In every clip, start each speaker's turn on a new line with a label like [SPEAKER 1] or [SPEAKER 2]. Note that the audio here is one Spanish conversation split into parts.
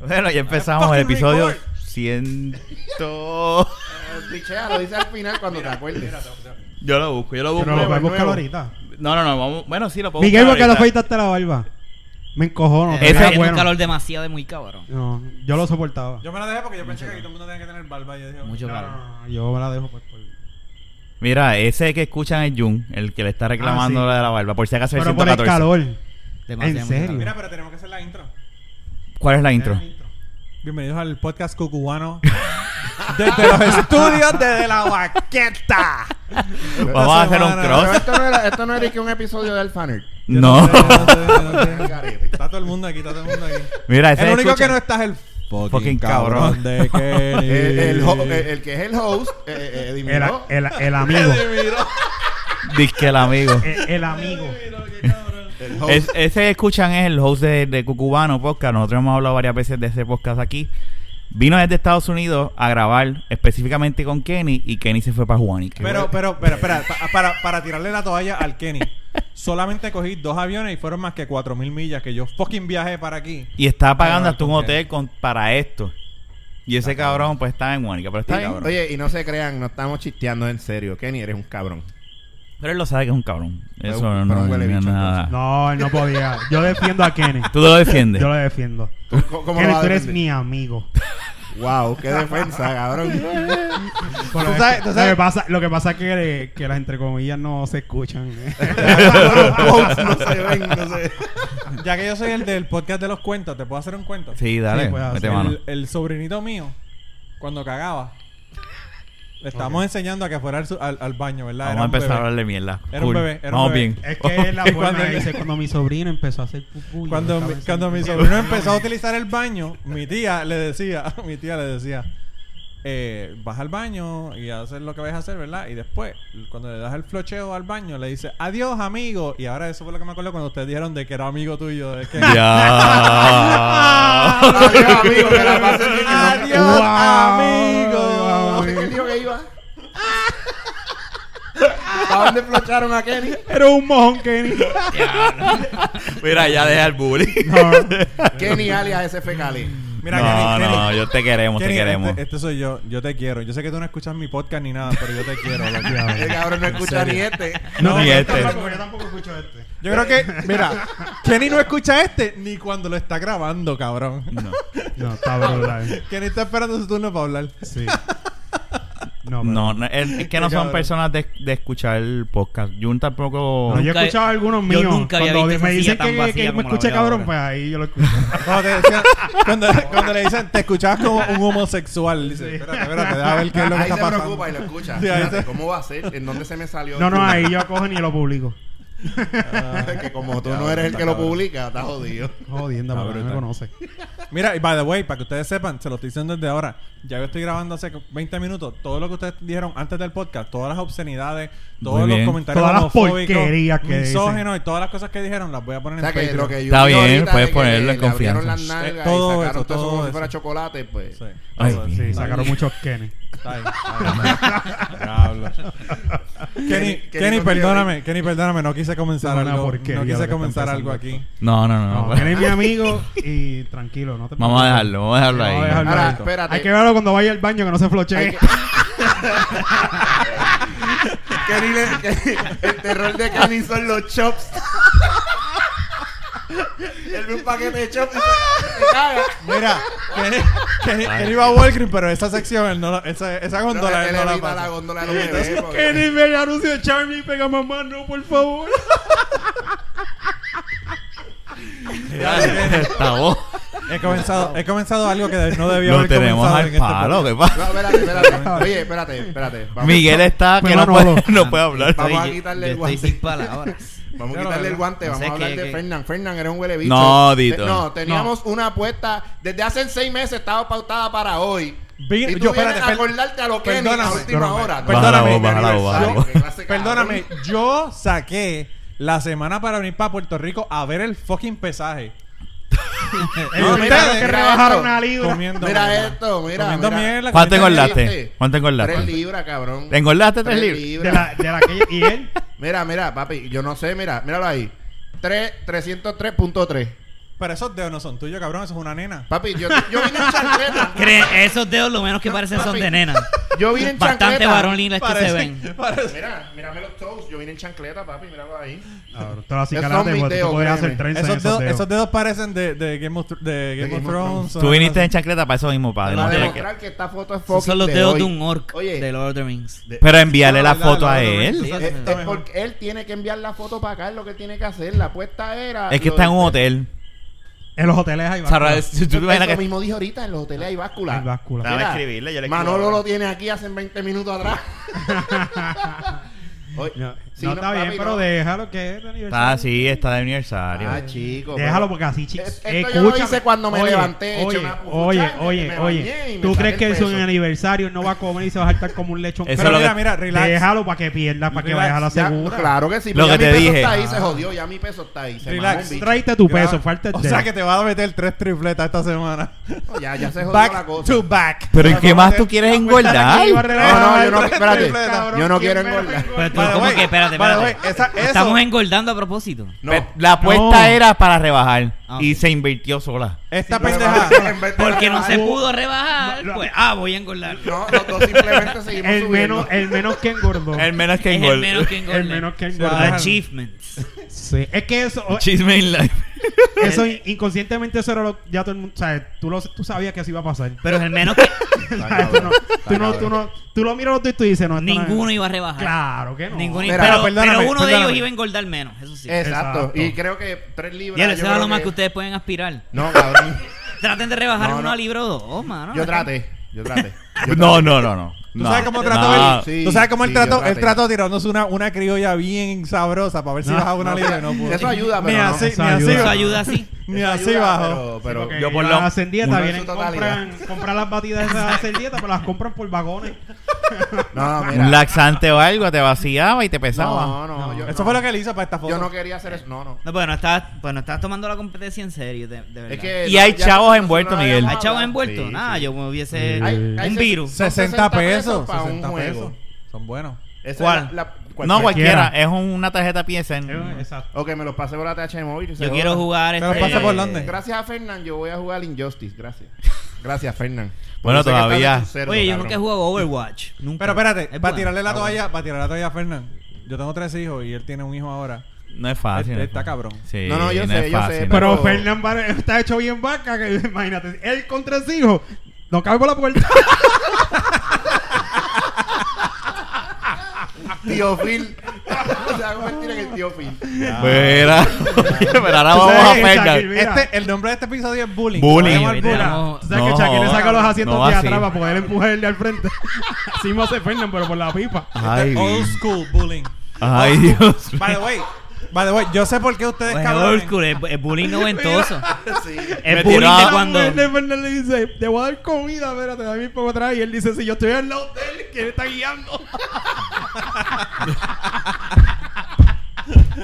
[SPEAKER 1] Bueno, ya empezamos el
[SPEAKER 2] fucking
[SPEAKER 1] episodio
[SPEAKER 2] record.
[SPEAKER 1] 100.
[SPEAKER 3] Pichea, lo dice al final cuando te acuerdes.
[SPEAKER 1] Yo lo busco, yo lo busco.
[SPEAKER 2] Pero
[SPEAKER 3] Nuevo,
[SPEAKER 2] lo puedes buscar
[SPEAKER 3] nuevo.
[SPEAKER 2] ahorita.
[SPEAKER 1] No, no, no, vamos. Bueno, sí, lo puedo
[SPEAKER 2] Miguel,
[SPEAKER 1] buscar
[SPEAKER 2] ¿por qué lo
[SPEAKER 1] ahorita.
[SPEAKER 2] afeitaste la barba? Me encojono.
[SPEAKER 1] Eh,
[SPEAKER 2] te
[SPEAKER 1] ese
[SPEAKER 2] queda
[SPEAKER 1] es
[SPEAKER 4] Tiene un
[SPEAKER 2] bueno.
[SPEAKER 4] calor demasiado de muy cabrón.
[SPEAKER 2] No, yo lo soportaba.
[SPEAKER 5] Yo me la dejé porque yo pensé que aquí todo el mundo tenía que tener barba. Y yo dije,
[SPEAKER 4] Mucho
[SPEAKER 5] no,
[SPEAKER 4] calor.
[SPEAKER 5] no, no.
[SPEAKER 2] Ah, Yo me la dejo por... por-
[SPEAKER 1] Mira, ese que escuchan es Jun, el que le está reclamando
[SPEAKER 2] Ah, sí.
[SPEAKER 1] la de la barba. Por si acaso es
[SPEAKER 2] Pero por el
[SPEAKER 1] 114.
[SPEAKER 2] calor.
[SPEAKER 4] Demasiado,
[SPEAKER 2] ¿En
[SPEAKER 4] mucho
[SPEAKER 2] serio?
[SPEAKER 4] calor.
[SPEAKER 5] Mira, pero tenemos que hacer la intro.
[SPEAKER 1] ¿Cuál es la intro?
[SPEAKER 5] Bienvenidos al podcast cucubano. Desde los estudios de, De la Baqueta.
[SPEAKER 1] Vamos a hacer un
[SPEAKER 5] semana.
[SPEAKER 3] Pero
[SPEAKER 1] cross.
[SPEAKER 3] esto no era, esto no era que un episodio de Alfaner.
[SPEAKER 1] No.
[SPEAKER 5] Está todo el mundo aquí, está todo el mundo aquí.
[SPEAKER 1] Mira, ese
[SPEAKER 5] el único
[SPEAKER 1] escucha-
[SPEAKER 5] que no está es el fucking,
[SPEAKER 1] Fucking cabrón.
[SPEAKER 5] de Kenny.
[SPEAKER 3] El, el, eh. ho- el- el que es el host, eh, eh, Eddie
[SPEAKER 2] El,
[SPEAKER 3] Miró.
[SPEAKER 2] el, el amigo.
[SPEAKER 1] Disque el amigo.
[SPEAKER 2] el, el amigo.
[SPEAKER 3] el host.
[SPEAKER 1] Es- ese que escuchan es el host de, de Cucubano Podcast. Nosotros hemos hablado varias veces de ese podcast aquí. Vino desde Estados Unidos a grabar específicamente con Kenny y Kenny se fue para Juanic.
[SPEAKER 5] Pero, pero, pero, espera, pa- para, para tirarle la toalla al Kenny. Solamente cogí dos aviones y fueron más que 4.000 millas que yo fucking viajé para aquí.
[SPEAKER 1] Y está pagando
[SPEAKER 5] Grabar
[SPEAKER 1] hasta un
[SPEAKER 5] con
[SPEAKER 1] hotel con, para esto. Y ese cabrón pues está en Juanica, pero está
[SPEAKER 3] Y-
[SPEAKER 1] bien.
[SPEAKER 3] oye, y no se crean, no estamos chisteando en serio. Kenny, eres un cabrón.
[SPEAKER 1] Pero él lo sabe que es un cabrón.
[SPEAKER 3] Pero-
[SPEAKER 1] Eso
[SPEAKER 3] pero
[SPEAKER 1] no,
[SPEAKER 3] un huele
[SPEAKER 1] no es
[SPEAKER 3] bicho,
[SPEAKER 1] nada.
[SPEAKER 2] No, él no podía. Yo defiendo a Kenny.
[SPEAKER 1] Tú lo defiendes.
[SPEAKER 2] Yo lo defiendo.
[SPEAKER 3] ¿Tú, co- cómo lo
[SPEAKER 2] Kenny,
[SPEAKER 3] vas a
[SPEAKER 2] tú eres
[SPEAKER 3] defender?
[SPEAKER 2] mi amigo.
[SPEAKER 3] Wow, qué defensa, cabrón.
[SPEAKER 2] Pero es
[SPEAKER 5] sabes-
[SPEAKER 2] que-
[SPEAKER 5] tú sabes-
[SPEAKER 2] Lo, que pasa, lo que pasa es que, que las entre comillas no se escuchan.
[SPEAKER 3] Los quotes no se ven, no se-
[SPEAKER 5] Ya que yo soy el del podcast de los cuentos, ¿te puedo hacer un cuento?
[SPEAKER 1] Sí, dale.
[SPEAKER 2] Sí, pues,
[SPEAKER 1] mete
[SPEAKER 2] así.
[SPEAKER 1] mano.
[SPEAKER 5] El, el sobrinito mío, cuando cagaba, le estábamos enseñando a que fuera al, su- al- al baño, ¿verdad?
[SPEAKER 1] Vamos
[SPEAKER 5] Era
[SPEAKER 1] a
[SPEAKER 5] un
[SPEAKER 1] empezar a
[SPEAKER 5] bebé.
[SPEAKER 1] hablarle mierda.
[SPEAKER 5] Era un
[SPEAKER 1] Cool.
[SPEAKER 5] bebé, era un
[SPEAKER 1] Vamos
[SPEAKER 5] bebé.
[SPEAKER 1] bien.
[SPEAKER 2] es que es la
[SPEAKER 5] Cuando-
[SPEAKER 2] forma que dice cuando mi sobrino empezó a hacer pupú. yo
[SPEAKER 5] Cuando,
[SPEAKER 2] estaba
[SPEAKER 5] mi,
[SPEAKER 2] en
[SPEAKER 5] cuando mi
[SPEAKER 2] segundo
[SPEAKER 5] sobrino
[SPEAKER 2] grado.
[SPEAKER 5] empezó a utilizar el baño, mi tía le decía, mi tía le decía, eh, vas al baño y haces lo que vas a hacer, ¿verdad? Y después, cuando le das el flocheo al baño, le dice, adiós, amigo. Y ahora eso fue lo que me acuerdo cuando ustedes dijeron de que era amigo tuyo. de que-
[SPEAKER 1] Ya.
[SPEAKER 3] Adiós, amigo, que la pases bien.
[SPEAKER 5] Adiós,
[SPEAKER 2] Wow.
[SPEAKER 3] No
[SPEAKER 5] amigo.
[SPEAKER 3] sé quién dijo Ah, que iba. ¿A dónde flocharon a Kenny?
[SPEAKER 2] Era un mojón, Kenny.
[SPEAKER 1] Mira, ya deja el bullying.
[SPEAKER 2] No,
[SPEAKER 3] Kenny alias SF Cali.
[SPEAKER 5] Mira,
[SPEAKER 1] no,
[SPEAKER 5] Kenny, Kenny.
[SPEAKER 1] no, yo te queremos,
[SPEAKER 5] Kenny,
[SPEAKER 1] te queremos.
[SPEAKER 5] Este, este soy yo, yo te quiero. Yo sé que tú no escuchas mi podcast ni nada, pero yo te quiero. loco.
[SPEAKER 3] Ese cabrón no escucha ni este.
[SPEAKER 1] No, ni
[SPEAKER 2] yo
[SPEAKER 1] este.
[SPEAKER 2] tampoco, yo tampoco escucho este.
[SPEAKER 5] Yo creo que, mira, Kenny no escucha este ni cuando lo está grabando, cabrón.
[SPEAKER 1] No.
[SPEAKER 2] No, está brutal.
[SPEAKER 5] Kenny está esperando su turno para hablar.
[SPEAKER 2] Sí. No, pero-
[SPEAKER 1] No, no, es, es que no son
[SPEAKER 5] Cabrón.
[SPEAKER 1] personas de, de escuchar el podcast. Jun tampoco.
[SPEAKER 2] No, yo he
[SPEAKER 4] Nunca-
[SPEAKER 2] escuchado algunos
[SPEAKER 4] yo
[SPEAKER 2] míos.
[SPEAKER 4] nunca había
[SPEAKER 2] Cuando
[SPEAKER 4] visto
[SPEAKER 2] me
[SPEAKER 4] esa
[SPEAKER 2] dicen
[SPEAKER 4] silla tan
[SPEAKER 2] que,
[SPEAKER 4] vacía
[SPEAKER 2] que me
[SPEAKER 4] como la
[SPEAKER 2] escuché
[SPEAKER 4] veo
[SPEAKER 2] cabrón,
[SPEAKER 4] ahora.
[SPEAKER 2] pues ahí yo lo escucho.
[SPEAKER 5] Cuando, te decían- cuando, cuando le dicen, te escuchabas como un homosexual, dice, espérate, espérate, déjame ver qué es lo que
[SPEAKER 3] Ahí
[SPEAKER 5] está
[SPEAKER 3] se
[SPEAKER 5] pasando.
[SPEAKER 3] preocupa y lo escucha.
[SPEAKER 5] Sí, ahí
[SPEAKER 3] Fíjate,
[SPEAKER 5] se-
[SPEAKER 3] ¿Cómo va a ser? ¿En dónde se me salió?
[SPEAKER 2] No, no, ahí yo cojo ni lo publico.
[SPEAKER 3] que como tú no eres el que lo publica, está jodido.
[SPEAKER 2] Jodiendo,
[SPEAKER 5] Ah,
[SPEAKER 2] pero no me
[SPEAKER 5] brutal.
[SPEAKER 2] conoce.
[SPEAKER 5] Mira, y by the way, para que ustedes sepan, se lo estoy diciendo desde ahora. Ya yo estoy grabando hace 20 minutos. Todo lo que ustedes dijeron antes del podcast, todas las obscenidades, todos
[SPEAKER 1] Muy bien.
[SPEAKER 5] los comentarios
[SPEAKER 2] Todas las
[SPEAKER 5] homofóbicos,
[SPEAKER 2] porquerías que
[SPEAKER 5] misóginos y todas las cosas que dijeron, las voy a poner
[SPEAKER 3] O sea,
[SPEAKER 5] en
[SPEAKER 3] que
[SPEAKER 5] Patreon.
[SPEAKER 3] lo que yo
[SPEAKER 1] Está
[SPEAKER 3] vi
[SPEAKER 1] bien,
[SPEAKER 3] ahorita
[SPEAKER 1] puedes
[SPEAKER 3] de que
[SPEAKER 1] ponerlo
[SPEAKER 3] le-
[SPEAKER 1] en
[SPEAKER 3] le abrieron
[SPEAKER 1] confianza.
[SPEAKER 3] las nalgas
[SPEAKER 5] Eh, todo
[SPEAKER 3] y sacaron
[SPEAKER 5] eso,
[SPEAKER 3] todo eso como
[SPEAKER 5] todo
[SPEAKER 3] si fuera
[SPEAKER 5] eso.
[SPEAKER 3] chocolate, pues.
[SPEAKER 5] Sí.
[SPEAKER 1] Ay,
[SPEAKER 5] Todo
[SPEAKER 1] bien.
[SPEAKER 5] eso.
[SPEAKER 2] Sí, sacaron muchos Kenny.
[SPEAKER 5] Está ahí. Diablo. Kenny,
[SPEAKER 3] Kenny
[SPEAKER 5] Kenny,
[SPEAKER 3] no quiere.
[SPEAKER 5] perdóname, Kenny, perdóname, no quise comenzar
[SPEAKER 2] Una
[SPEAKER 5] algo.
[SPEAKER 2] porquería
[SPEAKER 5] No
[SPEAKER 2] lo que
[SPEAKER 5] quise
[SPEAKER 2] está
[SPEAKER 5] comenzar
[SPEAKER 2] empezando
[SPEAKER 5] algo aquí.
[SPEAKER 1] No, no, no.
[SPEAKER 2] No,
[SPEAKER 1] no.
[SPEAKER 2] Kenny es mi amigo y tranquilo, no te
[SPEAKER 1] Vamos a
[SPEAKER 2] preocupes.
[SPEAKER 1] dejarlo, vamos a dejarlo
[SPEAKER 2] Vamos a
[SPEAKER 1] ahí.
[SPEAKER 2] dejarlo
[SPEAKER 3] Ahora,
[SPEAKER 2] ahí.
[SPEAKER 3] espérate.
[SPEAKER 2] Hay que verlo cuando vaya al baño que no se
[SPEAKER 3] Hay
[SPEAKER 2] flochee.
[SPEAKER 3] que- Kenny le- que- el terror de Kenny son los chops. Él ve un paquete de chops y se se caga.
[SPEAKER 5] Mira, Kenny, Kenny, Kenny va a Walgreens, pero esa sección, él no, la- esa, esa
[SPEAKER 3] No,
[SPEAKER 5] góndola,
[SPEAKER 3] él
[SPEAKER 5] él no la
[SPEAKER 3] evita
[SPEAKER 5] pasa.
[SPEAKER 3] la góndola de los bebés. porque-
[SPEAKER 2] Kenny ve el anuncio de Charlie y pega mamá, no, por favor.
[SPEAKER 1] Esta voz.
[SPEAKER 5] He comenzado, he comenzado algo que de- no debía
[SPEAKER 1] Lo
[SPEAKER 5] haber
[SPEAKER 1] tenemos
[SPEAKER 5] comenzado
[SPEAKER 1] al
[SPEAKER 5] en este
[SPEAKER 1] palo,
[SPEAKER 5] podcast.
[SPEAKER 1] ¿qué pasa?
[SPEAKER 3] No, espérate, espérate. Oye, espérate, espérate. Vamos,
[SPEAKER 1] Miguel está
[SPEAKER 2] Fue
[SPEAKER 1] que no
[SPEAKER 2] Manolo.
[SPEAKER 1] puede, no puede hablar.
[SPEAKER 3] Vamos a
[SPEAKER 4] Yo-
[SPEAKER 3] quitarle
[SPEAKER 4] yo
[SPEAKER 3] el
[SPEAKER 4] estoy
[SPEAKER 3] guante.
[SPEAKER 4] sin palabras.
[SPEAKER 3] Vamos a
[SPEAKER 5] Claro,
[SPEAKER 3] quitarle el
[SPEAKER 5] ¿verdad?
[SPEAKER 3] guante,
[SPEAKER 4] No
[SPEAKER 3] vamos
[SPEAKER 4] sé
[SPEAKER 3] a hablar
[SPEAKER 4] qué-
[SPEAKER 3] de
[SPEAKER 4] qué-
[SPEAKER 3] Fernán. Fernán era un huele bicho.
[SPEAKER 1] No, Dito.
[SPEAKER 3] no, teníamos una apuesta desde hace seis meses, estaba pautada para hoy.
[SPEAKER 5] Vi-
[SPEAKER 3] y tú
[SPEAKER 5] yo,
[SPEAKER 3] vienes
[SPEAKER 5] espérate,
[SPEAKER 3] a
[SPEAKER 5] per-
[SPEAKER 3] acordarte a lo que
[SPEAKER 5] perdóname,
[SPEAKER 3] a última
[SPEAKER 5] perdóname,
[SPEAKER 3] hora. No,
[SPEAKER 1] Baja la
[SPEAKER 5] Perdóname,
[SPEAKER 1] voz,
[SPEAKER 5] mi
[SPEAKER 1] baja la voz, baja la
[SPEAKER 3] aniversario,
[SPEAKER 1] voz.
[SPEAKER 3] qué clase de
[SPEAKER 5] Perdóname,
[SPEAKER 3] cabrón.
[SPEAKER 5] yo saqué la semana para venir para Puerto Rico a ver el fucking pesaje.
[SPEAKER 3] No,
[SPEAKER 2] Ustedes
[SPEAKER 3] mira,
[SPEAKER 2] que
[SPEAKER 3] mira
[SPEAKER 2] rebajaron
[SPEAKER 3] esto.
[SPEAKER 2] una libra.
[SPEAKER 5] Comiendo
[SPEAKER 3] Mira
[SPEAKER 5] mierda.
[SPEAKER 3] esto, mira.
[SPEAKER 5] Comiendo
[SPEAKER 3] mira.
[SPEAKER 5] mierda. comiendo
[SPEAKER 1] ¿Cuánto
[SPEAKER 3] engordaste?
[SPEAKER 1] engordaste? ¿Cuánto
[SPEAKER 3] Tres
[SPEAKER 1] engordaste?
[SPEAKER 3] libras, cabrón.
[SPEAKER 1] ¿Te engordaste tres
[SPEAKER 3] Tres
[SPEAKER 1] libras?
[SPEAKER 2] De
[SPEAKER 3] libras.
[SPEAKER 2] la, de la que y él
[SPEAKER 3] Mira, mira, papi, yo no sé, mira, míralo ahí. Tres- 303.3.
[SPEAKER 5] Pero esos dedos no son tuyos, cabrón. Eso es una nena.
[SPEAKER 3] Papi, yo, yo vine en chancleta.
[SPEAKER 4] Cre- Esos dedos lo menos que parecen son de nena.
[SPEAKER 3] Yo vine en
[SPEAKER 4] Bastante
[SPEAKER 3] chancleta.
[SPEAKER 4] varoniles que se
[SPEAKER 5] Parece,
[SPEAKER 4] ven.
[SPEAKER 5] parece.
[SPEAKER 3] Mira, mírame los toes. Yo vine en chancleta, papi. Míralo ahí.
[SPEAKER 2] Cabrón, todas las
[SPEAKER 3] Esos
[SPEAKER 2] cicalas
[SPEAKER 3] son
[SPEAKER 2] de
[SPEAKER 3] mis
[SPEAKER 2] tú
[SPEAKER 3] dedos,
[SPEAKER 2] podrías hacer
[SPEAKER 3] créeme.
[SPEAKER 2] trenza en
[SPEAKER 5] Esos dedos,
[SPEAKER 2] dedos.
[SPEAKER 5] esos dedos parecen de, de Game of, Thro- de Game
[SPEAKER 3] Game
[SPEAKER 5] of
[SPEAKER 3] of
[SPEAKER 5] Thrones. o
[SPEAKER 1] Tú
[SPEAKER 5] algo
[SPEAKER 1] viniste
[SPEAKER 5] así.
[SPEAKER 1] en chancleta para eso mismo, para
[SPEAKER 3] Para
[SPEAKER 1] demostrar que...
[SPEAKER 3] demostrar que esta foto es fucking
[SPEAKER 4] Esos son los
[SPEAKER 3] de
[SPEAKER 4] dedos
[SPEAKER 3] hoy.
[SPEAKER 4] de un orc
[SPEAKER 3] Oye.
[SPEAKER 4] de Lord of the Rings.
[SPEAKER 3] De-
[SPEAKER 1] Pero envíale
[SPEAKER 5] No,
[SPEAKER 1] la
[SPEAKER 5] verdad,
[SPEAKER 1] foto
[SPEAKER 5] la
[SPEAKER 1] a
[SPEAKER 5] verdad,
[SPEAKER 1] él.
[SPEAKER 5] la
[SPEAKER 3] Es-
[SPEAKER 5] verdad.
[SPEAKER 3] es
[SPEAKER 5] Está mejor.
[SPEAKER 3] porque él tiene que enviar la foto para acá, es lo que tiene que hacer. La apuesta era.
[SPEAKER 1] Es que
[SPEAKER 3] lo-
[SPEAKER 1] está en un hotel.
[SPEAKER 2] En los hoteles hay
[SPEAKER 1] O sea,
[SPEAKER 2] básculas.
[SPEAKER 1] si tú te
[SPEAKER 3] Eso
[SPEAKER 1] imaginas que...
[SPEAKER 3] mismo dijo ahorita, en los hoteles hay báscula.
[SPEAKER 2] Hay báscula.
[SPEAKER 1] Dame a
[SPEAKER 3] Mira,
[SPEAKER 1] escribirle, yo le escribo
[SPEAKER 3] Manolo
[SPEAKER 1] ahora.
[SPEAKER 3] lo tiene aquí hace 20 minutos atrás. Oye,
[SPEAKER 2] No,
[SPEAKER 3] sí,
[SPEAKER 2] no está
[SPEAKER 3] papi,
[SPEAKER 2] bien, pero
[SPEAKER 3] no.
[SPEAKER 2] déjalo que es de
[SPEAKER 1] Está
[SPEAKER 2] aniversario.
[SPEAKER 1] así, está de aniversario.
[SPEAKER 3] Ah, chico.
[SPEAKER 2] Déjalo
[SPEAKER 3] pero-
[SPEAKER 2] porque así, chicos.
[SPEAKER 3] Es- esto yo lo hice cuando me levanté, eché
[SPEAKER 2] Oye,
[SPEAKER 3] una pufucha y
[SPEAKER 2] oye,
[SPEAKER 3] me bañé
[SPEAKER 2] oye,
[SPEAKER 3] y
[SPEAKER 2] oye.
[SPEAKER 3] me
[SPEAKER 2] ¿Tú
[SPEAKER 3] saqué
[SPEAKER 2] crees
[SPEAKER 3] el
[SPEAKER 2] que es un
[SPEAKER 3] peso?
[SPEAKER 2] aniversario? No va a comer y se va a saltar como un lechón.
[SPEAKER 1] Eso
[SPEAKER 5] Pero
[SPEAKER 1] lo que-
[SPEAKER 5] mira, mira, relax.
[SPEAKER 2] Déjalo para que pierda, para que
[SPEAKER 5] Relax,
[SPEAKER 2] vaya a la
[SPEAKER 3] Ya,
[SPEAKER 2] segura.
[SPEAKER 3] claro que
[SPEAKER 1] Lo
[SPEAKER 3] sí. pero
[SPEAKER 1] que
[SPEAKER 3] ya
[SPEAKER 1] te
[SPEAKER 3] mi peso
[SPEAKER 1] dije.
[SPEAKER 3] Está ahí, se jodió, ya mi peso está ahí. Se
[SPEAKER 5] Relax,
[SPEAKER 3] mamó un bicho.
[SPEAKER 2] Tráete tu
[SPEAKER 5] Graba-
[SPEAKER 2] peso, falta el
[SPEAKER 5] O
[SPEAKER 2] dedo.
[SPEAKER 5] sea que te vas a meter tres tripletas esta semana.
[SPEAKER 3] No, ya, ya se jodió la
[SPEAKER 5] Back
[SPEAKER 3] cosa.
[SPEAKER 5] to back.
[SPEAKER 1] Pero ¿y
[SPEAKER 5] Vamos
[SPEAKER 1] qué
[SPEAKER 5] a
[SPEAKER 1] más
[SPEAKER 5] hacer-
[SPEAKER 1] tú quieres
[SPEAKER 5] vamos a estar
[SPEAKER 1] engordar?
[SPEAKER 5] aquí, barrera de
[SPEAKER 3] No, no, yo no.
[SPEAKER 5] tres
[SPEAKER 3] Espérate.
[SPEAKER 5] tripletas.
[SPEAKER 3] Yo no quiero engordar.
[SPEAKER 2] Pues
[SPEAKER 5] By
[SPEAKER 4] Pero tú
[SPEAKER 5] the
[SPEAKER 4] como
[SPEAKER 5] way,
[SPEAKER 4] que, espérate,
[SPEAKER 5] by the
[SPEAKER 4] espérate.
[SPEAKER 5] way, esa- eso-
[SPEAKER 4] Estamos engordando a propósito.
[SPEAKER 3] No.
[SPEAKER 1] Pe- La apuesta
[SPEAKER 2] No.
[SPEAKER 1] era para rebajar
[SPEAKER 4] Ah,
[SPEAKER 1] y
[SPEAKER 4] ok.
[SPEAKER 1] se invirtió sola.
[SPEAKER 5] Esta pendeja.
[SPEAKER 3] En vez de
[SPEAKER 4] Porque no
[SPEAKER 3] rebajar,
[SPEAKER 4] se pudo rebajar.
[SPEAKER 2] No, no.
[SPEAKER 4] Pues, ah, voy a engordar.
[SPEAKER 3] No, nosotros simplemente seguimos
[SPEAKER 2] El
[SPEAKER 3] subiendo.
[SPEAKER 2] menos, el menos que engordó.
[SPEAKER 1] El menos que
[SPEAKER 4] Es el menos que engordar.
[SPEAKER 2] El menos que
[SPEAKER 5] Se va a dejar.
[SPEAKER 2] engordó.
[SPEAKER 4] Achievements.
[SPEAKER 2] Sí, Es que eso,
[SPEAKER 1] Chisme in life.
[SPEAKER 2] eso in- inconscientemente eso era lo ya todo el mundo, o sea, tú, lo, tú sabías que así iba a pasar.
[SPEAKER 4] Pero es el menos que
[SPEAKER 3] Está
[SPEAKER 2] Ay,
[SPEAKER 3] cabrón, está
[SPEAKER 2] Tú no, tú
[SPEAKER 3] cabrón.
[SPEAKER 2] no, tú lo miras los dos y tú dices, no, esto no es-
[SPEAKER 4] ninguno iba a rebajar.
[SPEAKER 2] Claro que no.
[SPEAKER 4] Ninguno
[SPEAKER 3] Mira,
[SPEAKER 4] pero,
[SPEAKER 5] perdóname,
[SPEAKER 4] pero uno de
[SPEAKER 5] perdóname.
[SPEAKER 4] ellos iba a engordar menos, eso sí.
[SPEAKER 3] Exacto.
[SPEAKER 2] Exacto.
[SPEAKER 3] Y creo que tres libras.
[SPEAKER 4] y eso
[SPEAKER 3] yo
[SPEAKER 4] es
[SPEAKER 3] creo
[SPEAKER 4] lo más que... ustedes pueden aspirar.
[SPEAKER 3] No, cabrón.
[SPEAKER 4] Traten de rebajar
[SPEAKER 3] No,
[SPEAKER 4] en
[SPEAKER 3] no.
[SPEAKER 4] una libra o dos, mano.
[SPEAKER 3] Yo traté. Yo traté. Yo
[SPEAKER 1] No, no, no, no.
[SPEAKER 5] ¿Tú sabes cómo trató
[SPEAKER 1] no.
[SPEAKER 5] él?
[SPEAKER 3] Sí,
[SPEAKER 5] ¿Tú sabes cómo él
[SPEAKER 3] sí, yo
[SPEAKER 5] trató?
[SPEAKER 3] traté.
[SPEAKER 5] Él trató tirándose una, una criolla bien sabrosa para ver si
[SPEAKER 2] No,
[SPEAKER 5] bajaba una
[SPEAKER 3] no,
[SPEAKER 5] libra y no pudo.
[SPEAKER 3] eso ayuda,
[SPEAKER 5] ni
[SPEAKER 3] pero no.
[SPEAKER 5] así,
[SPEAKER 2] Eso
[SPEAKER 5] ni
[SPEAKER 2] ayuda.
[SPEAKER 5] así.
[SPEAKER 4] Eso
[SPEAKER 5] bajó.
[SPEAKER 4] ayuda así.
[SPEAKER 5] Ni
[SPEAKER 3] Ayuda,
[SPEAKER 5] así bajo.
[SPEAKER 3] Pero, pero
[SPEAKER 2] yo
[SPEAKER 1] yo
[SPEAKER 2] por
[SPEAKER 1] por
[SPEAKER 2] las
[SPEAKER 1] lo-
[SPEAKER 2] hacen dieta,
[SPEAKER 3] uno en
[SPEAKER 2] vienen
[SPEAKER 3] su totalidad.
[SPEAKER 2] compran, compran las batidas esas de hacen dieta, pero las compran por vagones.
[SPEAKER 3] no,
[SPEAKER 1] Un
[SPEAKER 3] mira.
[SPEAKER 1] laxante o algo te vaciaba y te pesaba.
[SPEAKER 3] No, no, yo,
[SPEAKER 5] Eso
[SPEAKER 3] no.
[SPEAKER 5] fue lo que él hizo para esta foto.
[SPEAKER 3] Yo no quería hacer eso. No, no.
[SPEAKER 4] No, pues no estás, pues no estás tomando la competencia en serio, de, de verdad.
[SPEAKER 3] Es que
[SPEAKER 1] Y hay
[SPEAKER 3] ya
[SPEAKER 1] chavos
[SPEAKER 3] nosotros
[SPEAKER 1] envueltos,
[SPEAKER 3] no
[SPEAKER 1] Miguel.
[SPEAKER 3] habíamos
[SPEAKER 4] ¿Hay chavos
[SPEAKER 3] hablado.
[SPEAKER 4] envueltos?
[SPEAKER 3] Sí,
[SPEAKER 4] Nada,
[SPEAKER 3] sí.
[SPEAKER 4] yo me hubiese...
[SPEAKER 3] Hay- hay
[SPEAKER 4] un
[SPEAKER 3] se-
[SPEAKER 4] virus.
[SPEAKER 3] son
[SPEAKER 5] 60 pesos.
[SPEAKER 3] para un
[SPEAKER 5] 60 pesos.
[SPEAKER 3] juego.
[SPEAKER 5] Son buenos.
[SPEAKER 3] Esa es
[SPEAKER 1] ¿Cuál?
[SPEAKER 3] la- la-
[SPEAKER 1] No, cualquiera.
[SPEAKER 2] Cualquiera.
[SPEAKER 1] Es una tarjeta PSN.
[SPEAKER 2] Eh, Exacto.
[SPEAKER 3] Ok, me los pasé por la TH móvil. se
[SPEAKER 4] Yo
[SPEAKER 3] joda.
[SPEAKER 4] quiero jugar este
[SPEAKER 5] Pero pasa por dónde.
[SPEAKER 3] Gracias a Fernán, yo voy a jugar Injustice. Gracias. Gracias, Fernán.
[SPEAKER 1] Bueno,
[SPEAKER 3] Porque sé que estás
[SPEAKER 1] todavía.
[SPEAKER 3] en tu cerdo,
[SPEAKER 4] Oye, yo
[SPEAKER 3] cabrón.
[SPEAKER 4] nunca he jugado Overwatch. Nunca.
[SPEAKER 5] Pero espérate,
[SPEAKER 4] Es
[SPEAKER 5] para
[SPEAKER 4] bueno. Pues
[SPEAKER 5] tirarle la toalla, para tirar la toalla a Fernán. Yo tengo tres hijos y él tiene un hijo ahora.
[SPEAKER 1] No es fácil.
[SPEAKER 5] Este
[SPEAKER 1] no es
[SPEAKER 5] está
[SPEAKER 1] fácil.
[SPEAKER 5] cabrón.
[SPEAKER 1] Sí,
[SPEAKER 3] No, no, yo sé,
[SPEAKER 1] es
[SPEAKER 3] yo sé,
[SPEAKER 1] fácil, no.
[SPEAKER 3] Pero-
[SPEAKER 2] Pero Fernán Bar- está hecho bien vaca, que imagínate, él con tres hijos, no cabe por la puerta.
[SPEAKER 3] Tío Phil. Se va a convertir en el tío Phil.
[SPEAKER 1] Mira, pero ahora
[SPEAKER 2] Tú
[SPEAKER 1] vamos
[SPEAKER 2] sabes
[SPEAKER 1] a
[SPEAKER 2] que
[SPEAKER 1] Fernan.
[SPEAKER 2] Shakira- Mira.
[SPEAKER 5] Este, el nombre de este episodio es Bullying.
[SPEAKER 1] Bullying.
[SPEAKER 5] Se llama el
[SPEAKER 4] Ahorita
[SPEAKER 5] bullying.
[SPEAKER 4] vamos-
[SPEAKER 2] O sea que
[SPEAKER 1] No,
[SPEAKER 2] Shakira le saca los asientos
[SPEAKER 1] no
[SPEAKER 2] de
[SPEAKER 1] así.
[SPEAKER 2] atrás para poder empujarle al frente. Así me hace Fernan, pero por la pipa.
[SPEAKER 1] Ay,
[SPEAKER 5] Este Old school bullying.
[SPEAKER 1] ay, Dios.
[SPEAKER 5] By the way, by the way, yo sé por qué ustedes
[SPEAKER 4] Pues es
[SPEAKER 5] cabrones-
[SPEAKER 4] old school, es, es bullying noventoso.
[SPEAKER 3] Sí.
[SPEAKER 1] Me
[SPEAKER 4] es bullying
[SPEAKER 1] tiraba-
[SPEAKER 4] de cuando...
[SPEAKER 2] La mujer de Fernan le dice, te voy a dar comida, espérate, dame un poco atrás. Y él dice, si yo estoy al lado de él, ¿quién está guiando?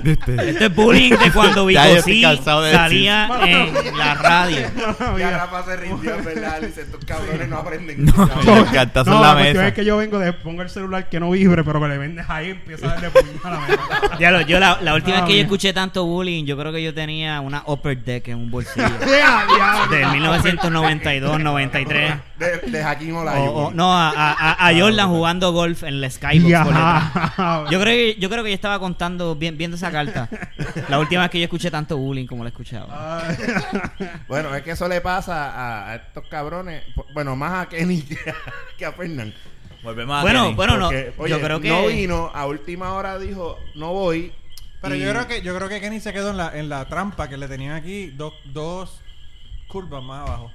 [SPEAKER 1] Este,
[SPEAKER 4] Esto es bullying de cuando
[SPEAKER 1] Ya yo
[SPEAKER 4] Vico
[SPEAKER 1] estoy
[SPEAKER 4] sí
[SPEAKER 1] cansado de
[SPEAKER 4] salía en la radio.
[SPEAKER 3] Ya Rafa se rindió, es ¿verdad? Dice, estos cabrones no aprenden.
[SPEAKER 1] No,
[SPEAKER 3] Cabrón.
[SPEAKER 1] yo- cantazo en la
[SPEAKER 2] cuestión
[SPEAKER 1] mesa.
[SPEAKER 2] es que yo vengo de pongo el celular que no vibre, pero que le vendes ahí empieza a darle puñal a la mesa.
[SPEAKER 4] Ya lo- yo la, la última
[SPEAKER 2] Ah,
[SPEAKER 4] vez que yo
[SPEAKER 2] mira.
[SPEAKER 4] escuché tanto bullying, yo creo que yo tenía una upper deck en un bolsillo.
[SPEAKER 2] ¡Ea, diablo!
[SPEAKER 4] De 1992, 93.
[SPEAKER 3] De, de Jaquín
[SPEAKER 4] O-
[SPEAKER 3] Olayo.
[SPEAKER 4] o- Oh, no, a, a- a Jordan jugando golf en la Skybox. por detrás.
[SPEAKER 2] Diablo.
[SPEAKER 4] Yo creo, que, yo creo que yo estaba contando, vi- viendo esa carta. La última vez que yo escuché tanto bullying como la escuchaba.
[SPEAKER 2] Ay,
[SPEAKER 3] Bueno, es que eso le pasa a, a estos cabrones. po- Bueno, más a Kenny que a, que a Fernan.
[SPEAKER 1] Volvemos a
[SPEAKER 4] Bueno,
[SPEAKER 1] Kenny.
[SPEAKER 4] bueno, no.
[SPEAKER 3] Porque, oye,
[SPEAKER 4] yo creo que.
[SPEAKER 3] No vino, a última hora dijo, no voy.
[SPEAKER 5] Pero
[SPEAKER 3] y-
[SPEAKER 5] yo creo que yo creo que Kenny se quedó en la, en la trampa que le tenían aquí dos, dos curvas más abajo.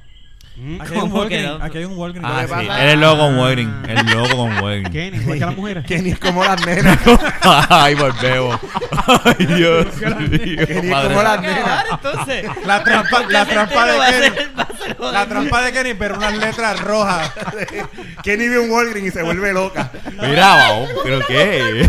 [SPEAKER 5] Aquí hay un
[SPEAKER 4] ¿Cómo
[SPEAKER 5] Walgreens.
[SPEAKER 4] quedó?
[SPEAKER 5] Aquí hay un Walgreens.
[SPEAKER 1] Ah,
[SPEAKER 3] Lo que
[SPEAKER 1] sí.
[SPEAKER 3] pasa-
[SPEAKER 1] Él es loco con Wedding. Él es loco con Wedding.
[SPEAKER 2] Kenny, igual que las mujeres.
[SPEAKER 3] Kenny es como las nenas.
[SPEAKER 1] Ay, volvemos. Ay, Dios mío.
[SPEAKER 3] Kenny es
[SPEAKER 1] madre.
[SPEAKER 3] como las nenas.
[SPEAKER 4] Acabar, entonces.
[SPEAKER 5] La trampa, la trampa
[SPEAKER 4] Gente no va a
[SPEAKER 5] de Kenny.
[SPEAKER 4] ser- va a ser
[SPEAKER 5] La
[SPEAKER 4] jodido.
[SPEAKER 5] trampa de Kenny, pero unas letras rojas.
[SPEAKER 3] Kenny ve un Walgreens y se vuelve loca.
[SPEAKER 1] Mira, vamos. ¿Pero qué?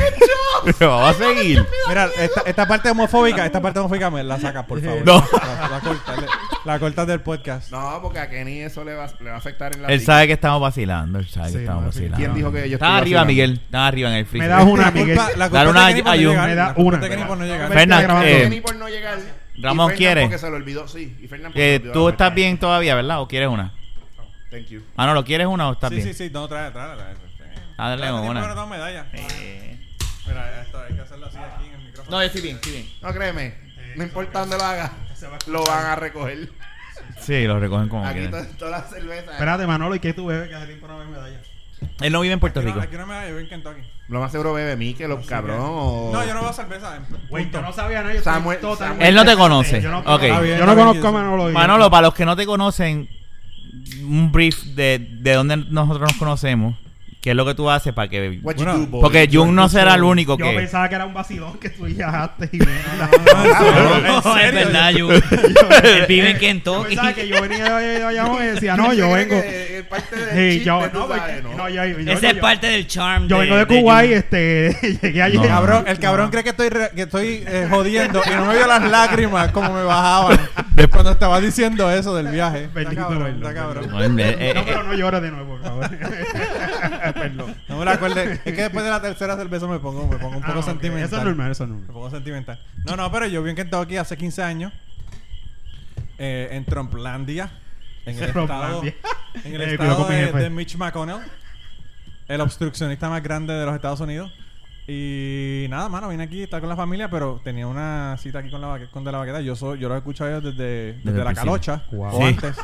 [SPEAKER 1] Pero vamos a seguir.
[SPEAKER 5] Mira, esta, esta parte homofóbica, esta parte homofóbica me la sacas, por favor.
[SPEAKER 1] No.
[SPEAKER 5] La, la cortas, le- la cortas del podcast.
[SPEAKER 3] No, porque a Kenny eso le va, le va a afectar en la
[SPEAKER 1] Él
[SPEAKER 3] psique.
[SPEAKER 1] sabe que estamos vacilando. Él sabe
[SPEAKER 2] Sí,
[SPEAKER 1] que estamos
[SPEAKER 2] no,
[SPEAKER 1] vacilando.
[SPEAKER 3] ¿Quién dijo que yo
[SPEAKER 1] Estaba
[SPEAKER 3] estoy
[SPEAKER 1] arriba,
[SPEAKER 3] vacilando?
[SPEAKER 1] Miguel. Estaba arriba en el
[SPEAKER 2] Me
[SPEAKER 1] freezer.
[SPEAKER 2] das una,
[SPEAKER 5] La
[SPEAKER 2] Miguel.
[SPEAKER 5] culpa, la culpa
[SPEAKER 1] Dale
[SPEAKER 5] es de
[SPEAKER 1] una
[SPEAKER 5] Kenny por no
[SPEAKER 1] ayuda.
[SPEAKER 5] llegar.
[SPEAKER 2] Me da
[SPEAKER 5] La culpa es
[SPEAKER 2] una.
[SPEAKER 5] de Kenny por no llegar.
[SPEAKER 1] Fernan,
[SPEAKER 2] Está grabando.
[SPEAKER 1] eh,
[SPEAKER 3] Kenny por no llegar.
[SPEAKER 1] Ramón
[SPEAKER 3] Fernan
[SPEAKER 1] quiere
[SPEAKER 3] Porque se lo olvidó, sí. Y Fernan porque se
[SPEAKER 1] que
[SPEAKER 3] olvidó
[SPEAKER 1] tú
[SPEAKER 3] la
[SPEAKER 1] estás
[SPEAKER 3] meta.
[SPEAKER 1] bien todavía, ¿verdad? ¿O quieres una?
[SPEAKER 3] Thank you.
[SPEAKER 1] Ah, no, ¿lo quieres una o estás
[SPEAKER 5] sí,
[SPEAKER 1] bien?
[SPEAKER 5] sí, sí, no, trae, trae, trae.
[SPEAKER 1] Ah, dale
[SPEAKER 5] Trae,
[SPEAKER 1] una.
[SPEAKER 5] pero no, medalla.
[SPEAKER 1] Eh.
[SPEAKER 5] Mira, esto hay que hacerlo así aquí en el micrófono.
[SPEAKER 1] No, yo estoy bien, estoy bien.
[SPEAKER 3] No, créeme. No importa dónde lo hagas, lo van a recoger.
[SPEAKER 1] Sí, lo recogen como
[SPEAKER 3] Aquí
[SPEAKER 1] quieran.
[SPEAKER 3] to- todas las cervezas.
[SPEAKER 2] Espérate, Manolo, ¿y qué tú bebes? Que hace tiempo no ves medalla.
[SPEAKER 1] Él no vive en Puerto
[SPEAKER 5] Aquí
[SPEAKER 1] Rico.
[SPEAKER 5] no, aquí no me da, yo voy en Kentucky.
[SPEAKER 3] Lo más seguro bebe Mikel, los cabrón. o-
[SPEAKER 5] No, yo no veo cerveza. eh. en-
[SPEAKER 2] Güey, yo
[SPEAKER 5] punto.
[SPEAKER 2] no sabía, ¿no? Yo estoy
[SPEAKER 3] Samuel-
[SPEAKER 2] totalmente-
[SPEAKER 1] Él no te conoce.
[SPEAKER 2] Yo no,
[SPEAKER 1] ok.
[SPEAKER 5] Está bien,
[SPEAKER 2] yo no
[SPEAKER 5] está bien,
[SPEAKER 2] conozco a
[SPEAKER 5] yo sé.
[SPEAKER 2] Manolo. y-
[SPEAKER 1] Manolo, para los que no te conocen, un brief de, de dónde nosotros nos conocemos. ¿Qué es lo que tú haces para que...
[SPEAKER 3] What
[SPEAKER 5] Bueno,
[SPEAKER 3] you do, boy?
[SPEAKER 1] Porque Jun no será el único
[SPEAKER 2] Yo
[SPEAKER 1] que...
[SPEAKER 2] pensaba que era un vacilón que tú viajaste y
[SPEAKER 1] No, es verdad, yo.
[SPEAKER 4] Él vive en
[SPEAKER 2] Yo
[SPEAKER 4] Kentucky.
[SPEAKER 2] pensaba Eh, que yo venía de Bayamón y decía,
[SPEAKER 3] Yo
[SPEAKER 2] no, yo
[SPEAKER 3] creo que
[SPEAKER 2] vengo.
[SPEAKER 3] Es parte del
[SPEAKER 2] Sí,
[SPEAKER 3] chiste,
[SPEAKER 2] yo,
[SPEAKER 3] tú
[SPEAKER 2] no, pues, porque,
[SPEAKER 3] sabes,
[SPEAKER 2] no,
[SPEAKER 3] ¿no?
[SPEAKER 2] yo, yo, yo-
[SPEAKER 4] Esa es
[SPEAKER 2] yo-
[SPEAKER 4] parte del charm.
[SPEAKER 2] Yo vengo de Cuba y
[SPEAKER 4] Cuba
[SPEAKER 2] este, llegué allí.
[SPEAKER 1] No,
[SPEAKER 5] Cabrón, el cabrón cree que estoy, re- que estoy eh, jodiendo y no me vio las lágrimas como me bajaban cuando estaba diciendo eso del viaje. Está
[SPEAKER 2] Bendito
[SPEAKER 5] cabrón,
[SPEAKER 2] verlo,
[SPEAKER 5] está cabrón.
[SPEAKER 1] No, eh, eh,
[SPEAKER 2] No, pero no llores de
[SPEAKER 4] eh.
[SPEAKER 2] nuevo, Ah, por favor. Perdón.
[SPEAKER 5] No me lo acuerde. Es que después de la tercera cerveza me pongo, me pongo un
[SPEAKER 2] Ah,
[SPEAKER 5] poco
[SPEAKER 2] ok.
[SPEAKER 5] sentimental.
[SPEAKER 2] Eso es normal, eso es
[SPEAKER 5] Me
[SPEAKER 2] normal.
[SPEAKER 5] pongo sentimental. No, no, pero yo vi en Kentucky hace 15 años. eh, en Trumplandia. En el estado,
[SPEAKER 2] Trumplandia.
[SPEAKER 5] en el
[SPEAKER 2] Eh, cuidado
[SPEAKER 5] estado
[SPEAKER 2] con mi
[SPEAKER 5] de,
[SPEAKER 2] jefe.
[SPEAKER 5] de Mitch McConnell. El obstruccionista más grande de los Estados Unidos. Y nada, mano, vine aquí a estar con la familia, pero tenía una cita aquí con la vaque- con de la vaqueta. Yo soy, yo lo he escuchado ellos desde, desde,
[SPEAKER 1] el
[SPEAKER 5] la
[SPEAKER 1] principio.
[SPEAKER 5] calocha.
[SPEAKER 2] Wow.
[SPEAKER 5] O
[SPEAKER 1] Sí.
[SPEAKER 5] antes.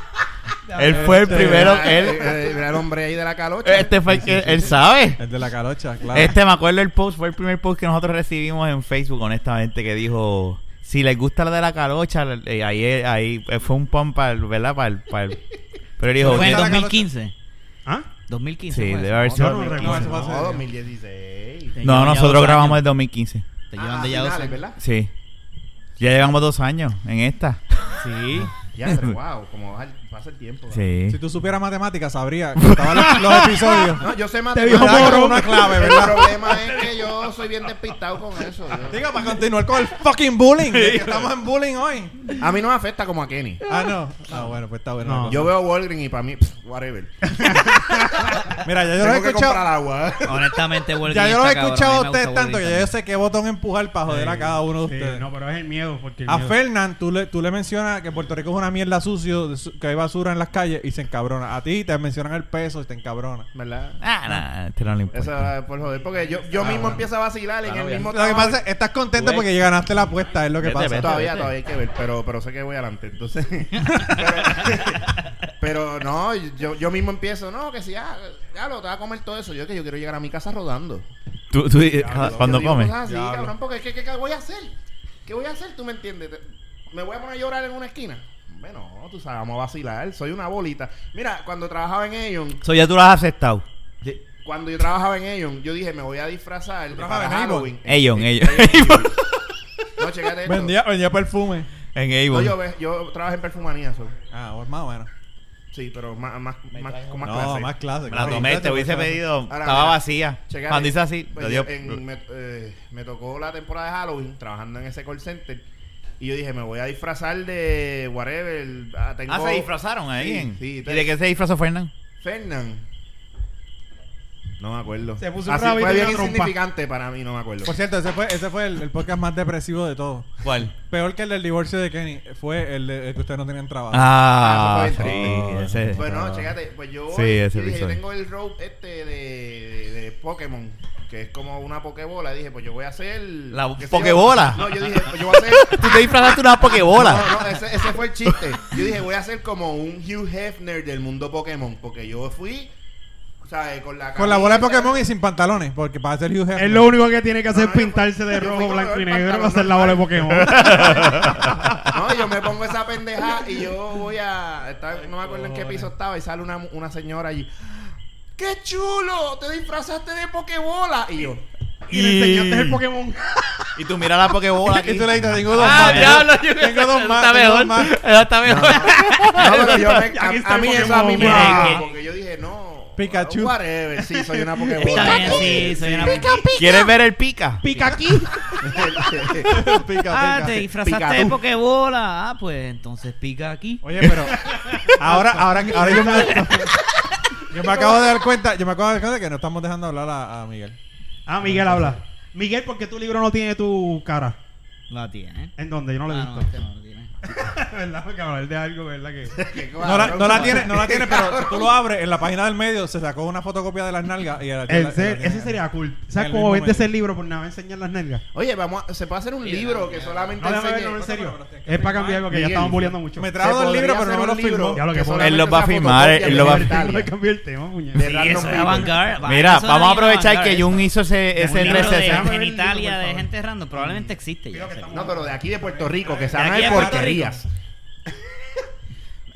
[SPEAKER 1] él fue el
[SPEAKER 5] Este,
[SPEAKER 1] primero...
[SPEAKER 3] Ah,
[SPEAKER 1] Él,
[SPEAKER 3] eh, eh, Era el hombre ahí de la calocha.
[SPEAKER 1] este fue el que... Él sabe.
[SPEAKER 5] El de la calocha, claro.
[SPEAKER 1] Este, me acuerdo el post, fue el primer post que nosotros recibimos en Facebook, honestamente, que dijo, si les gusta la de la calocha, eh, ahí, ahí eh, fue un pump para, el- ¿verdad? Para el, para el- Pero él dijo,
[SPEAKER 4] Fue en
[SPEAKER 5] Cuenta la
[SPEAKER 4] 2015.
[SPEAKER 2] ¿Ah,
[SPEAKER 4] 2015.
[SPEAKER 1] sí,
[SPEAKER 4] fue
[SPEAKER 1] debe
[SPEAKER 4] eso.
[SPEAKER 1] haber sido...
[SPEAKER 2] no recuerdo.
[SPEAKER 3] No,
[SPEAKER 5] eso fue hace-
[SPEAKER 3] 2016.
[SPEAKER 4] Te
[SPEAKER 1] No,
[SPEAKER 4] llevan ya
[SPEAKER 1] nosotros
[SPEAKER 4] dos
[SPEAKER 1] grabamos
[SPEAKER 4] años.
[SPEAKER 1] el 2015.
[SPEAKER 4] Te
[SPEAKER 3] Ah,
[SPEAKER 4] llevan de ya dos
[SPEAKER 3] finales,
[SPEAKER 4] años.
[SPEAKER 3] ¿verdad?
[SPEAKER 1] Sí. Ya llevamos dos años en esta.
[SPEAKER 4] Sí.
[SPEAKER 3] Ya, pero wow, como baja el- pasa el tiempo.
[SPEAKER 1] Sí.
[SPEAKER 5] Si tú supieras matemáticas, sabrías que estaban los, los episodios.
[SPEAKER 3] No, yo sé más.
[SPEAKER 5] Te dijo
[SPEAKER 3] pero-
[SPEAKER 5] moro. Una clave,
[SPEAKER 3] El
[SPEAKER 5] ¿verdad?
[SPEAKER 3] problema es que yo soy bien despistado con eso. yo-
[SPEAKER 5] Diga, para continuar con el fucking bullying. de que estamos en bullying hoy.
[SPEAKER 3] A mí no me afecta como a Kenny.
[SPEAKER 5] Ah, no. Ah, bueno, pues está bueno.
[SPEAKER 2] No.
[SPEAKER 5] la cosa.
[SPEAKER 3] Yo veo Walgreens y para mí, pff, whatever.
[SPEAKER 5] Mira, ya yo
[SPEAKER 3] Tengo
[SPEAKER 5] los he
[SPEAKER 3] que comprar
[SPEAKER 5] escuchado.
[SPEAKER 3] agua. ¿eh?
[SPEAKER 4] Honestamente,
[SPEAKER 5] Ya
[SPEAKER 4] Walgreens
[SPEAKER 5] yo los he
[SPEAKER 4] está cabrón.
[SPEAKER 5] escuchado
[SPEAKER 4] A
[SPEAKER 5] a
[SPEAKER 4] mí me
[SPEAKER 5] ustedes
[SPEAKER 4] gusta
[SPEAKER 5] tanto que ya yo
[SPEAKER 4] Walgreens
[SPEAKER 5] sé qué botón empujar para joder a cada uno de
[SPEAKER 2] Sí,
[SPEAKER 5] ustedes.
[SPEAKER 2] no, pero es el miedo. Porque el
[SPEAKER 5] A
[SPEAKER 2] miedo-
[SPEAKER 5] Fernan, tú le, tú le mencionas que Puerto Rico es una mierda sucio, de su- que hay basura en las calles y se encabrona. A ti te mencionan el peso y te encabrona.
[SPEAKER 3] ¿Verdad? Ah,
[SPEAKER 1] Ah, nah, este no le
[SPEAKER 3] Eso
[SPEAKER 1] importa.
[SPEAKER 3] es por joder. Porque yo, yo mismo empiezo a vacilar en el mismo
[SPEAKER 5] Lo que
[SPEAKER 3] trabajo.
[SPEAKER 5] pasa es estás contento
[SPEAKER 1] Güey.
[SPEAKER 5] porque ganaste la apuesta, es lo que
[SPEAKER 1] Vete,
[SPEAKER 5] pasa.
[SPEAKER 1] vete.
[SPEAKER 3] Todavía, todavía hay que ver, pero, pero sé que voy adelante, entonces. pero, pero no, yo, yo mismo empiezo, no, que si ya, ya lo te vas a comer todo eso. Yo que yo quiero llegar a mi casa rodando.
[SPEAKER 1] Tú, tú- cuando
[SPEAKER 3] Yo digo
[SPEAKER 1] comes.
[SPEAKER 3] cosas así,
[SPEAKER 5] Diablo.
[SPEAKER 3] cabrón, porque ¿qué, qué, qué voy a hacer? ¿Qué voy a hacer? ¿Tú me entiendes? Te- ¿Me voy a poner a llorar en una esquina? Bueno, tú sabes, vamos a vacilar. Soy una bolita. Mira, cuando trabajaba en Aeon,
[SPEAKER 1] Eso ya tú lo has aceptado.
[SPEAKER 3] cuando yo trabajaba en Aeon, yo dije, me voy a disfrazar de-
[SPEAKER 5] trabajabas
[SPEAKER 3] para
[SPEAKER 5] en Avon?
[SPEAKER 3] Halloween.
[SPEAKER 1] Ellos,
[SPEAKER 3] Eh,
[SPEAKER 1] ellos.
[SPEAKER 3] eh, No, chécate esto.
[SPEAKER 5] Vendía, vendía perfume.
[SPEAKER 1] En
[SPEAKER 3] No,
[SPEAKER 1] Avon.
[SPEAKER 3] yo, ve- yo trabajo en perfumanía, so.
[SPEAKER 5] Ah, pues más o menos.
[SPEAKER 3] Sí, pero más, más, más, con más
[SPEAKER 5] no,
[SPEAKER 3] clase.
[SPEAKER 5] más clase.
[SPEAKER 1] Me la
[SPEAKER 5] claro.
[SPEAKER 1] tomé, te hubiese
[SPEAKER 5] Clase.
[SPEAKER 1] pedido.
[SPEAKER 3] Ahora,
[SPEAKER 1] estaba
[SPEAKER 3] mira,
[SPEAKER 1] vacía.
[SPEAKER 3] Chécate,
[SPEAKER 1] Cuando hice así,
[SPEAKER 3] pues,
[SPEAKER 1] lo
[SPEAKER 3] yo
[SPEAKER 1] dio-
[SPEAKER 3] en- me, eh, me tocó la temporada de Halloween trabajando en ese call center. Y yo dije, me voy a disfrazar de whatever. Ah, tengo
[SPEAKER 1] Ah, se disfrazaron ahí.
[SPEAKER 3] Sí,
[SPEAKER 1] en-
[SPEAKER 3] sí,
[SPEAKER 1] ¿Y
[SPEAKER 3] te-
[SPEAKER 1] de qué se disfrazó Fernán?
[SPEAKER 3] Fernan. No me acuerdo.
[SPEAKER 2] Se puso un
[SPEAKER 3] Así
[SPEAKER 2] rabito
[SPEAKER 3] fue
[SPEAKER 2] y
[SPEAKER 3] bien
[SPEAKER 2] una trompa.
[SPEAKER 3] insignificante para mí, no me acuerdo.
[SPEAKER 5] Por cierto, ese fue, ese fue el, el podcast más depresivo de todos.
[SPEAKER 1] ¿Cuál?
[SPEAKER 5] Peor que el del divorcio de Kenny fue el, de, el que ustedes no tenían trabajo.
[SPEAKER 1] Ah,
[SPEAKER 3] Ah, eso
[SPEAKER 1] sí,
[SPEAKER 3] fue bien
[SPEAKER 1] ese.
[SPEAKER 3] Bueno, chécate, pues yo,
[SPEAKER 1] Ah. Sí,
[SPEAKER 3] yo
[SPEAKER 1] ese
[SPEAKER 3] dije, yo
[SPEAKER 1] episodio.
[SPEAKER 3] tengo el rope este de, de- de Pokémon, que es como una Pokébola. Dije, pues yo voy a hacer.
[SPEAKER 1] La
[SPEAKER 3] qué sé yo.
[SPEAKER 1] Pokébola.
[SPEAKER 3] No, yo dije, pues yo voy a hacer.
[SPEAKER 1] Tú te disfrazaste una pokebola.
[SPEAKER 3] No, no, ese, ese fue el chiste. Yo dije, voy a ser como un Hugh Hefner del mundo Pokémon, porque yo fui, o sea, eh, con la
[SPEAKER 5] Con la bola de
[SPEAKER 3] camisa-
[SPEAKER 5] Pokémon y sin pantalones, porque para ser Hugh Hefner.
[SPEAKER 2] Es lo único que tiene que hacer
[SPEAKER 3] No,
[SPEAKER 2] es
[SPEAKER 3] no, yo-
[SPEAKER 2] pintarse de
[SPEAKER 3] yo fui
[SPEAKER 2] rojo,
[SPEAKER 3] con
[SPEAKER 2] blanco y
[SPEAKER 3] el
[SPEAKER 2] negro para
[SPEAKER 3] pantalón
[SPEAKER 2] hacer la bola de Pokémon.
[SPEAKER 3] No, yo me pongo esa pendeja y yo voy a. está- no me acuerdo en qué piso estaba y sale una, una señora allí. ¡Qué chulo! Te disfrazaste de Pokébola. Y yo.
[SPEAKER 2] Y le enseñaste el Pokémon.
[SPEAKER 1] Y tú miras la pokebola. aquí.
[SPEAKER 5] Y tú le dices, tengo dos
[SPEAKER 1] Ah,
[SPEAKER 5] más.
[SPEAKER 1] diablo, yo-
[SPEAKER 5] tengo dos
[SPEAKER 1] eso
[SPEAKER 5] más.
[SPEAKER 1] Está
[SPEAKER 5] tengo dos
[SPEAKER 1] mejor.
[SPEAKER 5] más.
[SPEAKER 1] Eso está mejor.
[SPEAKER 3] No,
[SPEAKER 5] Ah,
[SPEAKER 3] pero yo me-
[SPEAKER 2] Aquí
[SPEAKER 3] a,
[SPEAKER 2] está
[SPEAKER 3] a
[SPEAKER 2] el
[SPEAKER 3] mí eso a
[SPEAKER 2] Pokémon.
[SPEAKER 3] mí me
[SPEAKER 2] Mira,
[SPEAKER 3] da.
[SPEAKER 4] que-
[SPEAKER 3] Porque yo dije, no.
[SPEAKER 5] Pikachu.
[SPEAKER 3] Whatever. Sí, soy una
[SPEAKER 4] Está bien,
[SPEAKER 3] Pokébola.
[SPEAKER 4] sí, soy una
[SPEAKER 1] ¿Quieres ver el pica?
[SPEAKER 2] Pica aquí.
[SPEAKER 5] pica, pica.
[SPEAKER 4] Ah, te
[SPEAKER 3] Pica
[SPEAKER 4] disfrazaste
[SPEAKER 3] tú.
[SPEAKER 4] de Pokébola. Ah, pues entonces pica aquí.
[SPEAKER 5] Oye, pero ahora, ahora, ahora yo me Yo me acabo de dar cuenta, yo me acabo de dar cuenta que no estamos dejando hablar a, a Miguel.
[SPEAKER 2] Ah, Miguel habla. Miguel, ¿por qué tu libro no tiene tu cara?
[SPEAKER 4] La tiene.
[SPEAKER 2] ¿En dónde? Yo no lo he
[SPEAKER 4] Ah,
[SPEAKER 2] visto.
[SPEAKER 4] no, este no lo tiene.
[SPEAKER 2] ¿Verdad? Cabrón, de algo, ¿verdad? Que...
[SPEAKER 3] Qué
[SPEAKER 5] No la,
[SPEAKER 3] cabrón,
[SPEAKER 5] no la
[SPEAKER 3] cabrón.
[SPEAKER 5] tiene, no la tiene, pero tú lo abres en la página del medio, se sacó una fotocopia de las nalgas y la- la-
[SPEAKER 2] El
[SPEAKER 5] la
[SPEAKER 2] ser-
[SPEAKER 5] tiene.
[SPEAKER 2] ese sería cool.
[SPEAKER 5] En el
[SPEAKER 2] ¿Sabes cómo
[SPEAKER 5] mismo
[SPEAKER 2] vende ese
[SPEAKER 5] medio.
[SPEAKER 2] libro por nada va a enseñar las nalgas?
[SPEAKER 3] Oye, vamos a- se puede hacer un libro que solamente
[SPEAKER 2] No, déjame
[SPEAKER 3] enseñe-
[SPEAKER 2] verlo en serio.
[SPEAKER 5] pero- pero-
[SPEAKER 2] Es para cambiar porque ya
[SPEAKER 3] Miguel.
[SPEAKER 2] estamos bulleando mucho.
[SPEAKER 5] Me
[SPEAKER 3] Se
[SPEAKER 5] trajo el
[SPEAKER 3] podría
[SPEAKER 5] libro, pero
[SPEAKER 3] hacer
[SPEAKER 5] no me
[SPEAKER 3] un
[SPEAKER 5] lo
[SPEAKER 3] libro
[SPEAKER 5] firmó.
[SPEAKER 2] Ya lo que
[SPEAKER 3] que
[SPEAKER 2] puedo.
[SPEAKER 3] solamente
[SPEAKER 1] Él los va a
[SPEAKER 3] sea
[SPEAKER 1] firmar,
[SPEAKER 3] fotocopia
[SPEAKER 1] él los
[SPEAKER 3] de
[SPEAKER 1] va a
[SPEAKER 3] Italia.
[SPEAKER 2] Voy a cambiar el tema, puñeta.
[SPEAKER 3] De
[SPEAKER 4] Y
[SPEAKER 3] random
[SPEAKER 4] eso es
[SPEAKER 3] people.
[SPEAKER 4] avant-garde. va,
[SPEAKER 1] Mira,
[SPEAKER 4] eso
[SPEAKER 1] vamos
[SPEAKER 4] era
[SPEAKER 1] a
[SPEAKER 4] bien
[SPEAKER 1] aprovechar
[SPEAKER 4] avant-garde
[SPEAKER 1] que
[SPEAKER 4] esto.
[SPEAKER 1] Jun hizo ese,
[SPEAKER 4] Un
[SPEAKER 1] ese
[SPEAKER 4] libro de
[SPEAKER 1] RCC.
[SPEAKER 4] genitalia de gente random probablemente existe ya. Eh,
[SPEAKER 3] No, pero de aquí de Puerto Rico, que se
[SPEAKER 4] De
[SPEAKER 3] hagan
[SPEAKER 4] aquí de Puerto
[SPEAKER 3] porquerías.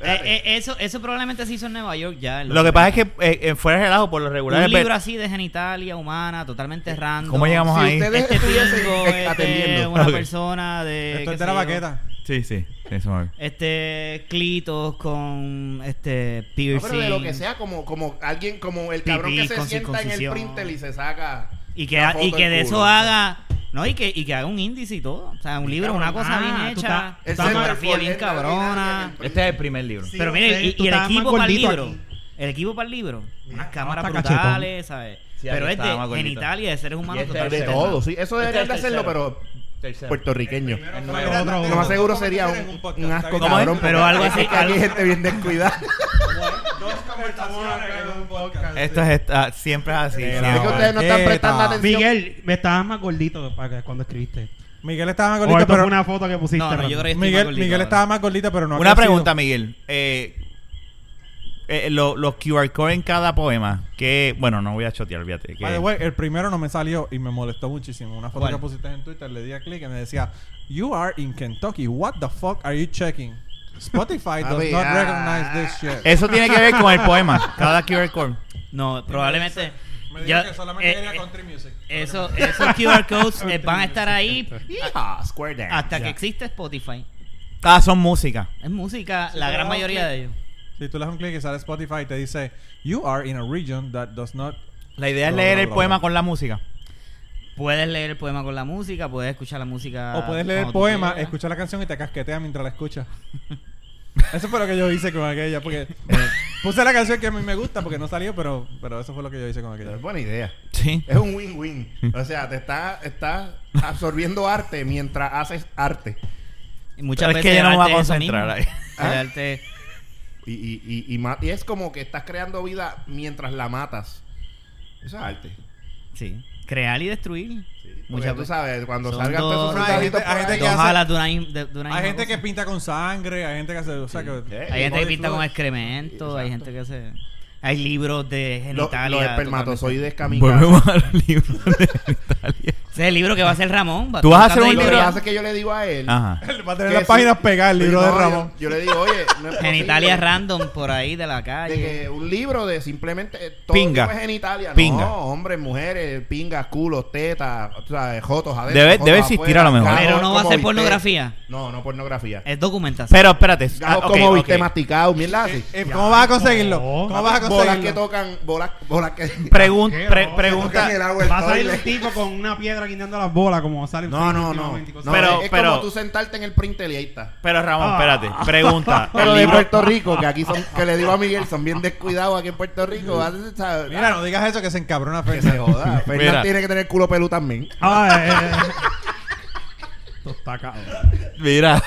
[SPEAKER 4] eh, eso, eso probablemente se hizo en Nueva York ya.
[SPEAKER 1] Lo que pasa es que eh, eh, fuera de relajo por lo regular.
[SPEAKER 4] un
[SPEAKER 1] pero-
[SPEAKER 4] libro así de genitalia humana, totalmente random.
[SPEAKER 1] Eh, ¿Cómo llegamos
[SPEAKER 3] Si
[SPEAKER 1] ahí?
[SPEAKER 3] ustedes-
[SPEAKER 4] Este
[SPEAKER 3] estuviesen
[SPEAKER 4] pingo
[SPEAKER 3] ex-
[SPEAKER 4] es de
[SPEAKER 3] atendiendo.
[SPEAKER 4] una
[SPEAKER 1] Ok.
[SPEAKER 4] persona de...
[SPEAKER 5] Esto
[SPEAKER 4] qué
[SPEAKER 5] es de la
[SPEAKER 4] sé yo,
[SPEAKER 5] baqueta.
[SPEAKER 1] Sí, sí. Eso me-
[SPEAKER 4] Este, clitos con este
[SPEAKER 3] No,
[SPEAKER 4] piercing.
[SPEAKER 3] pero de lo que sea, como, como alguien, como el cabrón
[SPEAKER 4] Pipí
[SPEAKER 3] que se
[SPEAKER 4] con
[SPEAKER 3] sienta en el
[SPEAKER 4] circuncisión.
[SPEAKER 3] printer y se saca.
[SPEAKER 4] Y que,
[SPEAKER 3] una
[SPEAKER 4] ha-
[SPEAKER 3] foto
[SPEAKER 4] y que
[SPEAKER 3] del
[SPEAKER 4] de
[SPEAKER 3] culo.
[SPEAKER 4] eso haga... No, y que, y que haga un índice y todo. O sea, un libro,
[SPEAKER 2] cabrón.
[SPEAKER 4] una cosa
[SPEAKER 2] Ah,
[SPEAKER 4] bien
[SPEAKER 2] tú
[SPEAKER 4] hecha.
[SPEAKER 2] estás-
[SPEAKER 3] El
[SPEAKER 2] Está
[SPEAKER 4] Fotografía
[SPEAKER 3] centerfold
[SPEAKER 4] bien
[SPEAKER 3] es Navidad
[SPEAKER 4] cabrona.
[SPEAKER 3] en el
[SPEAKER 1] Este es el primer libro.
[SPEAKER 2] Sí,
[SPEAKER 4] Pero
[SPEAKER 2] o
[SPEAKER 4] mire,
[SPEAKER 2] sea,
[SPEAKER 4] y,
[SPEAKER 2] tú
[SPEAKER 4] y el
[SPEAKER 2] estabas más
[SPEAKER 4] equipo para el
[SPEAKER 2] gordito
[SPEAKER 4] libro.
[SPEAKER 2] aquí.
[SPEAKER 4] El equipo para el libro. Unas cámaras
[SPEAKER 2] está cachetón.
[SPEAKER 4] brutales, ¿sabes?
[SPEAKER 1] Sí, aquí
[SPEAKER 4] pero es
[SPEAKER 1] estaba
[SPEAKER 4] de
[SPEAKER 1] más gordito.
[SPEAKER 4] genitalia, de seres
[SPEAKER 1] Y
[SPEAKER 4] humanos
[SPEAKER 1] este
[SPEAKER 3] De
[SPEAKER 1] Tercero.
[SPEAKER 4] totalmente.
[SPEAKER 3] todo, sí. Eso deberían
[SPEAKER 1] Este
[SPEAKER 3] de
[SPEAKER 1] es el
[SPEAKER 3] hacerlo, pero
[SPEAKER 1] Tercero.
[SPEAKER 3] puertorriqueño.
[SPEAKER 5] Mira,
[SPEAKER 2] otro-
[SPEAKER 5] la-
[SPEAKER 3] Lo más seguro sería
[SPEAKER 5] Tienen
[SPEAKER 3] un,
[SPEAKER 5] podcast,
[SPEAKER 3] un
[SPEAKER 5] está
[SPEAKER 3] asco
[SPEAKER 5] bien.
[SPEAKER 1] ¿Cómo es?
[SPEAKER 3] cabrón.
[SPEAKER 4] Pero
[SPEAKER 3] porque
[SPEAKER 4] algo así,
[SPEAKER 3] es que aquí hay
[SPEAKER 4] algo-
[SPEAKER 3] gente bien descuidada.
[SPEAKER 5] Dos conversaciones en un podcast.
[SPEAKER 1] Esto es esta- siempre es así.
[SPEAKER 5] De la
[SPEAKER 1] siempre.
[SPEAKER 3] Es que ustedes no están
[SPEAKER 5] Baqueta.
[SPEAKER 3] prestando atención.
[SPEAKER 2] Miguel, me estabas más gordito para que- cuando escribiste.
[SPEAKER 5] Miguel estaba más
[SPEAKER 2] O
[SPEAKER 5] gordito,
[SPEAKER 2] esto fue
[SPEAKER 5] pero
[SPEAKER 2] una foto que pusiste.
[SPEAKER 4] No, no, yo
[SPEAKER 2] Rafa.
[SPEAKER 4] creo que estoy más
[SPEAKER 5] Miguel,
[SPEAKER 4] gordito
[SPEAKER 5] Miguel
[SPEAKER 4] ahora.
[SPEAKER 5] estaba más gordito, pero no ha
[SPEAKER 1] Una
[SPEAKER 5] crecido.
[SPEAKER 1] pregunta, Miguel. Eh, eh, lo- los QR codes en cada poema. Que, bueno, no voy a chotear, fíjate.
[SPEAKER 5] By the way, el primero no me salió y me molestó muchísimo. Una foto
[SPEAKER 4] ¿Cuál?
[SPEAKER 5] que pusiste en Twitter, le di a clic y me decía, You are in Kentucky, what the fuck are you checking? Spotify
[SPEAKER 3] A
[SPEAKER 5] does
[SPEAKER 3] ver,
[SPEAKER 5] not
[SPEAKER 3] ah.
[SPEAKER 5] recognize this shit.
[SPEAKER 4] Eh,
[SPEAKER 1] Eso tiene que ver con el poema. Cada QR code.
[SPEAKER 4] No, probablemente.
[SPEAKER 5] me dijo
[SPEAKER 4] ya-
[SPEAKER 5] que solamente
[SPEAKER 4] eh,
[SPEAKER 5] quería
[SPEAKER 4] eh,
[SPEAKER 5] country music.
[SPEAKER 4] eso, esos QR codes eh, van a estar ahí
[SPEAKER 3] Hija, Square Dance.
[SPEAKER 4] hasta que existe Spotify.
[SPEAKER 1] Ah, son música.
[SPEAKER 4] Es música,
[SPEAKER 5] Sí,
[SPEAKER 4] la
[SPEAKER 5] pero
[SPEAKER 4] gran
[SPEAKER 5] vamos
[SPEAKER 4] mayoría
[SPEAKER 5] clic.
[SPEAKER 4] de ellos.
[SPEAKER 5] Si tú le das un clic y sale Spotify, te dice, You are in a region that does not.
[SPEAKER 1] La idea es
[SPEAKER 5] No,
[SPEAKER 1] leer
[SPEAKER 5] no,
[SPEAKER 1] el
[SPEAKER 5] no,
[SPEAKER 1] poema
[SPEAKER 5] no.
[SPEAKER 1] con la música.
[SPEAKER 4] Puedes leer el poema con la música, puedes escuchar la música.
[SPEAKER 5] O puedes leer el
[SPEAKER 4] cuando tú
[SPEAKER 5] poema,
[SPEAKER 4] quieras.
[SPEAKER 5] escuchar la canción y te casquetea mientras la escuchas. eso fue lo que yo hice con aquella, porque eh, puse la canción que a mí me gusta porque no salió, pero, pero eso fue lo que yo hice con aquella.
[SPEAKER 3] Es buena idea.
[SPEAKER 1] Sí.
[SPEAKER 3] Es un win-win. O sea, te estás está absorbiendo arte mientras haces arte.
[SPEAKER 4] Y muchas
[SPEAKER 1] Pero es
[SPEAKER 4] veces
[SPEAKER 1] que yo no me
[SPEAKER 4] el
[SPEAKER 1] voy a
[SPEAKER 4] arte es eso
[SPEAKER 1] concentrar ahí.
[SPEAKER 4] mismo. El arte-
[SPEAKER 3] Y, y, y, y, ma- y es como que estás creando vida mientras la matas. Eso es arte.
[SPEAKER 4] Sí. Crear y destruir.
[SPEAKER 3] Muchas
[SPEAKER 4] Muchas
[SPEAKER 3] tú
[SPEAKER 4] veces.
[SPEAKER 3] sabes, cuando
[SPEAKER 4] Son
[SPEAKER 3] salgan todos
[SPEAKER 4] dos-
[SPEAKER 3] esos
[SPEAKER 5] Hay gente-
[SPEAKER 3] soldaditos
[SPEAKER 5] hay
[SPEAKER 3] por ahí,
[SPEAKER 5] gente
[SPEAKER 4] Dos
[SPEAKER 5] que hace-
[SPEAKER 4] alas de una, im- de- de una
[SPEAKER 5] Hay
[SPEAKER 4] misma
[SPEAKER 5] gente que
[SPEAKER 4] cosa.
[SPEAKER 5] pinta con sangre, hay gente que hace. O sea, que,
[SPEAKER 3] Eh,
[SPEAKER 4] Hay gente que
[SPEAKER 5] Body
[SPEAKER 4] pinta
[SPEAKER 5] fluid.
[SPEAKER 4] con excremento, hay gente que se... Hay libros de
[SPEAKER 3] lo-
[SPEAKER 4] genitalia.
[SPEAKER 3] los espermatozoides caminando.
[SPEAKER 1] Volvemos al libro de Italia.
[SPEAKER 4] totalmente. Ese es el libro que va a hacer Ramón. va-
[SPEAKER 1] Tú vas a hacer
[SPEAKER 4] buscando
[SPEAKER 1] un
[SPEAKER 3] Lo
[SPEAKER 4] ahí
[SPEAKER 3] que
[SPEAKER 1] libro-
[SPEAKER 4] todo.
[SPEAKER 3] pasa es que yo le digo a él.
[SPEAKER 1] Ajá.
[SPEAKER 5] Va a
[SPEAKER 3] que
[SPEAKER 5] tener las
[SPEAKER 3] sí.
[SPEAKER 5] páginas pegadas, el libro
[SPEAKER 3] Sí,
[SPEAKER 5] de
[SPEAKER 3] no,
[SPEAKER 5] Ramón.
[SPEAKER 3] Yo, yo le digo, oye, no es
[SPEAKER 4] Genitalia
[SPEAKER 3] posible
[SPEAKER 4] random por ahí de la
[SPEAKER 3] de
[SPEAKER 4] calle.
[SPEAKER 3] que un libro de simplemente eh, todo
[SPEAKER 1] Pinga.
[SPEAKER 3] tipo de genitalia.
[SPEAKER 1] Pinga.
[SPEAKER 3] No, hombres, mujeres, pingas, culos, tetas, o sea, jotos adentro.
[SPEAKER 1] Debe-
[SPEAKER 3] jotos
[SPEAKER 1] debe existir
[SPEAKER 3] afuera,
[SPEAKER 1] a lo mejor.
[SPEAKER 3] gajos
[SPEAKER 4] Pero no va a
[SPEAKER 3] como
[SPEAKER 4] ser
[SPEAKER 3] bistec.
[SPEAKER 4] pornografía. Eh,
[SPEAKER 3] No, no pornografía.
[SPEAKER 4] Es documentación.
[SPEAKER 1] Pero espérate. ah,
[SPEAKER 3] Gajos
[SPEAKER 1] ok,
[SPEAKER 3] como
[SPEAKER 1] ok.
[SPEAKER 3] viste masticado, mierda así.
[SPEAKER 5] Eh, ¿Cómo vas a conseguirlo?
[SPEAKER 2] no.
[SPEAKER 5] ¿Cómo vas a
[SPEAKER 3] Bolas que
[SPEAKER 5] conseguirlo?
[SPEAKER 3] tocan, bolas, bolas que...
[SPEAKER 1] Pregun-
[SPEAKER 2] ¿Qué?
[SPEAKER 1] pre-
[SPEAKER 2] No,
[SPEAKER 1] pregunta.
[SPEAKER 3] tocan el agua, el
[SPEAKER 2] Va a salir
[SPEAKER 3] toilet.
[SPEAKER 2] un tipo con una piedra guindando las bolas como sale en
[SPEAKER 3] No,
[SPEAKER 2] Facebook
[SPEAKER 3] no, no.
[SPEAKER 2] últimamente
[SPEAKER 3] No,
[SPEAKER 2] y cosas.
[SPEAKER 1] Pero-
[SPEAKER 3] es es
[SPEAKER 1] pero-
[SPEAKER 3] como tú sentarte en el printer y ahí está.
[SPEAKER 1] Pero
[SPEAKER 2] Ah.
[SPEAKER 1] Ramón, espérate. Pregunta.
[SPEAKER 3] Pero
[SPEAKER 1] El
[SPEAKER 3] de
[SPEAKER 1] libro-
[SPEAKER 3] Puerto Rico, que aquí son, que le digo a Miguel, son bien descuidados aquí en Puerto Rico. ¿sabes?
[SPEAKER 5] Mira, no digas eso que se encabrona
[SPEAKER 3] que se
[SPEAKER 5] Fernan.
[SPEAKER 3] joda.
[SPEAKER 1] Mira.
[SPEAKER 3] Fernan tiene que tener culo pelú también.
[SPEAKER 2] Ah, eh, eh, eh. Esto está cabrón.
[SPEAKER 1] Mira.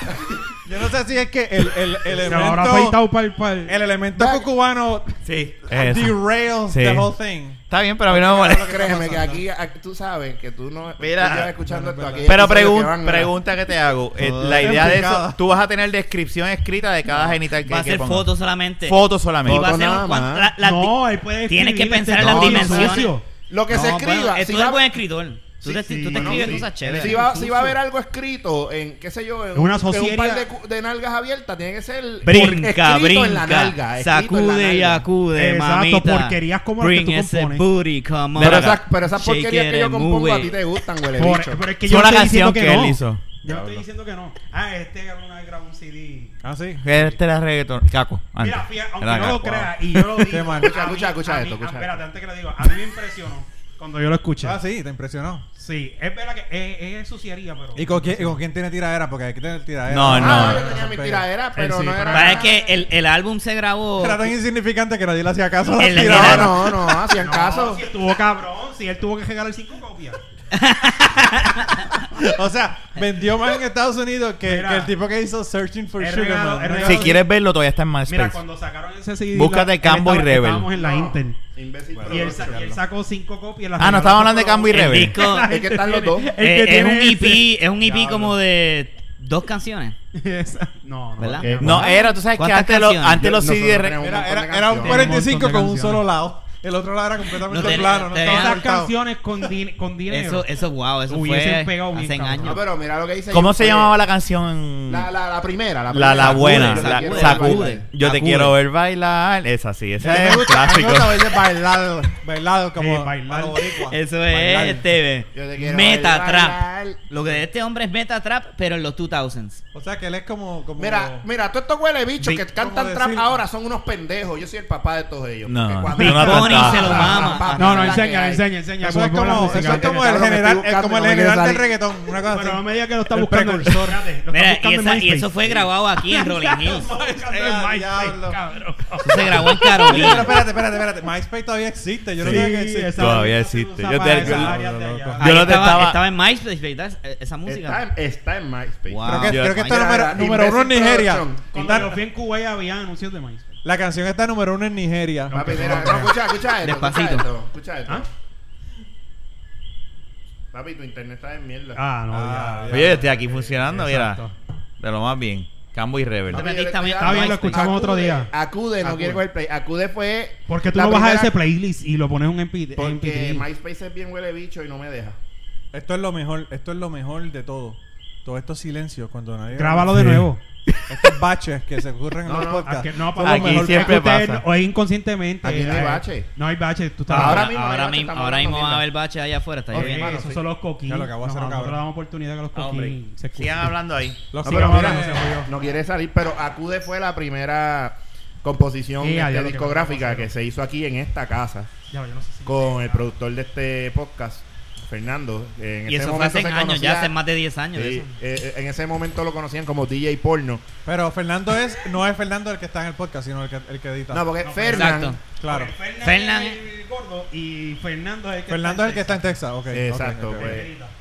[SPEAKER 5] Yo no sé si es que el, el, el
[SPEAKER 2] Se lo habrá afeitado
[SPEAKER 5] elemento.
[SPEAKER 2] para el... pa'l-
[SPEAKER 5] El elemento cubano
[SPEAKER 1] Sí. es eso.
[SPEAKER 5] derails
[SPEAKER 1] Sí.
[SPEAKER 5] the whole thing.
[SPEAKER 1] Está bien, pero a mí no me molesta.
[SPEAKER 3] Créeme que aquí, aquí- tú sabes que tú no
[SPEAKER 1] Mira.
[SPEAKER 3] tú llevas escuchando esto aquí.
[SPEAKER 1] Pero
[SPEAKER 3] hay episodios
[SPEAKER 1] pregun-
[SPEAKER 3] que van a-
[SPEAKER 1] pregunta que te hago. Eh,
[SPEAKER 5] Joder.
[SPEAKER 1] la idea de eso,
[SPEAKER 5] Complicado.
[SPEAKER 1] tú vas a tener descripción escrita de cada genital que
[SPEAKER 4] va a
[SPEAKER 1] que
[SPEAKER 4] ser
[SPEAKER 1] pongas.
[SPEAKER 4] fotos solamente.
[SPEAKER 1] Fotos solamente.
[SPEAKER 4] Y va a
[SPEAKER 3] Fotos
[SPEAKER 4] ser un
[SPEAKER 3] nada
[SPEAKER 4] cuan-
[SPEAKER 3] más.
[SPEAKER 4] la- la-
[SPEAKER 2] No, él puede
[SPEAKER 4] Tienes que
[SPEAKER 2] escribir
[SPEAKER 4] pensar en
[SPEAKER 2] este
[SPEAKER 4] las
[SPEAKER 2] tipo de
[SPEAKER 4] dimensiones.
[SPEAKER 2] socio.
[SPEAKER 3] Lo que se
[SPEAKER 4] No, bueno,
[SPEAKER 3] escriba.
[SPEAKER 4] eh,
[SPEAKER 3] si
[SPEAKER 4] tú eres
[SPEAKER 3] va-
[SPEAKER 4] buen escritor. Tú
[SPEAKER 3] Sí,
[SPEAKER 4] te,
[SPEAKER 3] sí,
[SPEAKER 4] tú te
[SPEAKER 3] bueno,
[SPEAKER 4] escribes
[SPEAKER 3] sí. si
[SPEAKER 4] cosas chéveres.
[SPEAKER 3] va, si va a haber algo escrito en, qué sé yo, en,
[SPEAKER 2] En una
[SPEAKER 3] en un par
[SPEAKER 2] sociedad-
[SPEAKER 3] de, cu- de nalgas abiertas, tiene que ser
[SPEAKER 4] Brinca,
[SPEAKER 3] escrito en la nalga,
[SPEAKER 4] brinca,
[SPEAKER 3] escrito en la
[SPEAKER 4] sacude y
[SPEAKER 3] nalga.
[SPEAKER 4] acude,
[SPEAKER 2] Exacto,
[SPEAKER 4] mamita.
[SPEAKER 2] porquerías como las que
[SPEAKER 4] Bring
[SPEAKER 2] tú
[SPEAKER 4] ese
[SPEAKER 2] compones.
[SPEAKER 4] booty, come on.
[SPEAKER 3] Pero
[SPEAKER 1] Mira
[SPEAKER 3] esas,
[SPEAKER 1] acá.
[SPEAKER 3] pero esas
[SPEAKER 4] Shake
[SPEAKER 3] porquerías
[SPEAKER 4] it
[SPEAKER 3] que yo
[SPEAKER 4] and
[SPEAKER 3] compongo
[SPEAKER 4] move
[SPEAKER 3] a
[SPEAKER 4] it.
[SPEAKER 3] ti te gustan, huele
[SPEAKER 2] Por-
[SPEAKER 3] bicho.
[SPEAKER 2] pero es que
[SPEAKER 1] Es
[SPEAKER 2] yo
[SPEAKER 1] una
[SPEAKER 2] estoy
[SPEAKER 1] canción
[SPEAKER 2] diciendo
[SPEAKER 1] que,
[SPEAKER 2] que no.
[SPEAKER 1] él hizo.
[SPEAKER 2] Yo estoy diciendo que no. Ah, este cabrón una vez grabó un CD.
[SPEAKER 5] Ah, sí.
[SPEAKER 1] Este era reggaetón. Caco. antes.
[SPEAKER 2] Mira, fía, aunque
[SPEAKER 1] Era
[SPEAKER 2] no lo
[SPEAKER 1] Caco. Ah.
[SPEAKER 2] creas, y yo lo digo.
[SPEAKER 5] Qué mal.
[SPEAKER 2] a
[SPEAKER 3] Escucha,
[SPEAKER 2] mí-
[SPEAKER 3] escucha, escucha
[SPEAKER 2] a mí-
[SPEAKER 3] esto, escucha
[SPEAKER 2] ah, Espérate, antes que lo diga, a mí me impresionó cuando yo lo escuché.
[SPEAKER 5] Ah, sí, te impresionó.
[SPEAKER 2] Sí, es verdad que es, es suciaría, pero.
[SPEAKER 5] ¿Y con quién, y con quién tiene tiradera? Porque hay que tener tiradera.
[SPEAKER 1] No,
[SPEAKER 3] Ah,
[SPEAKER 1] no,
[SPEAKER 3] yo tenía mi tiradera, pero
[SPEAKER 2] sí,
[SPEAKER 3] no
[SPEAKER 2] pero-
[SPEAKER 3] era...
[SPEAKER 4] Para que el, el álbum se grabó.
[SPEAKER 5] Era tan insignificante que nadie le hacía caso a las
[SPEAKER 4] El- el-
[SPEAKER 5] tiraderas.
[SPEAKER 3] No,
[SPEAKER 4] Mira,
[SPEAKER 3] no, no, hacían
[SPEAKER 2] No,
[SPEAKER 3] caso.
[SPEAKER 2] Si estuvo cabrón, si él tuvo que regalar cinco copias.
[SPEAKER 5] O sea, vendió más en Estados Unidos que,
[SPEAKER 2] Mira.
[SPEAKER 5] que el tipo que hizo Searching for
[SPEAKER 2] Es
[SPEAKER 5] Sugar
[SPEAKER 2] regalo,
[SPEAKER 5] Man.
[SPEAKER 2] es regalo.
[SPEAKER 5] Sí.
[SPEAKER 1] Si quieres verlo, todavía está en MySpace.
[SPEAKER 2] Mira, cuando sacaron ese CD.
[SPEAKER 1] Búscate
[SPEAKER 2] la- él
[SPEAKER 1] Cambo y
[SPEAKER 2] estaba-
[SPEAKER 1] Rebel.
[SPEAKER 2] Estábamos en la
[SPEAKER 3] No,
[SPEAKER 2] Intel.
[SPEAKER 3] Imbécil.
[SPEAKER 2] Y él, sa-
[SPEAKER 3] producción.
[SPEAKER 2] y él sacó cinco copias. las
[SPEAKER 1] ah, no,
[SPEAKER 2] regaló
[SPEAKER 1] estaba hablando de
[SPEAKER 2] por-
[SPEAKER 1] Cambo y
[SPEAKER 4] El
[SPEAKER 1] Rebel.
[SPEAKER 4] disco
[SPEAKER 2] La
[SPEAKER 3] Es que
[SPEAKER 2] gente
[SPEAKER 3] están los
[SPEAKER 2] tiene-
[SPEAKER 3] dos.
[SPEAKER 2] el que
[SPEAKER 4] eh, es
[SPEAKER 2] tiene
[SPEAKER 4] un
[SPEAKER 2] ese.
[SPEAKER 4] EP, es un EP
[SPEAKER 2] Diablo.
[SPEAKER 4] como de dos canciones.
[SPEAKER 2] Esa- No, no.
[SPEAKER 4] ¿Verdad?
[SPEAKER 2] porque-
[SPEAKER 1] No, era, tú sabes que
[SPEAKER 4] ¿Cuántas
[SPEAKER 1] antes, los
[SPEAKER 4] canciones?
[SPEAKER 1] antes los
[SPEAKER 3] Yo- nosotros
[SPEAKER 1] CD... re-
[SPEAKER 3] tenemos-
[SPEAKER 5] Era,
[SPEAKER 3] montón de
[SPEAKER 5] era- era un
[SPEAKER 3] canciones.
[SPEAKER 5] 45
[SPEAKER 2] Tiene un
[SPEAKER 5] con un
[SPEAKER 2] montón de
[SPEAKER 5] solo lado. El otro lado era completamente
[SPEAKER 4] No, tenía-
[SPEAKER 5] plano. No
[SPEAKER 4] tenía-
[SPEAKER 5] estaba
[SPEAKER 2] Esas
[SPEAKER 5] cortado.
[SPEAKER 2] canciones con, din- con dinero.
[SPEAKER 4] Eso, eso, wow, eso
[SPEAKER 2] Hubiesen
[SPEAKER 4] fue
[SPEAKER 2] pegado bien,
[SPEAKER 4] hace
[SPEAKER 2] cabrón.
[SPEAKER 3] No,
[SPEAKER 4] años.
[SPEAKER 3] pero mira lo que dice.
[SPEAKER 1] ¿Cómo
[SPEAKER 3] ahí,
[SPEAKER 1] se
[SPEAKER 3] oye,
[SPEAKER 1] llamaba la canción?
[SPEAKER 3] La, la, la primera, la primera.
[SPEAKER 1] La, la buena,
[SPEAKER 3] Sacude,
[SPEAKER 1] la,
[SPEAKER 3] quiero
[SPEAKER 1] sacude.
[SPEAKER 3] bailar.
[SPEAKER 1] Yo te
[SPEAKER 4] Sacude.
[SPEAKER 1] quiero ver bailar. Esa sí,
[SPEAKER 5] A mí
[SPEAKER 1] esa
[SPEAKER 5] me
[SPEAKER 1] es un
[SPEAKER 5] gusta- a mí
[SPEAKER 1] clásico.
[SPEAKER 5] me gusta bailar bailado. Bailado como
[SPEAKER 2] Sí, bailar.
[SPEAKER 5] a lo boricua.
[SPEAKER 4] Eso
[SPEAKER 5] Bailar.
[SPEAKER 4] es este
[SPEAKER 3] Yo te quiero
[SPEAKER 4] meta
[SPEAKER 3] bailar.
[SPEAKER 4] trap. Lo que de este hombre es meta trap, pero en los 2000s.
[SPEAKER 5] O sea que él es como. como
[SPEAKER 3] Mira, mira, todos estos huele bichos
[SPEAKER 5] Big-
[SPEAKER 3] que
[SPEAKER 5] ¿cómo
[SPEAKER 3] cantan trap
[SPEAKER 5] decir?
[SPEAKER 3] ahora son unos pendejos. Yo soy el papá de todos ellos.
[SPEAKER 1] No,
[SPEAKER 3] Porque cuando-
[SPEAKER 1] Big
[SPEAKER 4] Big
[SPEAKER 1] una
[SPEAKER 4] Bunny
[SPEAKER 1] tonta.
[SPEAKER 4] se lo mama.
[SPEAKER 2] No, no,
[SPEAKER 3] Es la que
[SPEAKER 2] enseña,
[SPEAKER 3] hay.
[SPEAKER 2] enseña, enseña.
[SPEAKER 5] Eso es
[SPEAKER 2] Pon- pon la
[SPEAKER 5] como,
[SPEAKER 2] música,
[SPEAKER 5] eso es
[SPEAKER 2] que
[SPEAKER 5] como
[SPEAKER 2] te-
[SPEAKER 5] el
[SPEAKER 3] cabrón, me
[SPEAKER 5] general,
[SPEAKER 3] estoy
[SPEAKER 5] es como el
[SPEAKER 3] buscando, no me
[SPEAKER 5] general del
[SPEAKER 3] sale.
[SPEAKER 5] reggaetón, una cosa
[SPEAKER 2] Pero no
[SPEAKER 5] así.
[SPEAKER 2] me diga que lo está
[SPEAKER 5] Ah, El
[SPEAKER 2] buscando.
[SPEAKER 5] precursor.
[SPEAKER 2] Espérate, lo
[SPEAKER 4] Mira,
[SPEAKER 2] está
[SPEAKER 4] y,
[SPEAKER 2] buscando en
[SPEAKER 4] esa- y
[SPEAKER 2] MySpace.
[SPEAKER 4] eso fue grabado aquí en Rolling Hills.
[SPEAKER 2] Lo está buscando en
[SPEAKER 5] Ah,
[SPEAKER 2] MySpace,
[SPEAKER 5] diablo.
[SPEAKER 2] cabrón.
[SPEAKER 4] Eso se grabó en
[SPEAKER 5] Oye, pero
[SPEAKER 4] Carolina.
[SPEAKER 5] espérate, espérate, espérate. MySpace todavía existe. Yo no
[SPEAKER 2] Sí,
[SPEAKER 5] sabía que existía.
[SPEAKER 2] esa
[SPEAKER 1] Todavía
[SPEAKER 2] vaina
[SPEAKER 1] existe.
[SPEAKER 2] se
[SPEAKER 1] Yo
[SPEAKER 2] usa
[SPEAKER 1] te-
[SPEAKER 2] para esas
[SPEAKER 1] yo-
[SPEAKER 2] áreas de allá.
[SPEAKER 1] Yo
[SPEAKER 4] Ahí
[SPEAKER 1] no te
[SPEAKER 4] estaba,
[SPEAKER 1] estaba-
[SPEAKER 4] estaba en MySpace, ¿verdad? E-, Esa
[SPEAKER 3] Está
[SPEAKER 4] música.
[SPEAKER 3] en, está en MySpace.
[SPEAKER 4] Wow.
[SPEAKER 5] Creo que,
[SPEAKER 1] Yo-
[SPEAKER 5] creo que está
[SPEAKER 3] Mira,
[SPEAKER 5] número,
[SPEAKER 3] la
[SPEAKER 5] número uno en
[SPEAKER 3] Imbécil
[SPEAKER 5] Nigeria.
[SPEAKER 3] Production.
[SPEAKER 2] Cuando yo fui en Cuba ya había anuncios de MySpace.
[SPEAKER 5] La canción está número uno en Nigeria.
[SPEAKER 3] Papi, mira, no, escucha, escucha esto.
[SPEAKER 4] Despacito.
[SPEAKER 3] Escucha esto. Escucha esto.
[SPEAKER 2] ¿Ah?
[SPEAKER 3] Papi, tu internet está en mierda.
[SPEAKER 2] Ah, no,
[SPEAKER 5] Ah,
[SPEAKER 2] ya.
[SPEAKER 1] Oye, estoy aquí funcionando,
[SPEAKER 2] Exacto.
[SPEAKER 1] mira. De lo más bien. Cambo y Rebel.
[SPEAKER 3] Papi,
[SPEAKER 4] Te
[SPEAKER 3] yo
[SPEAKER 4] metiste
[SPEAKER 3] le
[SPEAKER 4] a mi-
[SPEAKER 3] estoy
[SPEAKER 4] Está bien,
[SPEAKER 3] dando-
[SPEAKER 4] lo
[SPEAKER 2] escuchamos otro día.
[SPEAKER 3] Acude, no
[SPEAKER 2] Acude.
[SPEAKER 3] quiere coger play. Acude fue.
[SPEAKER 2] Porque tú
[SPEAKER 3] la
[SPEAKER 2] no bajas
[SPEAKER 3] primera-
[SPEAKER 2] ese playlist y lo pones en MP, en
[SPEAKER 3] Porque
[SPEAKER 2] MP3.
[SPEAKER 3] MySpace es bien huele bicho y no me deja.
[SPEAKER 5] Esto es lo mejor, esto es lo mejor de todo. Todos estos silencios cuando nadie.
[SPEAKER 2] Grábalo de nuevo.
[SPEAKER 5] Estos baches que se ocurren en
[SPEAKER 3] No,
[SPEAKER 5] los
[SPEAKER 3] no,
[SPEAKER 5] podcasts.
[SPEAKER 2] Ah, que no,
[SPEAKER 5] son
[SPEAKER 2] papá,
[SPEAKER 5] lo
[SPEAKER 1] Aquí
[SPEAKER 5] mejor que-
[SPEAKER 1] siempre
[SPEAKER 2] es que ustedes
[SPEAKER 1] pasa.
[SPEAKER 2] no- O es inconscientemente.
[SPEAKER 3] Aquí no hay
[SPEAKER 2] eh,
[SPEAKER 3] bache.
[SPEAKER 2] No hay bache. Tú estás Eh,
[SPEAKER 3] Ahora
[SPEAKER 4] Ahora
[SPEAKER 3] mismo,
[SPEAKER 4] mismo,
[SPEAKER 3] ahora mismo
[SPEAKER 4] ahora mismo,
[SPEAKER 3] estamos
[SPEAKER 4] ahora mismo
[SPEAKER 3] hablando
[SPEAKER 4] va a haber bache allá afuera. Está
[SPEAKER 3] Ok,
[SPEAKER 4] bien.
[SPEAKER 3] mano,
[SPEAKER 2] Esos
[SPEAKER 3] sí.
[SPEAKER 2] son los coquín.
[SPEAKER 5] Ya lo acabó,
[SPEAKER 2] No,
[SPEAKER 5] cero,
[SPEAKER 2] nosotros
[SPEAKER 5] cabrón.
[SPEAKER 2] damos oportunidad que los
[SPEAKER 1] Ah, hombre.
[SPEAKER 2] coquín se
[SPEAKER 1] Sigan
[SPEAKER 2] escuchen.
[SPEAKER 1] hablando ahí.
[SPEAKER 5] Los
[SPEAKER 3] No,
[SPEAKER 5] sigamos
[SPEAKER 3] pero
[SPEAKER 5] hablando,
[SPEAKER 3] mira, eh,
[SPEAKER 5] se jodió.
[SPEAKER 3] no quiere salir, pero Acude fue la primera composición
[SPEAKER 2] Sí,
[SPEAKER 3] este,
[SPEAKER 2] adiós, lo que
[SPEAKER 3] discográfica
[SPEAKER 2] vamos a
[SPEAKER 3] que se hizo aquí en esta casa
[SPEAKER 2] Ya, yo no sé si-
[SPEAKER 3] con el productor de este podcast, Fernando. En
[SPEAKER 4] Y
[SPEAKER 3] ese
[SPEAKER 4] eso fue
[SPEAKER 3] momento
[SPEAKER 4] hace
[SPEAKER 3] se
[SPEAKER 4] años,
[SPEAKER 3] conocía-
[SPEAKER 4] ya hace más de 10 años. de
[SPEAKER 3] Sí,
[SPEAKER 4] eso.
[SPEAKER 3] eh, eh, en ese momento lo conocían como DJ porno.
[SPEAKER 5] Pero Fernando es, no es Fernando el que está en el podcast, sino el que, el que edita.
[SPEAKER 3] No, porque
[SPEAKER 2] No,
[SPEAKER 3] Fernán.
[SPEAKER 4] Exacto.
[SPEAKER 5] claro.
[SPEAKER 2] Porque Fernan
[SPEAKER 4] Fernan-
[SPEAKER 2] es el gordo y Fernando es el que
[SPEAKER 5] Fernando es el que está
[SPEAKER 2] está
[SPEAKER 5] en Texas, ok. ok,
[SPEAKER 3] Exacto,
[SPEAKER 5] ok, ok.
[SPEAKER 3] pues.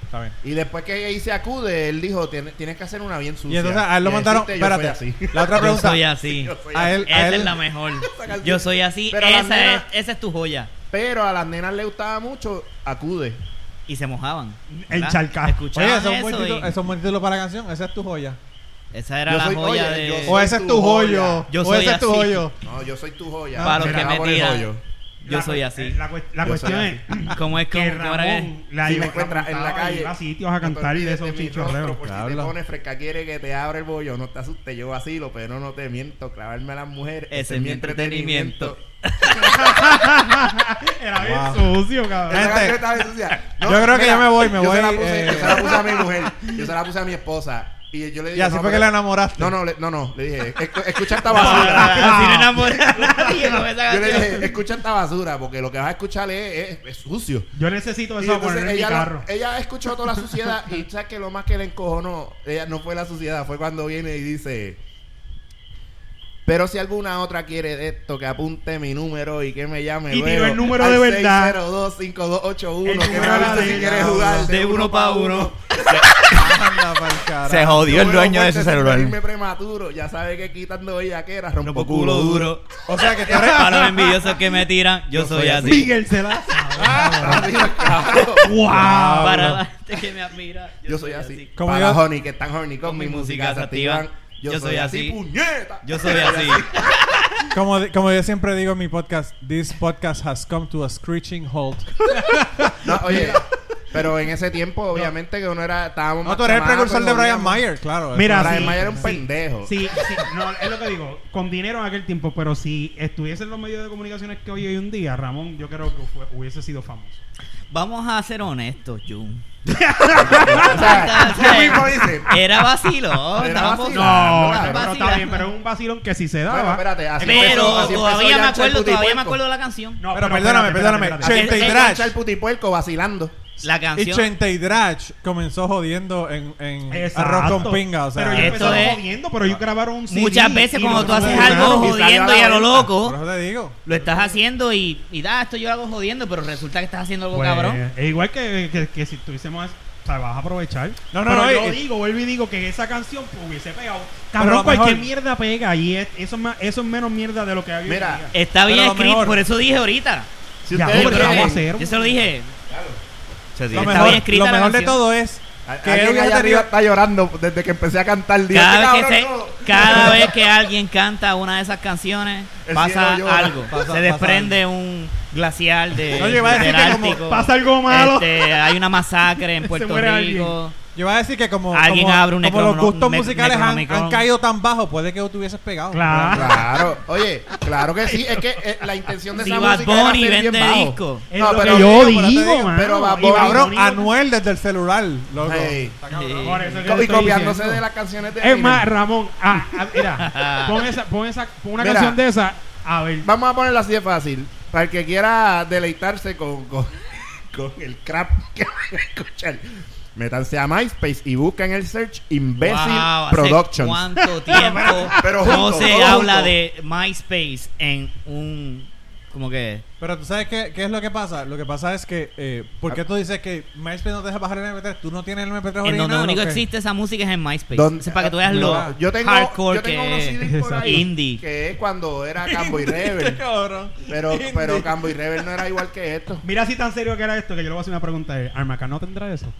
[SPEAKER 5] Está bien.
[SPEAKER 3] Y después que ahí se acude, él dijo, "Tien- tienes que hacer una bien sucia.
[SPEAKER 5] Y entonces a él lo
[SPEAKER 3] Y
[SPEAKER 5] mandaron.
[SPEAKER 3] decirte, yo soy
[SPEAKER 5] Espérate,
[SPEAKER 3] así.
[SPEAKER 5] la otra
[SPEAKER 4] Yo
[SPEAKER 5] pregunta.
[SPEAKER 4] soy así.
[SPEAKER 3] Yo soy
[SPEAKER 5] A
[SPEAKER 3] así.
[SPEAKER 5] él, a
[SPEAKER 4] Esa
[SPEAKER 5] él-
[SPEAKER 4] es la mejor.
[SPEAKER 3] canción.
[SPEAKER 4] Yo soy así.
[SPEAKER 3] Pero la
[SPEAKER 4] Esa es,
[SPEAKER 3] nena-
[SPEAKER 4] esa es tu joya.
[SPEAKER 3] Pero a las nenas le gustaba mucho, acude.
[SPEAKER 4] Y se mojaban.
[SPEAKER 2] El
[SPEAKER 4] ¿verdad?
[SPEAKER 2] charcajo.
[SPEAKER 4] Escuchaban
[SPEAKER 5] Oye, eso es un buen
[SPEAKER 4] eso.
[SPEAKER 5] título-
[SPEAKER 4] y-
[SPEAKER 5] eso es un buen título para la canción. Esa es tu joya.
[SPEAKER 4] Esa era
[SPEAKER 3] Yo
[SPEAKER 4] la
[SPEAKER 3] soy-
[SPEAKER 4] joya
[SPEAKER 3] oye, yo
[SPEAKER 4] de.
[SPEAKER 5] O
[SPEAKER 2] Pues,
[SPEAKER 3] soy
[SPEAKER 5] ese es
[SPEAKER 3] tu
[SPEAKER 5] tu
[SPEAKER 3] joya.
[SPEAKER 5] joyo.
[SPEAKER 4] Yo
[SPEAKER 5] O
[SPEAKER 4] soy
[SPEAKER 5] ese es tu
[SPEAKER 4] así.
[SPEAKER 5] joyo.
[SPEAKER 3] No, yo soy tu joya.
[SPEAKER 4] Para los
[SPEAKER 3] Mira,
[SPEAKER 4] que me
[SPEAKER 3] por el
[SPEAKER 4] tiran.
[SPEAKER 3] hoyo.
[SPEAKER 4] Yo soy así.
[SPEAKER 2] La, cuest- la
[SPEAKER 3] Yo
[SPEAKER 2] cuestión
[SPEAKER 3] soy
[SPEAKER 2] es
[SPEAKER 4] ¿Cómo es
[SPEAKER 2] que
[SPEAKER 4] cómo- cómo era que-
[SPEAKER 2] Ramón la
[SPEAKER 3] si
[SPEAKER 2] llevó-
[SPEAKER 3] me encuentras en la
[SPEAKER 2] cantaba y
[SPEAKER 3] calle.
[SPEAKER 2] iba a sitios a
[SPEAKER 3] no te
[SPEAKER 2] cantar y de
[SPEAKER 3] olvides
[SPEAKER 2] esos
[SPEAKER 3] mi
[SPEAKER 2] chichorreos.
[SPEAKER 3] rostro, por si te
[SPEAKER 5] Habla.
[SPEAKER 3] pones fresca quiere que te abra el bollo, no te asustes, yo vacilo, pero no te miento, clavarme a las mujeres.
[SPEAKER 4] Ese
[SPEAKER 3] ese
[SPEAKER 4] es mi entretenimiento.
[SPEAKER 3] pues.
[SPEAKER 2] Era bien
[SPEAKER 5] Wow.
[SPEAKER 2] sucio, cabrón.
[SPEAKER 5] Gente,
[SPEAKER 3] Esa canción estaba bien sucia.
[SPEAKER 5] yo creo que
[SPEAKER 3] mira,
[SPEAKER 5] ya me voy, me
[SPEAKER 3] yo
[SPEAKER 5] voy,
[SPEAKER 3] Se la puse,
[SPEAKER 5] eh.
[SPEAKER 3] Yo se la puse a mi mujer, yo se la puse a mi esposa. Y yo le dije,
[SPEAKER 5] Y así
[SPEAKER 3] no,
[SPEAKER 5] fue que
[SPEAKER 3] pero-
[SPEAKER 5] la enamoraste.
[SPEAKER 3] No, no, le, no, no, le dije, "Escu- escucha esta
[SPEAKER 2] Ah.
[SPEAKER 3] basura.
[SPEAKER 4] Así no enamora a nadie con esa
[SPEAKER 3] Yo le
[SPEAKER 4] canción.
[SPEAKER 3] dije, escucha esta basura, porque lo que vas a escuchar es, es- es sucio.
[SPEAKER 2] Yo necesito
[SPEAKER 3] Y
[SPEAKER 2] eso a
[SPEAKER 3] entonces
[SPEAKER 2] poner en mi
[SPEAKER 3] ella, lo-
[SPEAKER 2] carro.
[SPEAKER 3] ella escuchó toda la suciedad y sabes que lo más que le encojonó, ella no fue la suciedad, fue cuando viene y dice, pero si alguna otra quiere de esto, que apunte mi número y que me llame
[SPEAKER 2] Y tiró
[SPEAKER 3] luego
[SPEAKER 2] el número
[SPEAKER 3] al
[SPEAKER 2] de verdad.
[SPEAKER 3] 602-5281,
[SPEAKER 2] El
[SPEAKER 3] que me
[SPEAKER 2] número
[SPEAKER 3] avise
[SPEAKER 2] de
[SPEAKER 3] si quieres
[SPEAKER 2] verdad.
[SPEAKER 3] jugar
[SPEAKER 4] De uno pa' uno.
[SPEAKER 5] Anda pa'l carajo.
[SPEAKER 1] Se jodió el
[SPEAKER 3] Número
[SPEAKER 1] dueño de
[SPEAKER 3] fuerte
[SPEAKER 1] ese
[SPEAKER 3] sin
[SPEAKER 1] celular.
[SPEAKER 3] venirme prematuro, ya sabe que quitando ella que era
[SPEAKER 4] No
[SPEAKER 3] rompo
[SPEAKER 4] por culo duro.
[SPEAKER 5] O sea que tú eres.
[SPEAKER 4] Para los envidiosos que me tiran, yo soy así.
[SPEAKER 2] Miguel se la sabe.
[SPEAKER 5] Ah,
[SPEAKER 2] ¡Wow!
[SPEAKER 4] Para
[SPEAKER 5] bueno.
[SPEAKER 4] la gente que me admira,
[SPEAKER 3] Yo soy así.
[SPEAKER 5] Como
[SPEAKER 3] Para
[SPEAKER 5] yo-
[SPEAKER 3] honey que están horny con mi música se activan. Yo soy así, puñeta.
[SPEAKER 4] Yo soy así.
[SPEAKER 5] Como, de- como yo siempre digo en mi podcast, this podcast has come to a screeching halt.
[SPEAKER 3] No, oye, pero en ese tiempo, obviamente, que uno era. Estábamos
[SPEAKER 5] No,
[SPEAKER 3] más
[SPEAKER 5] tú eres el
[SPEAKER 3] chamacos,
[SPEAKER 5] precursor de Brian
[SPEAKER 3] comíamos.
[SPEAKER 5] Mayer, claro.
[SPEAKER 2] Mira,
[SPEAKER 5] Eso-
[SPEAKER 3] Brian
[SPEAKER 2] sí,
[SPEAKER 3] Mayer era un
[SPEAKER 2] sí.
[SPEAKER 3] pendejo.
[SPEAKER 2] Sí, sí, no, es lo que digo. Con dinero en aquel tiempo, pero si estuviesen los medios de comunicaciones que hoy hay un día, Ramón, yo creo que fue- hubiese sido famoso.
[SPEAKER 4] Vamos a ser honestos, Jun.
[SPEAKER 3] O sea, yo mismo dice.
[SPEAKER 4] Era vacilo.
[SPEAKER 3] Era
[SPEAKER 4] estábamos-
[SPEAKER 3] vacilo.
[SPEAKER 2] No,
[SPEAKER 3] Claro,
[SPEAKER 2] pero está
[SPEAKER 4] vacilando.
[SPEAKER 2] bien, pero es un vacilón que si se
[SPEAKER 3] Bueno,
[SPEAKER 2] daba.
[SPEAKER 3] espérate, así
[SPEAKER 4] Pero
[SPEAKER 3] empezó- así empezó
[SPEAKER 4] todavía me
[SPEAKER 3] Yancha el
[SPEAKER 4] acuerdo, todavía me
[SPEAKER 3] putipuerco.
[SPEAKER 4] acuerdo la canción.
[SPEAKER 2] No,
[SPEAKER 5] Pero perdóname, perdóname.
[SPEAKER 3] Así empezó
[SPEAKER 4] Chente y
[SPEAKER 3] Yancha
[SPEAKER 5] Drach.
[SPEAKER 3] el putipuerco vacilando.
[SPEAKER 4] La
[SPEAKER 5] Y
[SPEAKER 4] canción.
[SPEAKER 5] Chente y Drach comenzó jodiendo en, en arroz con pinga. O sea,
[SPEAKER 2] pero yo
[SPEAKER 4] Esto
[SPEAKER 2] empezaba
[SPEAKER 4] es-
[SPEAKER 2] jodiendo, pero ellos grabaron un CD
[SPEAKER 4] Muchas veces
[SPEAKER 2] y
[SPEAKER 4] cuando
[SPEAKER 2] lo
[SPEAKER 4] tú haces
[SPEAKER 2] grabaron.
[SPEAKER 4] algo
[SPEAKER 3] y salió a la
[SPEAKER 4] jodiendo y a lo
[SPEAKER 3] venta.
[SPEAKER 5] por
[SPEAKER 4] loco,
[SPEAKER 5] eso te digo.
[SPEAKER 4] lo estás haciendo y, y da, esto yo lo hago jodiendo, pero resulta que estás haciendo algo
[SPEAKER 2] Pues,
[SPEAKER 4] cabrón.
[SPEAKER 2] Es igual que, que, que si tuviésemos O sea, vas a aprovechar.
[SPEAKER 5] No, no,
[SPEAKER 2] Pero
[SPEAKER 5] no,
[SPEAKER 2] Yo
[SPEAKER 5] eh,
[SPEAKER 2] digo, vuelvo y digo que esa canción pues, hubiese pegado.
[SPEAKER 5] Pero a
[SPEAKER 2] Cabrón,
[SPEAKER 5] lo mejor-
[SPEAKER 2] cualquier mierda pega. Y es- eso, es más, eso es menos mierda de lo que había.
[SPEAKER 3] Mira,
[SPEAKER 4] Está bien
[SPEAKER 5] Pero lo
[SPEAKER 4] escrito,
[SPEAKER 5] mejor-
[SPEAKER 4] por eso dije ahorita.
[SPEAKER 3] si
[SPEAKER 2] Ya,
[SPEAKER 3] ustedes
[SPEAKER 2] hombre,
[SPEAKER 3] quieren-
[SPEAKER 2] vamos a hacer.
[SPEAKER 4] Yo se lo dije.
[SPEAKER 1] Se
[SPEAKER 5] Lo
[SPEAKER 1] tiene-
[SPEAKER 4] Está
[SPEAKER 5] mejor,
[SPEAKER 4] bien
[SPEAKER 5] lo
[SPEAKER 4] escrita la
[SPEAKER 5] mejor de
[SPEAKER 4] canción.
[SPEAKER 5] todo es
[SPEAKER 3] Al-
[SPEAKER 5] que él
[SPEAKER 3] alguien
[SPEAKER 5] hubiese
[SPEAKER 3] allá arriba
[SPEAKER 5] tenido-
[SPEAKER 3] está llorando desde que empecé a cantar. Dice,
[SPEAKER 4] Cada
[SPEAKER 3] "Este
[SPEAKER 4] vez, que se-
[SPEAKER 3] cabrón, no".
[SPEAKER 4] cada vez que alguien canta una de esas canciones,
[SPEAKER 3] El
[SPEAKER 4] pasa
[SPEAKER 3] cielo llora.
[SPEAKER 4] algo.
[SPEAKER 5] Pasa- pasa
[SPEAKER 4] se desprende un glacial de,
[SPEAKER 5] No, yo iba a decir
[SPEAKER 4] del
[SPEAKER 5] que como
[SPEAKER 4] Ártico.
[SPEAKER 2] Pasa algo malo.
[SPEAKER 4] Este, hay una masacre en Puerto
[SPEAKER 2] muere
[SPEAKER 4] Rico.
[SPEAKER 2] alguien.
[SPEAKER 5] Yo iba a decir que como,
[SPEAKER 4] Alguien
[SPEAKER 5] como,
[SPEAKER 4] abre un
[SPEAKER 5] como los
[SPEAKER 4] necromono-
[SPEAKER 5] gustos
[SPEAKER 4] nec-
[SPEAKER 5] musicales han,
[SPEAKER 4] necronomicon.
[SPEAKER 5] han caído tan bajo, puede que tú hubieses pegado.
[SPEAKER 2] Claro.
[SPEAKER 3] Claro, oye, claro que sí. Es que eh, la intención de
[SPEAKER 4] Si
[SPEAKER 3] esa
[SPEAKER 4] Bad
[SPEAKER 3] música era
[SPEAKER 4] Bunny
[SPEAKER 3] ser bien
[SPEAKER 4] vende
[SPEAKER 3] bajo.
[SPEAKER 4] disco.
[SPEAKER 2] Es
[SPEAKER 3] No,
[SPEAKER 2] lo
[SPEAKER 3] pero
[SPEAKER 2] que yo
[SPEAKER 5] te digo,
[SPEAKER 2] digo,
[SPEAKER 5] pero te digo,
[SPEAKER 3] pero
[SPEAKER 2] mano.
[SPEAKER 3] Bad
[SPEAKER 2] Y
[SPEAKER 5] Y
[SPEAKER 3] Bunny-
[SPEAKER 5] cabrón,
[SPEAKER 2] Bunny-
[SPEAKER 5] Anuel desde el celular, loco.
[SPEAKER 3] Hey.
[SPEAKER 5] Ah,
[SPEAKER 2] Por eso es que
[SPEAKER 3] Co-
[SPEAKER 2] te
[SPEAKER 3] Y
[SPEAKER 2] estoy
[SPEAKER 3] copiándose
[SPEAKER 2] diciendo.
[SPEAKER 3] de las canciones de
[SPEAKER 2] Es
[SPEAKER 3] Eminem.
[SPEAKER 2] más, Ramón, ah, ah, mira, pon, esa, pon, esa, pon una
[SPEAKER 3] Mira.
[SPEAKER 2] canción de esa. A ver,
[SPEAKER 3] Vamos a ponerla así de fácil. Para el que quiera deleitarse con, con, con el crap que van a escuchar. Métanse a MySpace y buscan el search Imbécil
[SPEAKER 4] Wow, ¿hace
[SPEAKER 3] Productions.
[SPEAKER 4] ¿Cuánto tiempo
[SPEAKER 3] pero
[SPEAKER 4] no
[SPEAKER 3] junto,
[SPEAKER 4] se
[SPEAKER 3] todo
[SPEAKER 4] habla
[SPEAKER 3] junto.
[SPEAKER 4] de MySpace en un. como que.
[SPEAKER 5] Pero tú sabes qué, qué es lo que pasa. Lo que pasa es que, eh, ¿por qué tú dices que MySpace no te deja bajar el MP3? ¿Tú no tienes el MP3 original?
[SPEAKER 4] En donde
[SPEAKER 5] o
[SPEAKER 4] único
[SPEAKER 5] qué?
[SPEAKER 4] existe esa música es en MySpace.
[SPEAKER 3] Don-
[SPEAKER 4] Eso es para que tú veas lo
[SPEAKER 5] No,
[SPEAKER 3] Ah, Yo tengo,
[SPEAKER 4] hardcore
[SPEAKER 3] yo tengo
[SPEAKER 4] que
[SPEAKER 3] unos CDs por ahí
[SPEAKER 4] Indie.
[SPEAKER 3] que es cuando era Cambo y Rebel.
[SPEAKER 5] Cabrón.
[SPEAKER 3] Pero, pero Cambo y Rebel no era igual que esto.
[SPEAKER 2] mira si tan serio que era esto, que yo le voy a hacer una pregunta. a él. ¿Armacán no tendrá eso?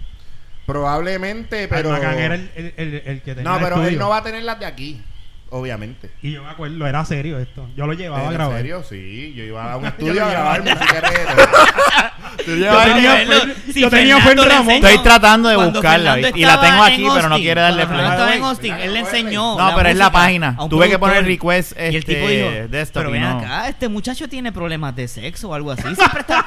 [SPEAKER 3] Probablemente, pero.
[SPEAKER 2] Armacán era el, el, el, el que tenía
[SPEAKER 3] no,
[SPEAKER 2] el
[SPEAKER 3] pero él
[SPEAKER 2] estudio.
[SPEAKER 3] no va a tener las de aquí, obviamente.
[SPEAKER 2] Y yo me acuerdo, era serio esto. Yo lo
[SPEAKER 4] Ah,
[SPEAKER 2] llevaba a
[SPEAKER 3] ¿En
[SPEAKER 2] grabar.
[SPEAKER 3] serio? Sí, yo iba a un
[SPEAKER 2] Yo
[SPEAKER 3] estudio
[SPEAKER 2] lo
[SPEAKER 3] a grabar
[SPEAKER 2] llevaba.
[SPEAKER 3] música reggaetón. Tú llevas-
[SPEAKER 2] tenía
[SPEAKER 4] Fernando,
[SPEAKER 2] fe-
[SPEAKER 4] si
[SPEAKER 2] yo tenía fe en
[SPEAKER 4] Fernando le
[SPEAKER 2] Ramón.
[SPEAKER 4] enseñó-
[SPEAKER 1] Estoy tratando de
[SPEAKER 4] cuando
[SPEAKER 1] buscarla,
[SPEAKER 4] Fernando
[SPEAKER 1] ¿viste? y la
[SPEAKER 4] estaba
[SPEAKER 1] tengo
[SPEAKER 4] en
[SPEAKER 1] aquí, pero no
[SPEAKER 4] Austin,
[SPEAKER 1] quiere darle
[SPEAKER 4] cuando Fernando
[SPEAKER 1] play.
[SPEAKER 4] estaba en
[SPEAKER 3] Mira,
[SPEAKER 4] Austin,
[SPEAKER 3] que
[SPEAKER 4] él le
[SPEAKER 3] vuelve.
[SPEAKER 4] enseñó.
[SPEAKER 1] No,
[SPEAKER 4] la
[SPEAKER 1] pero es la
[SPEAKER 4] música
[SPEAKER 1] página.
[SPEAKER 4] a un
[SPEAKER 1] Tuve que poner
[SPEAKER 4] productor.
[SPEAKER 1] request,
[SPEAKER 4] Y el tipo
[SPEAKER 1] este,
[SPEAKER 4] dijo,
[SPEAKER 1] desktop
[SPEAKER 4] pero
[SPEAKER 1] y
[SPEAKER 4] ven
[SPEAKER 1] no".
[SPEAKER 4] acá, este muchacho tiene problemas de sexo o algo así. Siempre está.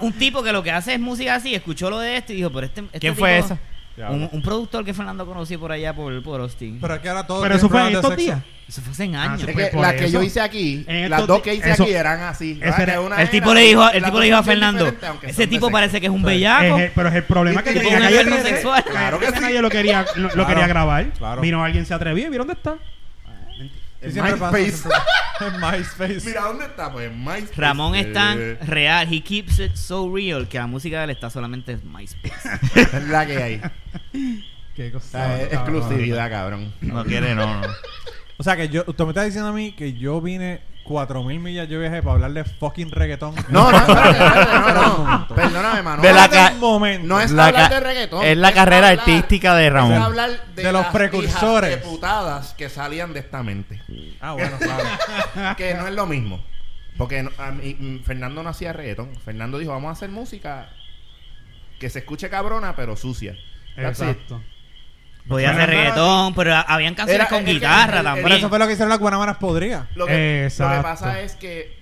[SPEAKER 4] un tipo que lo que hace es música así, escuchó lo de esto y dijo, pero este. este
[SPEAKER 1] ¿Quién fue
[SPEAKER 4] tipo-
[SPEAKER 1] esa?
[SPEAKER 4] Un, un productor que Fernando conoció por allá, por, por Austin.
[SPEAKER 5] Pero es que ahora todo
[SPEAKER 2] Pero
[SPEAKER 5] tiene
[SPEAKER 2] eso fue en
[SPEAKER 5] problemas de
[SPEAKER 2] estos
[SPEAKER 5] sexo.
[SPEAKER 2] días.
[SPEAKER 4] Eso fue hace
[SPEAKER 2] Ah,
[SPEAKER 4] años.
[SPEAKER 3] Es
[SPEAKER 2] Pues
[SPEAKER 3] que
[SPEAKER 2] por
[SPEAKER 3] las que
[SPEAKER 2] eso.
[SPEAKER 3] yo hice aquí,
[SPEAKER 2] En
[SPEAKER 3] las
[SPEAKER 2] estos
[SPEAKER 3] dos
[SPEAKER 2] di-
[SPEAKER 3] que hice
[SPEAKER 2] eso-
[SPEAKER 3] aquí eran así.
[SPEAKER 2] ese era-
[SPEAKER 3] Que una
[SPEAKER 4] El tipo
[SPEAKER 3] era-
[SPEAKER 4] le dijo, el
[SPEAKER 3] las
[SPEAKER 4] tipo
[SPEAKER 3] dos
[SPEAKER 4] le dijo a
[SPEAKER 3] son bien
[SPEAKER 4] Fernando,
[SPEAKER 3] diferentes, aunque
[SPEAKER 4] ese
[SPEAKER 3] son de
[SPEAKER 4] tipo
[SPEAKER 3] sexo".
[SPEAKER 4] parece que es un
[SPEAKER 2] Es
[SPEAKER 4] bellaco.
[SPEAKER 2] el- pero es el problema que
[SPEAKER 3] ¿Viste que
[SPEAKER 2] en la
[SPEAKER 3] tiene
[SPEAKER 2] calle-
[SPEAKER 3] una
[SPEAKER 2] en
[SPEAKER 4] sexual?
[SPEAKER 3] Claro que
[SPEAKER 2] la
[SPEAKER 3] sí.
[SPEAKER 2] calle lo quería, lo, lo
[SPEAKER 5] Claro,
[SPEAKER 2] quería grabar.
[SPEAKER 5] claro.
[SPEAKER 2] Vino alguien, se atrevió y vieron dónde está.
[SPEAKER 5] Sí, siempre pasa,
[SPEAKER 3] MySpace.
[SPEAKER 5] siempre- En MySpace.
[SPEAKER 3] Mira, ¿dónde está? Pues en MySpace.
[SPEAKER 4] Ramón es tan
[SPEAKER 3] Eh,
[SPEAKER 4] real, he keeps it so real, que la música de él está solamente en MySpace.
[SPEAKER 3] Es la que hay.
[SPEAKER 2] Qué
[SPEAKER 3] O sea,
[SPEAKER 2] cosa.
[SPEAKER 3] es
[SPEAKER 2] cabrón.
[SPEAKER 3] exclusividad, cabrón.
[SPEAKER 1] No quiere, no. no.
[SPEAKER 5] O sea, que yo, usted me está diciendo a mí que yo vine 4000 millas, yo viajé para hablar de fucking reggaetón.
[SPEAKER 3] No, no, espérate, espérate, no, no. Perdóname, Manolo.
[SPEAKER 1] De la
[SPEAKER 5] Espérate
[SPEAKER 1] ca-
[SPEAKER 5] un momento.
[SPEAKER 3] No es
[SPEAKER 1] La
[SPEAKER 3] hablar
[SPEAKER 1] ca-
[SPEAKER 3] de reggaetón.
[SPEAKER 1] es la
[SPEAKER 3] es
[SPEAKER 1] carrera
[SPEAKER 3] hablar-
[SPEAKER 1] artística de
[SPEAKER 3] Es
[SPEAKER 1] Ramón.
[SPEAKER 3] hablar de,
[SPEAKER 5] De los
[SPEAKER 3] las
[SPEAKER 5] precursores.
[SPEAKER 3] hijas Deputadas que salían de esta mente.
[SPEAKER 5] Ah, bueno, claro.
[SPEAKER 3] que no es lo mismo. Porque no- a mí- mm, Fernando no hacía reggaetón. Fernando dijo, vamos a hacer música que se escuche cabrona, pero sucia. That's it.
[SPEAKER 2] Exacto.
[SPEAKER 4] Podía hacer reggaetón, pero a- habían canciones
[SPEAKER 3] Era-
[SPEAKER 4] con
[SPEAKER 3] es que-
[SPEAKER 4] guitarra
[SPEAKER 3] el- el-
[SPEAKER 5] Pero
[SPEAKER 4] también.
[SPEAKER 5] eso fue lo que hicieron las guanabanas podría.
[SPEAKER 3] Lo que, lo que
[SPEAKER 2] Exacto.
[SPEAKER 3] pasa es que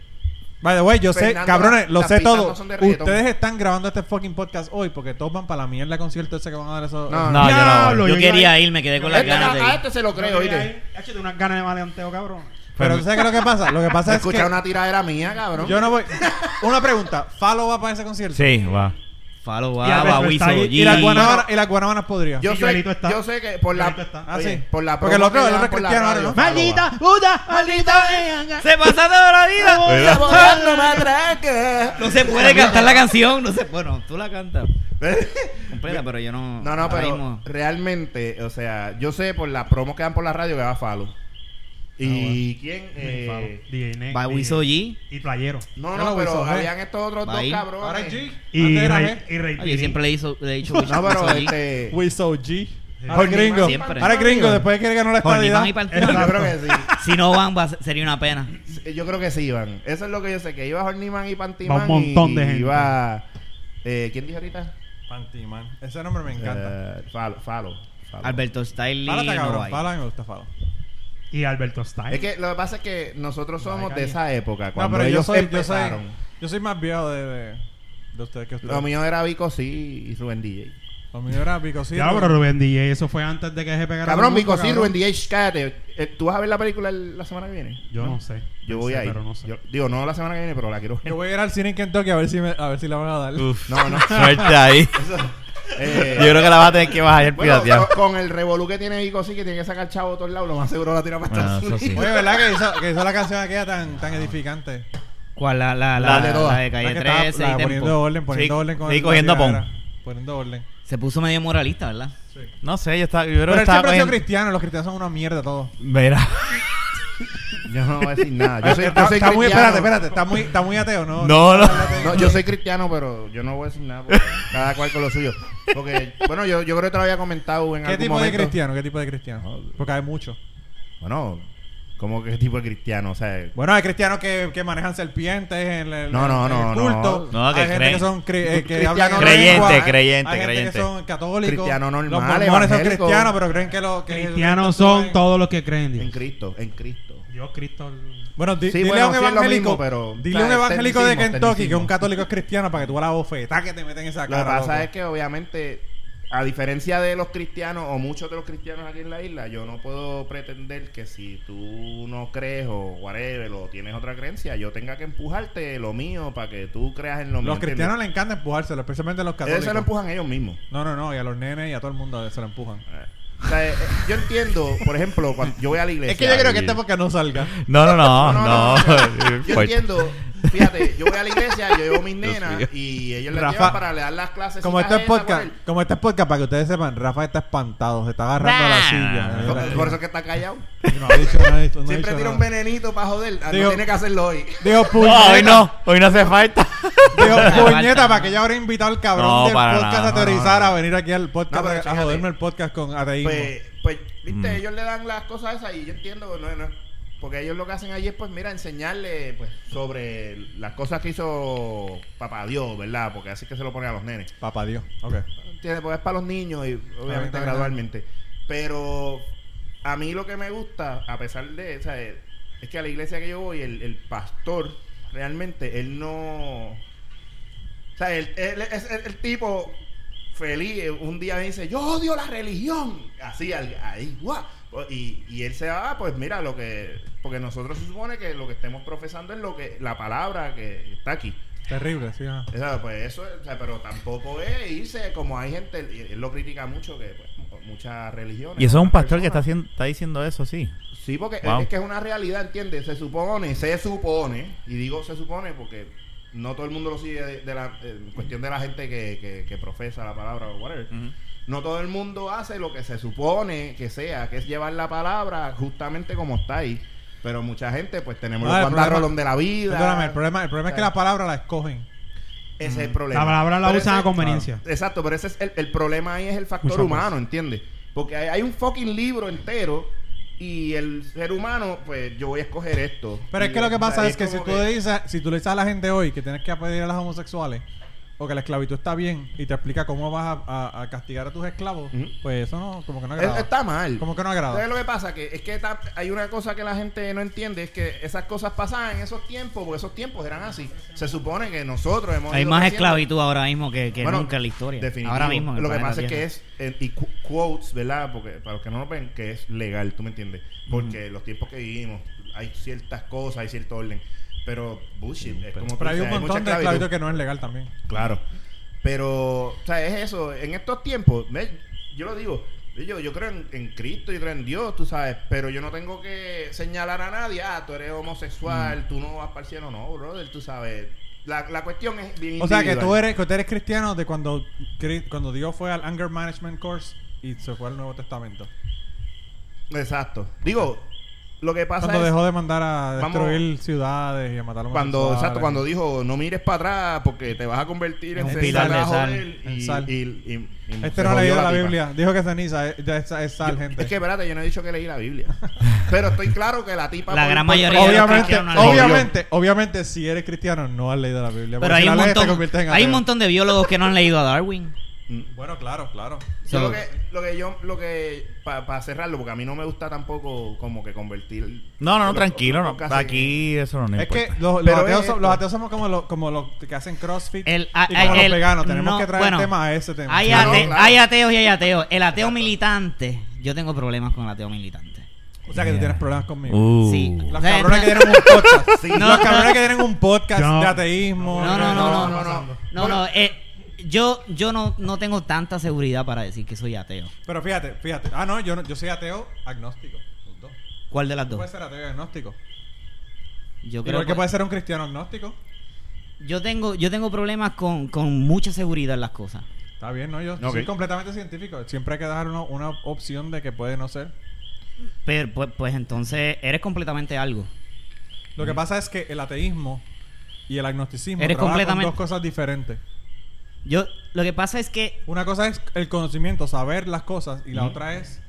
[SPEAKER 5] By the way, yo sé,
[SPEAKER 3] Fernando,
[SPEAKER 5] cabrones, lo
[SPEAKER 3] las
[SPEAKER 5] sé
[SPEAKER 3] pistas
[SPEAKER 5] todo.
[SPEAKER 3] no son de reggaetón.
[SPEAKER 5] Ustedes están grabando este fucking podcast hoy porque todos van para la mierda de concierto ese que van a dar esos.
[SPEAKER 3] No,
[SPEAKER 1] No, yo no
[SPEAKER 2] Diablo,
[SPEAKER 1] voy.
[SPEAKER 4] Yo
[SPEAKER 2] iba-
[SPEAKER 4] quería ir, me quedé con
[SPEAKER 2] yo
[SPEAKER 4] las
[SPEAKER 3] Este,
[SPEAKER 4] ganas de
[SPEAKER 3] a
[SPEAKER 4] ir.
[SPEAKER 3] este se lo creo,
[SPEAKER 2] yo quería
[SPEAKER 3] oíste.
[SPEAKER 2] ir. Hacho, tengo unas ganas de maleanteo, cabrón.
[SPEAKER 5] Pero tú sabes qué es lo que pasa. Lo que pasa es
[SPEAKER 3] Escuchar
[SPEAKER 5] que
[SPEAKER 3] una tiradera mía, cabrón.
[SPEAKER 5] yo no voy. Una pregunta. Falo va para ese concierto.
[SPEAKER 1] Sí, va.
[SPEAKER 4] Falo
[SPEAKER 2] Y a
[SPEAKER 4] Baba,
[SPEAKER 2] ver, está
[SPEAKER 4] Wiso
[SPEAKER 2] ahí-
[SPEAKER 5] Y las
[SPEAKER 4] G.
[SPEAKER 5] guanabanas, y las guanabanas podría.
[SPEAKER 3] Yo
[SPEAKER 2] Y
[SPEAKER 3] sé,
[SPEAKER 2] Joelito está.
[SPEAKER 3] yo sé que por la,
[SPEAKER 2] Joelito está.
[SPEAKER 5] Ah,
[SPEAKER 3] oye,
[SPEAKER 5] sí.
[SPEAKER 3] por la
[SPEAKER 5] Porque el
[SPEAKER 3] promo
[SPEAKER 5] otro-
[SPEAKER 3] que
[SPEAKER 5] el
[SPEAKER 3] dan
[SPEAKER 5] otro
[SPEAKER 3] por la
[SPEAKER 5] cristiano ahora,
[SPEAKER 3] radio,
[SPEAKER 5] ¿no?
[SPEAKER 3] Pablo va.
[SPEAKER 2] puta! ¡Maldita!
[SPEAKER 4] Se pasa toda la vida.
[SPEAKER 3] Está borrando matraca.
[SPEAKER 4] No se puede cantar la canción, no se Bueno, tú la cantas completa, pero yo no.
[SPEAKER 3] No, no,
[SPEAKER 4] ahora
[SPEAKER 3] pero
[SPEAKER 4] mismo-
[SPEAKER 3] realmente, o sea, yo sé por la promo que dan por la radio que va Falo. ¿Y quién? Eh,
[SPEAKER 4] Va Wiso G.
[SPEAKER 2] Y playero.
[SPEAKER 5] Ya
[SPEAKER 3] no, no,
[SPEAKER 5] lo
[SPEAKER 3] pero
[SPEAKER 5] hizo, ¿eh?
[SPEAKER 3] habían estos otros dos
[SPEAKER 4] Ahí.
[SPEAKER 3] cabrones.
[SPEAKER 5] Ahora es G.
[SPEAKER 2] Y
[SPEAKER 5] Antes era
[SPEAKER 2] Rey-
[SPEAKER 5] G.
[SPEAKER 2] y Rey
[SPEAKER 4] Ah, Yo
[SPEAKER 2] Pirín.
[SPEAKER 4] siempre le hizo- le he dicho Wiso
[SPEAKER 3] No, pero
[SPEAKER 4] G.
[SPEAKER 3] este.
[SPEAKER 5] We so G. Ahora
[SPEAKER 3] Jorge
[SPEAKER 5] es gringo.
[SPEAKER 4] Siempre.
[SPEAKER 5] Ahora es gringo. Después de que le ganó la
[SPEAKER 4] Joder, ni van y
[SPEAKER 5] estadidad.
[SPEAKER 4] pa'l
[SPEAKER 3] Yo
[SPEAKER 4] culo.
[SPEAKER 3] creo que sí.
[SPEAKER 4] Si no van, va a ser- sería una pena.
[SPEAKER 3] Yo creo que sí iban. Eso es lo que yo sé, que iba Horniman y Pantiman.
[SPEAKER 2] Va un montón
[SPEAKER 3] y-
[SPEAKER 2] de
[SPEAKER 3] y
[SPEAKER 2] gente.
[SPEAKER 3] Iba. Eh, ¿Quién dijo ahorita?
[SPEAKER 5] Pantiman. Ese nombre me encanta.
[SPEAKER 3] Eh, Falo, Falo. Falo.
[SPEAKER 4] Alberto Stiley.
[SPEAKER 5] Fálate,
[SPEAKER 4] no va
[SPEAKER 5] cabrón.
[SPEAKER 4] ahí.
[SPEAKER 5] Fala, me gusta Fala.
[SPEAKER 2] Y Alberto Stein.
[SPEAKER 3] Es que lo que pasa es que nosotros somos de
[SPEAKER 5] calle.
[SPEAKER 3] esa época.
[SPEAKER 5] No,
[SPEAKER 3] Cuando
[SPEAKER 5] pero yo
[SPEAKER 3] ellos
[SPEAKER 5] soy, yo soy.
[SPEAKER 3] empezaron.
[SPEAKER 5] Yo soy más viejo de, de, de ustedes que ustedes.
[SPEAKER 3] Lo mío era Vico sí y Rubén DJ.
[SPEAKER 5] Lo mío era Picocito.
[SPEAKER 2] Ya, pero Rubén DJ, eso fue antes de que se pegara.
[SPEAKER 3] Cabrón,
[SPEAKER 2] todo el
[SPEAKER 3] Vico
[SPEAKER 2] mundo,
[SPEAKER 3] sí,
[SPEAKER 2] cabrón.
[SPEAKER 3] Rubén DJ, sh, cállate. Eh, ¿Tú vas a ver la película el- la semana que viene?
[SPEAKER 2] Yo no sé.
[SPEAKER 3] Yo
[SPEAKER 2] No
[SPEAKER 3] voy
[SPEAKER 2] sé,
[SPEAKER 3] a ir.
[SPEAKER 2] Pero no sé.
[SPEAKER 3] Yo- digo, no la semana que viene, pero la quiero ver.
[SPEAKER 5] Yo voy a ir al cine en Kentucky a ver si, me, a ver si la van a dar.
[SPEAKER 1] Uf,
[SPEAKER 3] No, no.
[SPEAKER 1] suerte ahí.
[SPEAKER 3] Eso-
[SPEAKER 1] Yo
[SPEAKER 3] eh,
[SPEAKER 1] creo que la vas a tener que bajar el
[SPEAKER 3] bueno,
[SPEAKER 1] pirateado.
[SPEAKER 3] con, con el revolú que tiene Vico sí, que tiene que sacar chavo a todos lados, lo más seguro la tira para
[SPEAKER 1] Bueno,
[SPEAKER 3] Estados
[SPEAKER 1] eso sí.
[SPEAKER 3] Unidos.
[SPEAKER 5] Oye, ¿verdad que hizo, que hizo la canción aquella tan, tan edificante?
[SPEAKER 4] ¿Cuál? La, la,
[SPEAKER 3] La
[SPEAKER 4] la,
[SPEAKER 3] de
[SPEAKER 4] la de,
[SPEAKER 3] todas.
[SPEAKER 5] La
[SPEAKER 4] Calle
[SPEAKER 5] que estaba-
[SPEAKER 4] 13
[SPEAKER 5] la
[SPEAKER 4] y
[SPEAKER 5] poniendo
[SPEAKER 4] Tempo.
[SPEAKER 5] orden, poniendo
[SPEAKER 1] Sí,
[SPEAKER 5] orden con
[SPEAKER 1] sí,
[SPEAKER 5] la
[SPEAKER 1] cogiendo a Pon.
[SPEAKER 5] tiradera. poniendo orden.
[SPEAKER 4] Se puso medio moralista, ¿verdad?
[SPEAKER 1] No sé, yo estaba. Yo creo
[SPEAKER 5] Pero,
[SPEAKER 1] que
[SPEAKER 5] él siempre
[SPEAKER 1] estaba
[SPEAKER 5] ha sido
[SPEAKER 1] cogiendo-
[SPEAKER 5] cristiano, los cristianos son una mierda todos.
[SPEAKER 1] Mira.
[SPEAKER 3] Yo no voy a decir nada. Yo soy, yo
[SPEAKER 5] Ah, Está,
[SPEAKER 3] soy
[SPEAKER 5] está muy,
[SPEAKER 3] cristiano.
[SPEAKER 5] espérate, espérate, está muy, está muy ateo, ¿no?
[SPEAKER 1] No, no.
[SPEAKER 3] No, yo soy cristiano, pero yo no voy a decir nada. porque cada cual con lo suyo. Porque, bueno, yo, yo creo que te lo había comentado en
[SPEAKER 5] ¿Qué
[SPEAKER 3] algún
[SPEAKER 5] tipo
[SPEAKER 3] momento.
[SPEAKER 5] de cristiano? ¿Qué tipo de cristiano? Porque hay muchos.
[SPEAKER 3] Bueno, ¿cómo que tipo de cristiano? O sea,
[SPEAKER 5] Bueno, hay cristianos que, que manejan serpientes en el,
[SPEAKER 3] No, no,
[SPEAKER 5] en el
[SPEAKER 3] no, no.
[SPEAKER 5] culto.
[SPEAKER 1] No, que
[SPEAKER 5] hay gente
[SPEAKER 1] creen-
[SPEAKER 5] que son cre- eh, que
[SPEAKER 3] Cristiano
[SPEAKER 5] hablan otra
[SPEAKER 3] creyente,
[SPEAKER 5] lengua. Hay-
[SPEAKER 1] creyente,
[SPEAKER 5] hay gente
[SPEAKER 1] creyente.
[SPEAKER 5] que son católicos.
[SPEAKER 3] Cristiano normal,
[SPEAKER 5] Los mormones son
[SPEAKER 3] evangélico.
[SPEAKER 5] cristianos, pero creen que los que
[SPEAKER 2] Cristianos
[SPEAKER 5] que-
[SPEAKER 2] son todos los que creen en
[SPEAKER 3] en
[SPEAKER 2] Dios.
[SPEAKER 3] Cristo, en Cristo.
[SPEAKER 2] Dios, Cristo.
[SPEAKER 5] Bueno, di-
[SPEAKER 3] Sí,
[SPEAKER 5] dile
[SPEAKER 3] bueno,
[SPEAKER 5] a un
[SPEAKER 3] sí es lo
[SPEAKER 5] evangélico,
[SPEAKER 3] mismo, pero-
[SPEAKER 5] dile
[SPEAKER 3] o
[SPEAKER 5] a
[SPEAKER 3] sea,
[SPEAKER 5] un evangélico de
[SPEAKER 3] tecnicismo,
[SPEAKER 5] Kentucky que
[SPEAKER 3] tecnicismo.
[SPEAKER 5] un católico es cristiano para que tú a la bofeta que te meten en esa
[SPEAKER 3] Lo que
[SPEAKER 5] cara.
[SPEAKER 3] pasa
[SPEAKER 5] loco.
[SPEAKER 3] es que, obviamente, a diferencia de los cristianos o muchos de los cristianos aquí en la isla, yo no puedo pretender que si tú no crees o whatever o tienes otra creencia, yo tenga que empujarte lo mío para que tú creas en lo mío.
[SPEAKER 5] los
[SPEAKER 3] ¿entiendes?
[SPEAKER 5] cristianos les encanta empujárselo, especialmente a los
[SPEAKER 3] Ellos se lo
[SPEAKER 5] católicos.
[SPEAKER 3] empujan ellos mismos.
[SPEAKER 5] No, no, no, y a los nenes y a todo el mundo se lo empujan.
[SPEAKER 3] O sea, eh, yo entiendo, por ejemplo, cuando yo voy a la iglesia.
[SPEAKER 5] Es que yo creo que
[SPEAKER 3] y-
[SPEAKER 5] esta época no salga.
[SPEAKER 1] No, no, no.
[SPEAKER 3] No,
[SPEAKER 1] no,
[SPEAKER 3] no, Yo entiendo, fíjate, yo voy a la iglesia, yo llevo mis nenas y ellos las
[SPEAKER 5] Rafa,
[SPEAKER 3] llevan para le dar las clases.
[SPEAKER 5] Como este
[SPEAKER 3] estas
[SPEAKER 5] es podcast, como este es podcast, para que ustedes sepan, Rafa está espantado, se está agarrando a la
[SPEAKER 4] Nah.
[SPEAKER 5] silla. Mira,
[SPEAKER 3] Por,
[SPEAKER 5] mira.
[SPEAKER 3] por eso es que está callado.
[SPEAKER 5] No ha dicho, no ha dicho, no ha
[SPEAKER 3] Siempre
[SPEAKER 5] dicho
[SPEAKER 3] tira un
[SPEAKER 5] nada.
[SPEAKER 3] venenito para joder. Ah,
[SPEAKER 5] Digo-
[SPEAKER 3] no tiene que hacerlo hoy.
[SPEAKER 5] Digo,
[SPEAKER 1] No,
[SPEAKER 5] puñeta,
[SPEAKER 1] hoy no. Hoy no hace falta.
[SPEAKER 5] digo,
[SPEAKER 4] No,
[SPEAKER 5] puñeta,
[SPEAKER 4] falta.
[SPEAKER 5] para que ya ahora invitado al cabrón
[SPEAKER 1] No,
[SPEAKER 5] del
[SPEAKER 1] para
[SPEAKER 5] podcast
[SPEAKER 1] nada,
[SPEAKER 5] a
[SPEAKER 1] no,
[SPEAKER 5] aterrizar
[SPEAKER 3] no, no.
[SPEAKER 5] a venir aquí al podcast,
[SPEAKER 3] No, pero
[SPEAKER 5] a
[SPEAKER 3] chécate.
[SPEAKER 5] joderme el podcast con ateísmo.
[SPEAKER 3] Pues, pues viste,
[SPEAKER 1] Mm.
[SPEAKER 3] ellos le dan las cosas esas y yo entiendo, no, no, porque ellos lo que hacen allí es, pues, mira, enseñarle pues, sobre las cosas que hizo Papá Dios, ¿verdad? Porque así que se lo ponen a los nenes.
[SPEAKER 5] Papá Dios. Ok.
[SPEAKER 3] ¿Entiendes? Porque es para los niños y
[SPEAKER 5] Está bien, está
[SPEAKER 3] obviamente
[SPEAKER 5] bien.
[SPEAKER 3] gradualmente. Pero a mí lo que me gusta, a pesar de, o sea, eh, es que a la iglesia que yo voy, el, el pastor, realmente, él no... O sea, él, él es el, el tipo feliz. eh, Un día me dice, yo odio la religión. Así, al- ahí, guau. pues, Y, y él se va, pues mira, lo que... Porque nosotros se supone que lo que estemos profesando es lo que la palabra que está aquí.
[SPEAKER 5] Terrible, sí. ajá.
[SPEAKER 3] O sea, pues eso, o sea, pero tampoco es irse como hay gente, y él lo critica mucho, que pues, muchas religiones.
[SPEAKER 1] Y eso es un
[SPEAKER 3] muchas
[SPEAKER 1] pastor que está,
[SPEAKER 3] personas-
[SPEAKER 1] haciendo, está diciendo eso, sí.
[SPEAKER 3] Sí, porque
[SPEAKER 1] Wow.
[SPEAKER 3] es que es una realidad, ¿entiendes? Se supone, se supone, y digo se supone porque no todo el mundo lo sigue de, de la eh, cuestión de la gente que, que- que profesa la palabra o whatever. No todo el mundo hace lo que se supone que sea, que es llevar la palabra justamente como está ahí. Pero mucha gente, pues tenemos
[SPEAKER 1] Ah,
[SPEAKER 5] No, el
[SPEAKER 3] los
[SPEAKER 5] problema-
[SPEAKER 3] pandarolón de la vida.
[SPEAKER 5] Perdóname, el problema, el problema es que la palabra la escogen.
[SPEAKER 3] Ese
[SPEAKER 5] Mm.
[SPEAKER 3] es el problema.
[SPEAKER 2] La palabra la
[SPEAKER 3] Pero
[SPEAKER 2] usan
[SPEAKER 3] ese-
[SPEAKER 2] a conveniencia.
[SPEAKER 3] Exacto, pero ese es el, el problema ahí es el factor
[SPEAKER 5] Muchas
[SPEAKER 3] humano, ¿entiendes? Porque hay, hay un fucking libro entero y el ser humano, pues yo voy a escoger esto.
[SPEAKER 5] Pero es
[SPEAKER 3] Y,
[SPEAKER 5] que lo que
[SPEAKER 3] o
[SPEAKER 5] pasa
[SPEAKER 3] sea,
[SPEAKER 5] es que si
[SPEAKER 3] como
[SPEAKER 5] tú, le dices, si tú le dices a la gente hoy que tienes que pedir a las homosexuales o que la esclavitud está bien y te explica cómo vas a, a- a castigar a tus esclavos,
[SPEAKER 3] Ujú.
[SPEAKER 5] pues eso no, como que no
[SPEAKER 3] Es-
[SPEAKER 5] agrada.
[SPEAKER 3] está mal.
[SPEAKER 5] Como que no
[SPEAKER 3] ¿Sabes
[SPEAKER 5] agrada.
[SPEAKER 3] lo que pasa? Que es que ta- hay una cosa que la gente no entiende, es que esas cosas pasaban en esos tiempos, porque esos tiempos eran así. Se supone que nosotros hemos...
[SPEAKER 4] Hay
[SPEAKER 3] ido
[SPEAKER 4] más
[SPEAKER 3] creciendo.
[SPEAKER 4] esclavitud ahora mismo que, que
[SPEAKER 3] Bueno,
[SPEAKER 4] nunca en la historia.
[SPEAKER 3] definitivo.
[SPEAKER 4] Ahora mismo. en el
[SPEAKER 3] Lo que
[SPEAKER 4] planeta
[SPEAKER 3] pasa es que es,
[SPEAKER 4] Tierra.
[SPEAKER 3] eh, y cu- quotes, ¿verdad? Porque para los que no lo ven, que es legal, tú me entiendes. Porque los tiempos que vivimos, hay ciertas cosas, hay cierto orden. Pero, bullshit, es como tú
[SPEAKER 5] Pero hay un
[SPEAKER 3] dices,
[SPEAKER 5] montón
[SPEAKER 3] mucha
[SPEAKER 5] de esclavitud que no es legal también.
[SPEAKER 3] Claro. Pero, o sea, es eso. En estos tiempos, ve, yo lo digo, yo, yo creo en, en Cristo, yo creo en Dios, tú sabes, pero yo no tengo que señalar a nadie, ah, tú eres homosexual,
[SPEAKER 4] Mm.
[SPEAKER 3] tú no vas para el cielo, no, brother, tú sabes. La, la cuestión es bien
[SPEAKER 5] O sea, que
[SPEAKER 3] individual.
[SPEAKER 5] tú eres, que tú eres cristiano de cuando, Cri- cuando Dios fue al Anger Management Course y se fue al Nuevo Testamento.
[SPEAKER 3] Exacto. Digo, lo que pasa
[SPEAKER 5] Cuando
[SPEAKER 3] es
[SPEAKER 5] dejó Ah, de mandar a
[SPEAKER 3] Vamos-
[SPEAKER 5] destruir ciudades y a matar a los
[SPEAKER 3] cuando,
[SPEAKER 5] homosexuales.
[SPEAKER 3] exacto, cuando dijo, no mires para atrás porque te vas a convertir en
[SPEAKER 5] En
[SPEAKER 4] pilar de
[SPEAKER 3] Satanás,
[SPEAKER 4] sal,
[SPEAKER 3] joder",
[SPEAKER 5] en
[SPEAKER 3] y-
[SPEAKER 5] sal.
[SPEAKER 3] y- y- y se
[SPEAKER 5] Este no ha
[SPEAKER 3] jodió
[SPEAKER 5] leído la,
[SPEAKER 3] tipa.
[SPEAKER 5] Biblia. Dijo que ceniza es, ya es- es sal, gente.
[SPEAKER 3] Es que, espérate, yo no he dicho que leí la Biblia. Pero estoy claro que la tipa...
[SPEAKER 4] La
[SPEAKER 3] por-
[SPEAKER 4] gran
[SPEAKER 3] por-
[SPEAKER 4] mayoría de los
[SPEAKER 5] obviamente,
[SPEAKER 4] cristianos Ah, no
[SPEAKER 3] leído.
[SPEAKER 5] obviamente, obviamente, si eres cristiano, no has leído la Biblia.
[SPEAKER 4] Pero
[SPEAKER 5] porque si
[SPEAKER 4] hay un,
[SPEAKER 5] la lees, te
[SPEAKER 4] montón,
[SPEAKER 5] conviertes en
[SPEAKER 4] hay un
[SPEAKER 5] ateo.
[SPEAKER 4] montón de biólogos que no han leído a Darwin.
[SPEAKER 5] Bueno, claro, claro.
[SPEAKER 3] Mm. Yo
[SPEAKER 4] So-
[SPEAKER 3] lo que, lo que yo, lo que, para cerrarlo, porque a mí no me gusta tampoco como que convertir...
[SPEAKER 1] No, no, no,
[SPEAKER 3] los-
[SPEAKER 1] tranquilo.
[SPEAKER 3] los
[SPEAKER 1] no.
[SPEAKER 3] casi-
[SPEAKER 1] Aquí eso no, nos
[SPEAKER 5] Es que
[SPEAKER 1] importa.
[SPEAKER 5] los, los
[SPEAKER 3] Pero
[SPEAKER 5] ateos,
[SPEAKER 3] es
[SPEAKER 5] son-
[SPEAKER 3] esto.
[SPEAKER 5] los ateos somos como los, como los que hacen crossfit
[SPEAKER 4] El-
[SPEAKER 5] y
[SPEAKER 4] a-
[SPEAKER 5] como
[SPEAKER 4] a-
[SPEAKER 5] los
[SPEAKER 4] el-
[SPEAKER 5] veganos. Tenemos
[SPEAKER 4] no,
[SPEAKER 5] que traer
[SPEAKER 4] bueno,
[SPEAKER 5] el tema a ese tema.
[SPEAKER 4] Hay,
[SPEAKER 3] No,
[SPEAKER 4] ate-
[SPEAKER 3] claro.
[SPEAKER 4] hay ateos y hay ateos. El ateo militante. Yo tengo problemas con el ateo militante.
[SPEAKER 5] O sea que tú tienes problemas conmigo.
[SPEAKER 1] Uh.
[SPEAKER 4] Sí.
[SPEAKER 5] Los
[SPEAKER 4] O sea,
[SPEAKER 5] cabrones que
[SPEAKER 4] no-
[SPEAKER 5] tienen un podcast.
[SPEAKER 3] Sí.
[SPEAKER 4] No,
[SPEAKER 5] los
[SPEAKER 4] no.
[SPEAKER 5] cabrones que tienen un podcast
[SPEAKER 2] Yo-
[SPEAKER 5] de ateísmo.
[SPEAKER 4] No, no, no, no, no,
[SPEAKER 3] no,
[SPEAKER 4] no, no, eh, yo, yo no, no tengo tanta seguridad para decir que soy ateo.
[SPEAKER 5] Pero fíjate, fíjate. Ah, no, yo, no- yo soy ateo agnóstico. Los dos.
[SPEAKER 4] ¿Cuál de las
[SPEAKER 5] Tú puedes
[SPEAKER 4] dos?
[SPEAKER 5] ser ateo y agnóstico.
[SPEAKER 4] Yo creo
[SPEAKER 5] Igual que
[SPEAKER 4] que
[SPEAKER 5] puede ser un cristiano agnóstico.
[SPEAKER 4] yo tengo, yo tengo problemas con, con mucha seguridad en las cosas.
[SPEAKER 5] Está bien, ¿no? Yo soy
[SPEAKER 3] Ok.
[SPEAKER 5] completamente científico. Siempre hay que dar uno- una opción de que puede no ser.
[SPEAKER 4] Pero, pues, pues entonces eres completamente algo.
[SPEAKER 5] Lo que pasa es que el ateísmo y el agnosticismo trabajan
[SPEAKER 4] Eres
[SPEAKER 5] con
[SPEAKER 4] completamente-
[SPEAKER 5] dos cosas diferentes.
[SPEAKER 4] Yo, lo que pasa es que
[SPEAKER 5] Una cosa es el conocimiento, saber las cosas, y la otra es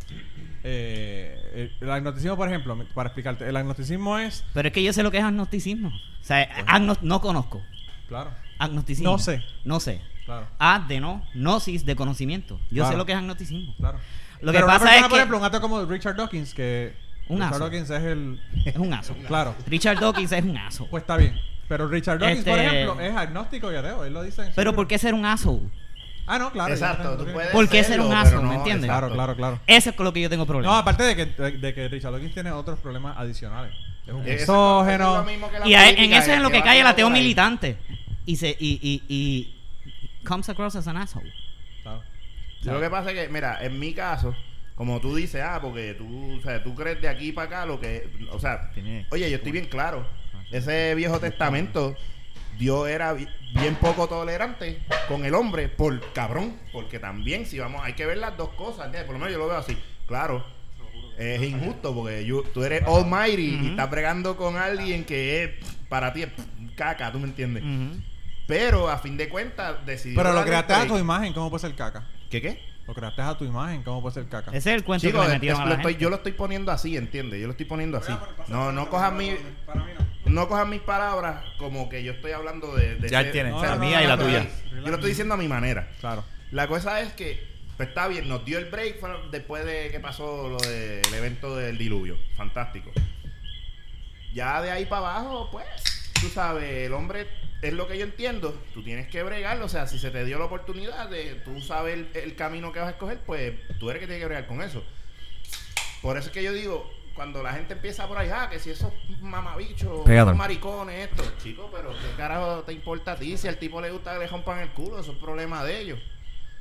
[SPEAKER 5] eh, el el agnosticismo, por ejemplo, mi- para explicarte, el agnosticismo es,
[SPEAKER 4] Pero es que yo sé lo que es agnosticismo. O sea, agno- no conozco.
[SPEAKER 5] claro,
[SPEAKER 4] Agnosticismo.
[SPEAKER 5] No sé.
[SPEAKER 4] No sé.
[SPEAKER 5] claro,
[SPEAKER 4] A de no, gnosis de conocimiento. Yo
[SPEAKER 5] Claro.
[SPEAKER 4] sé lo que es agnosticismo.
[SPEAKER 5] claro.
[SPEAKER 4] Lo que
[SPEAKER 5] Pero una
[SPEAKER 4] pasa
[SPEAKER 5] persona,
[SPEAKER 4] es
[SPEAKER 5] por
[SPEAKER 4] que-
[SPEAKER 5] ejemplo, un acto como Richard Dawkins, que
[SPEAKER 4] Un
[SPEAKER 5] Richard
[SPEAKER 4] aso.
[SPEAKER 5] Dawkins es el,
[SPEAKER 4] Es un aso.
[SPEAKER 5] claro,
[SPEAKER 4] Richard Dawkins es un aso.
[SPEAKER 5] pues está bien. Pero Richard Dawkins, por
[SPEAKER 4] Este-
[SPEAKER 5] ejemplo, es agnóstico y ateo, él lo dice. en su
[SPEAKER 4] Pero
[SPEAKER 5] libro.
[SPEAKER 4] ¿por qué ser un aso?
[SPEAKER 5] Ah, no, claro.
[SPEAKER 3] Exacto,
[SPEAKER 5] exacto,
[SPEAKER 3] tú puedes
[SPEAKER 4] ¿Por qué ser
[SPEAKER 3] serlo,
[SPEAKER 4] un
[SPEAKER 3] pero
[SPEAKER 4] asno,
[SPEAKER 3] no,
[SPEAKER 4] me entiendes?
[SPEAKER 5] Claro,
[SPEAKER 3] exacto.
[SPEAKER 5] claro, claro.
[SPEAKER 4] Eso es con lo que yo tengo
[SPEAKER 5] No,
[SPEAKER 4] problemas.
[SPEAKER 5] aparte de que, de, de que Richard Dawkins tiene otros problemas adicionales. Es un
[SPEAKER 3] Eso- Eh, eso
[SPEAKER 5] misógeno.
[SPEAKER 3] es lo mismo que la
[SPEAKER 4] y a- en
[SPEAKER 3] política,
[SPEAKER 4] eso es en lo que
[SPEAKER 3] va
[SPEAKER 4] cae el
[SPEAKER 3] todo
[SPEAKER 4] ateo
[SPEAKER 3] por ahí.
[SPEAKER 4] militante. Y se y, y, y comes across as an asshole.
[SPEAKER 5] Claro.
[SPEAKER 3] Lo que pasa es que, mira, en mi caso, como tú dices, ah, porque tú, o sea, tú crees de aquí para acá lo que, o sea,
[SPEAKER 1] Tiene-
[SPEAKER 3] oye, yo estoy bien claro. Ese Viejo Testamento, Dios era bi- bien poco tolerante con el hombre, por cabrón, porque también si vamos, hay que ver las dos cosas, ¿entiendes? por lo menos yo lo veo así, claro. Es injusto porque yo- tú eres almighty y estás bregando con alguien que es, para ti es caca, ¿tú me entiendes?
[SPEAKER 4] Ujú.
[SPEAKER 3] Pero a fin de cuentas decidió...
[SPEAKER 5] Pero lo
[SPEAKER 3] darle
[SPEAKER 5] creaste a
[SPEAKER 3] play.
[SPEAKER 5] tu imagen, ¿cómo puede ser caca?
[SPEAKER 3] ¿Qué qué?
[SPEAKER 5] Lo creaste a tu imagen, ¿cómo puede ser caca?
[SPEAKER 4] Ese es el cuento
[SPEAKER 3] Chicos,
[SPEAKER 4] que le
[SPEAKER 3] es-
[SPEAKER 4] metieron
[SPEAKER 3] es-
[SPEAKER 4] a
[SPEAKER 3] lo
[SPEAKER 4] la
[SPEAKER 3] estoy-
[SPEAKER 4] gente.
[SPEAKER 3] yo lo estoy poniendo así, ¿entiendes? Yo lo estoy poniendo así. No, no cojas mi,
[SPEAKER 5] Para mí no.
[SPEAKER 3] no cojas mis palabras como que yo estoy hablando de. de
[SPEAKER 1] Ya
[SPEAKER 3] ese-
[SPEAKER 1] tienes,
[SPEAKER 5] la mía y la tuya.
[SPEAKER 3] Yo lo estoy diciendo a mi manera.
[SPEAKER 5] Claro.
[SPEAKER 3] La cosa es que, pues está bien, nos dio el break fue después de que pasó lo del evento del diluvio. Fantástico. Ya de ahí para abajo, pues, tú sabes, el hombre es lo que yo entiendo. Tú tienes que bregarlo. O sea, si se te dio la oportunidad de tú sabes el, el camino que vas a escoger, pues tú eres el que tiene que bregar con eso. Por eso es que yo digo, cuando la gente empieza por ahí, ah, que si esos mamabichos,
[SPEAKER 1] Pégate.
[SPEAKER 3] esos maricones, estos, chicos, pero ¿qué carajo te importa a ti? Si al tipo le gusta que le rompan el culo, eso es problema de ellos.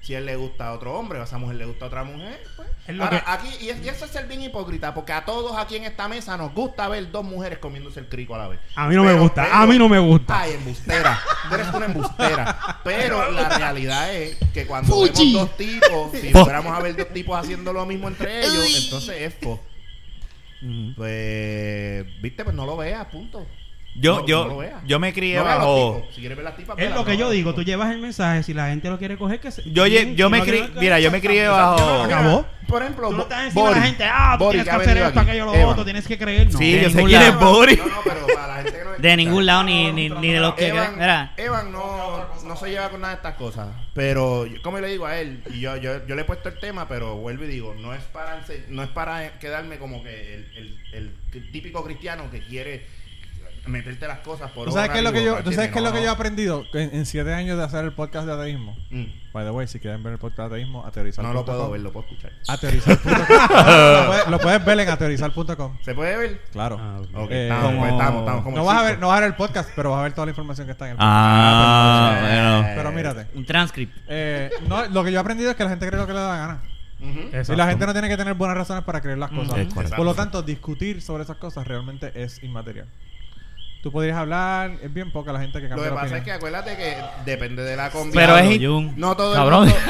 [SPEAKER 3] Si a él le gusta a otro hombre, o a esa mujer le gusta a otra mujer, pues.
[SPEAKER 2] Es lo
[SPEAKER 3] Ahora,
[SPEAKER 2] que-
[SPEAKER 3] aquí, y, es- y eso es ser bien hipócrita, porque a todos aquí en esta mesa nos gusta ver dos mujeres comiéndose el crico a la vez.
[SPEAKER 2] A mí no me gusta, a mí no me gusta.
[SPEAKER 3] Ay, embustera. Tú eres una embustera. Pero la realidad es que cuando
[SPEAKER 6] Fuchi.
[SPEAKER 3] vemos dos tipos, si fuéramos a ver dos tipos haciendo lo mismo entre ellos,
[SPEAKER 6] Uy.
[SPEAKER 3] entonces es fo.
[SPEAKER 2] Mm.
[SPEAKER 3] Pues, viste, pues no lo veas, punto.
[SPEAKER 1] Yo,
[SPEAKER 3] No,
[SPEAKER 1] yo,
[SPEAKER 3] no lo veas.
[SPEAKER 1] yo me crié
[SPEAKER 3] No veas los
[SPEAKER 1] bajo.
[SPEAKER 3] tipos. Si quieres ver las tipas,
[SPEAKER 2] Es
[SPEAKER 3] velas,
[SPEAKER 2] lo que
[SPEAKER 3] no
[SPEAKER 2] yo
[SPEAKER 3] veas
[SPEAKER 2] digo,
[SPEAKER 3] los
[SPEAKER 2] tú
[SPEAKER 3] tipos.
[SPEAKER 2] llevas el mensaje, si la gente lo quiere coger, que se...
[SPEAKER 1] Yo, lle- yo me crié, mira, yo me crié bajo.
[SPEAKER 2] Acabó.
[SPEAKER 3] Por ejemplo,
[SPEAKER 2] Tú no
[SPEAKER 3] Bo-
[SPEAKER 2] estás encima de la
[SPEAKER 3] Boris.
[SPEAKER 2] gente, ah, tú
[SPEAKER 3] Boris,
[SPEAKER 2] tienes
[SPEAKER 3] ¿qué
[SPEAKER 2] que
[SPEAKER 3] ha
[SPEAKER 2] hacer
[SPEAKER 3] venido
[SPEAKER 2] esto,
[SPEAKER 3] aquí?
[SPEAKER 2] aquello, lo
[SPEAKER 3] Evan.
[SPEAKER 2] otro, tienes que creer. No.
[SPEAKER 1] Sí,
[SPEAKER 4] de
[SPEAKER 1] yo sé
[SPEAKER 4] ningún
[SPEAKER 1] quién
[SPEAKER 4] lado.
[SPEAKER 1] es Boris.
[SPEAKER 3] No, no, pero para la gente que no
[SPEAKER 4] De
[SPEAKER 3] escucha,
[SPEAKER 4] ningún lado ni, ni, ni de los que
[SPEAKER 3] Evan,
[SPEAKER 4] creen. Mira,
[SPEAKER 3] Evan no, no se lleva con nada de estas cosas. Pero, yo- como le digo a él, y yo, yo, yo le he puesto el tema, pero vuelvo y digo, no es para ense- no es para quedarme como que el, el- el típico cristiano que quiere meterte las cosas por
[SPEAKER 5] ¿Tú sabes
[SPEAKER 3] obra
[SPEAKER 5] qué es lo que yo,
[SPEAKER 3] viva,
[SPEAKER 5] ¿tú sabes
[SPEAKER 3] ¿entiendes?
[SPEAKER 5] qué es lo
[SPEAKER 3] No,
[SPEAKER 5] que
[SPEAKER 3] no.
[SPEAKER 5] yo he aprendido en, en siete años de hacer el podcast de ateísmo?
[SPEAKER 3] Mm,
[SPEAKER 5] By the way, si quieren ver el podcast de ateísmo, aterrizar.
[SPEAKER 3] No lo puedo ver, lo puedo escuchar.
[SPEAKER 5] Aterrizar.com. lo, puedes, lo puedes ver en aterrizar.com.
[SPEAKER 3] ¿Se puede ver?
[SPEAKER 5] Claro.
[SPEAKER 2] Ah, ok.
[SPEAKER 3] Ok,
[SPEAKER 5] Eh,
[SPEAKER 3] estamos,
[SPEAKER 5] como-
[SPEAKER 3] pues, estamos, estamos como
[SPEAKER 5] no, vas a ver,
[SPEAKER 3] cinco.
[SPEAKER 5] no vas a ver el podcast, pero vas a ver toda la información que está en el podcast.
[SPEAKER 1] Ah, bueno.
[SPEAKER 3] Eh,
[SPEAKER 5] Pero mírate.
[SPEAKER 4] un transcript.
[SPEAKER 5] Eh, no, lo que yo he aprendido es que la gente cree lo que le da la gana.
[SPEAKER 3] ujú.
[SPEAKER 5] Y la gente no tiene que tener buenas razones para creer las cosas.
[SPEAKER 1] Es correcto.
[SPEAKER 5] Por lo tanto, discutir sobre esas cosas realmente es inmaterial. Tú podrías hablar, es bien poca la gente que
[SPEAKER 3] Lo
[SPEAKER 5] cambia
[SPEAKER 3] que
[SPEAKER 5] de
[SPEAKER 3] pasa es que
[SPEAKER 5] opinión.
[SPEAKER 3] acuérdate que depende de la combinación.
[SPEAKER 1] Pero es.
[SPEAKER 4] Diablo, Jun.
[SPEAKER 1] in-
[SPEAKER 3] No todo
[SPEAKER 1] Cabrón.
[SPEAKER 3] el mundo.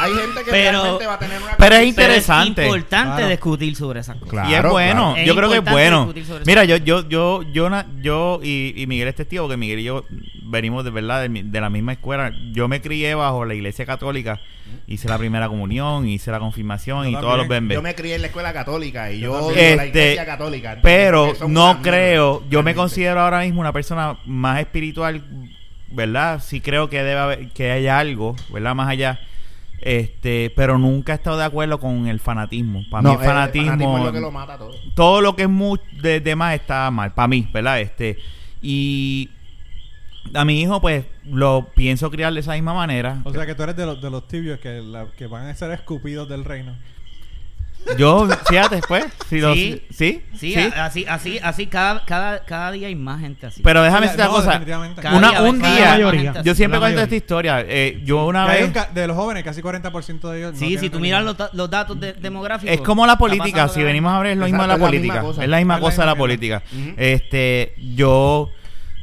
[SPEAKER 3] Hay gente que
[SPEAKER 4] Pero-
[SPEAKER 3] realmente va a tener
[SPEAKER 1] Pero es
[SPEAKER 3] una convicción.
[SPEAKER 4] Pero es
[SPEAKER 1] Interesante.
[SPEAKER 4] importante
[SPEAKER 5] Claro.
[SPEAKER 4] discutir sobre esas cosas.
[SPEAKER 1] y es bueno,
[SPEAKER 4] claro.
[SPEAKER 1] yo
[SPEAKER 4] Es
[SPEAKER 1] creo que es
[SPEAKER 4] importante
[SPEAKER 1] bueno.
[SPEAKER 4] discutir sobre
[SPEAKER 1] Mira, yo, yo, yo, yo, na- yo y, y Miguel es testigo, que Miguel y yo venimos de verdad de, mi- de la misma escuela. Yo me crié bajo la iglesia católica, hice la primera comunión, hice la confirmación
[SPEAKER 5] Yo
[SPEAKER 1] y todos los
[SPEAKER 5] también.
[SPEAKER 1] bembes.
[SPEAKER 3] Yo me crié en la escuela católica y yo,
[SPEAKER 5] Yo
[SPEAKER 3] odio
[SPEAKER 1] también.
[SPEAKER 3] la
[SPEAKER 1] Este,
[SPEAKER 3] iglesia católica.
[SPEAKER 1] Pero
[SPEAKER 3] Porque son
[SPEAKER 1] no
[SPEAKER 3] una
[SPEAKER 1] creo,
[SPEAKER 3] mierda,
[SPEAKER 1] yo me
[SPEAKER 3] realmente.
[SPEAKER 1] considero ahora mismo una persona más espiritual, ¿verdad? Sí creo que debe haber, que haya algo, ¿verdad? Más allá. Este, pero nunca he estado de acuerdo con el fanatismo. Para
[SPEAKER 3] No,
[SPEAKER 1] mí el fanatismo,
[SPEAKER 3] es lo que lo mata todo.
[SPEAKER 1] todo lo que es mucho de, de más está mal para mí, ¿verdad? Este y a mi hijo pues lo pienso criar de esa misma manera.
[SPEAKER 5] O sea que tú eres de los, de los tibios que, la- que van a ser escupidos del reino.
[SPEAKER 1] Yo fíjate después, si lo-
[SPEAKER 4] Sí.
[SPEAKER 1] sí, sí,
[SPEAKER 4] Sí, a- así, así, así cada, cada, cada día hay más gente así.
[SPEAKER 1] Pero déjame decirte
[SPEAKER 5] No,
[SPEAKER 1] una cosa.
[SPEAKER 5] definitivamente.
[SPEAKER 4] Cada
[SPEAKER 1] Una-
[SPEAKER 4] ves
[SPEAKER 1] un
[SPEAKER 4] cada
[SPEAKER 1] día-
[SPEAKER 4] vez más
[SPEAKER 2] Yo
[SPEAKER 4] gente así.
[SPEAKER 1] Yo siempre
[SPEAKER 2] La
[SPEAKER 1] cuento
[SPEAKER 2] mayoría.
[SPEAKER 1] esta historia. Eh, yo una
[SPEAKER 5] Y hay
[SPEAKER 1] vez
[SPEAKER 5] un ca- de los jóvenes, casi 40% de ellos. no
[SPEAKER 4] Sí, si
[SPEAKER 5] tienen
[SPEAKER 4] tú miras los,
[SPEAKER 5] religión.
[SPEAKER 4] da- los datos de- demográficos.
[SPEAKER 5] pues,
[SPEAKER 1] Es como la
[SPEAKER 4] está
[SPEAKER 1] política,
[SPEAKER 4] pasando
[SPEAKER 1] si
[SPEAKER 4] de-
[SPEAKER 1] venimos a ver es lo mismo de la
[SPEAKER 3] Exacto, es la misma
[SPEAKER 1] política.
[SPEAKER 3] cosa.
[SPEAKER 1] Es la misma
[SPEAKER 5] Es la
[SPEAKER 1] cosa de la
[SPEAKER 5] misma
[SPEAKER 1] política.
[SPEAKER 3] mierda. Ujú.
[SPEAKER 1] Este, yo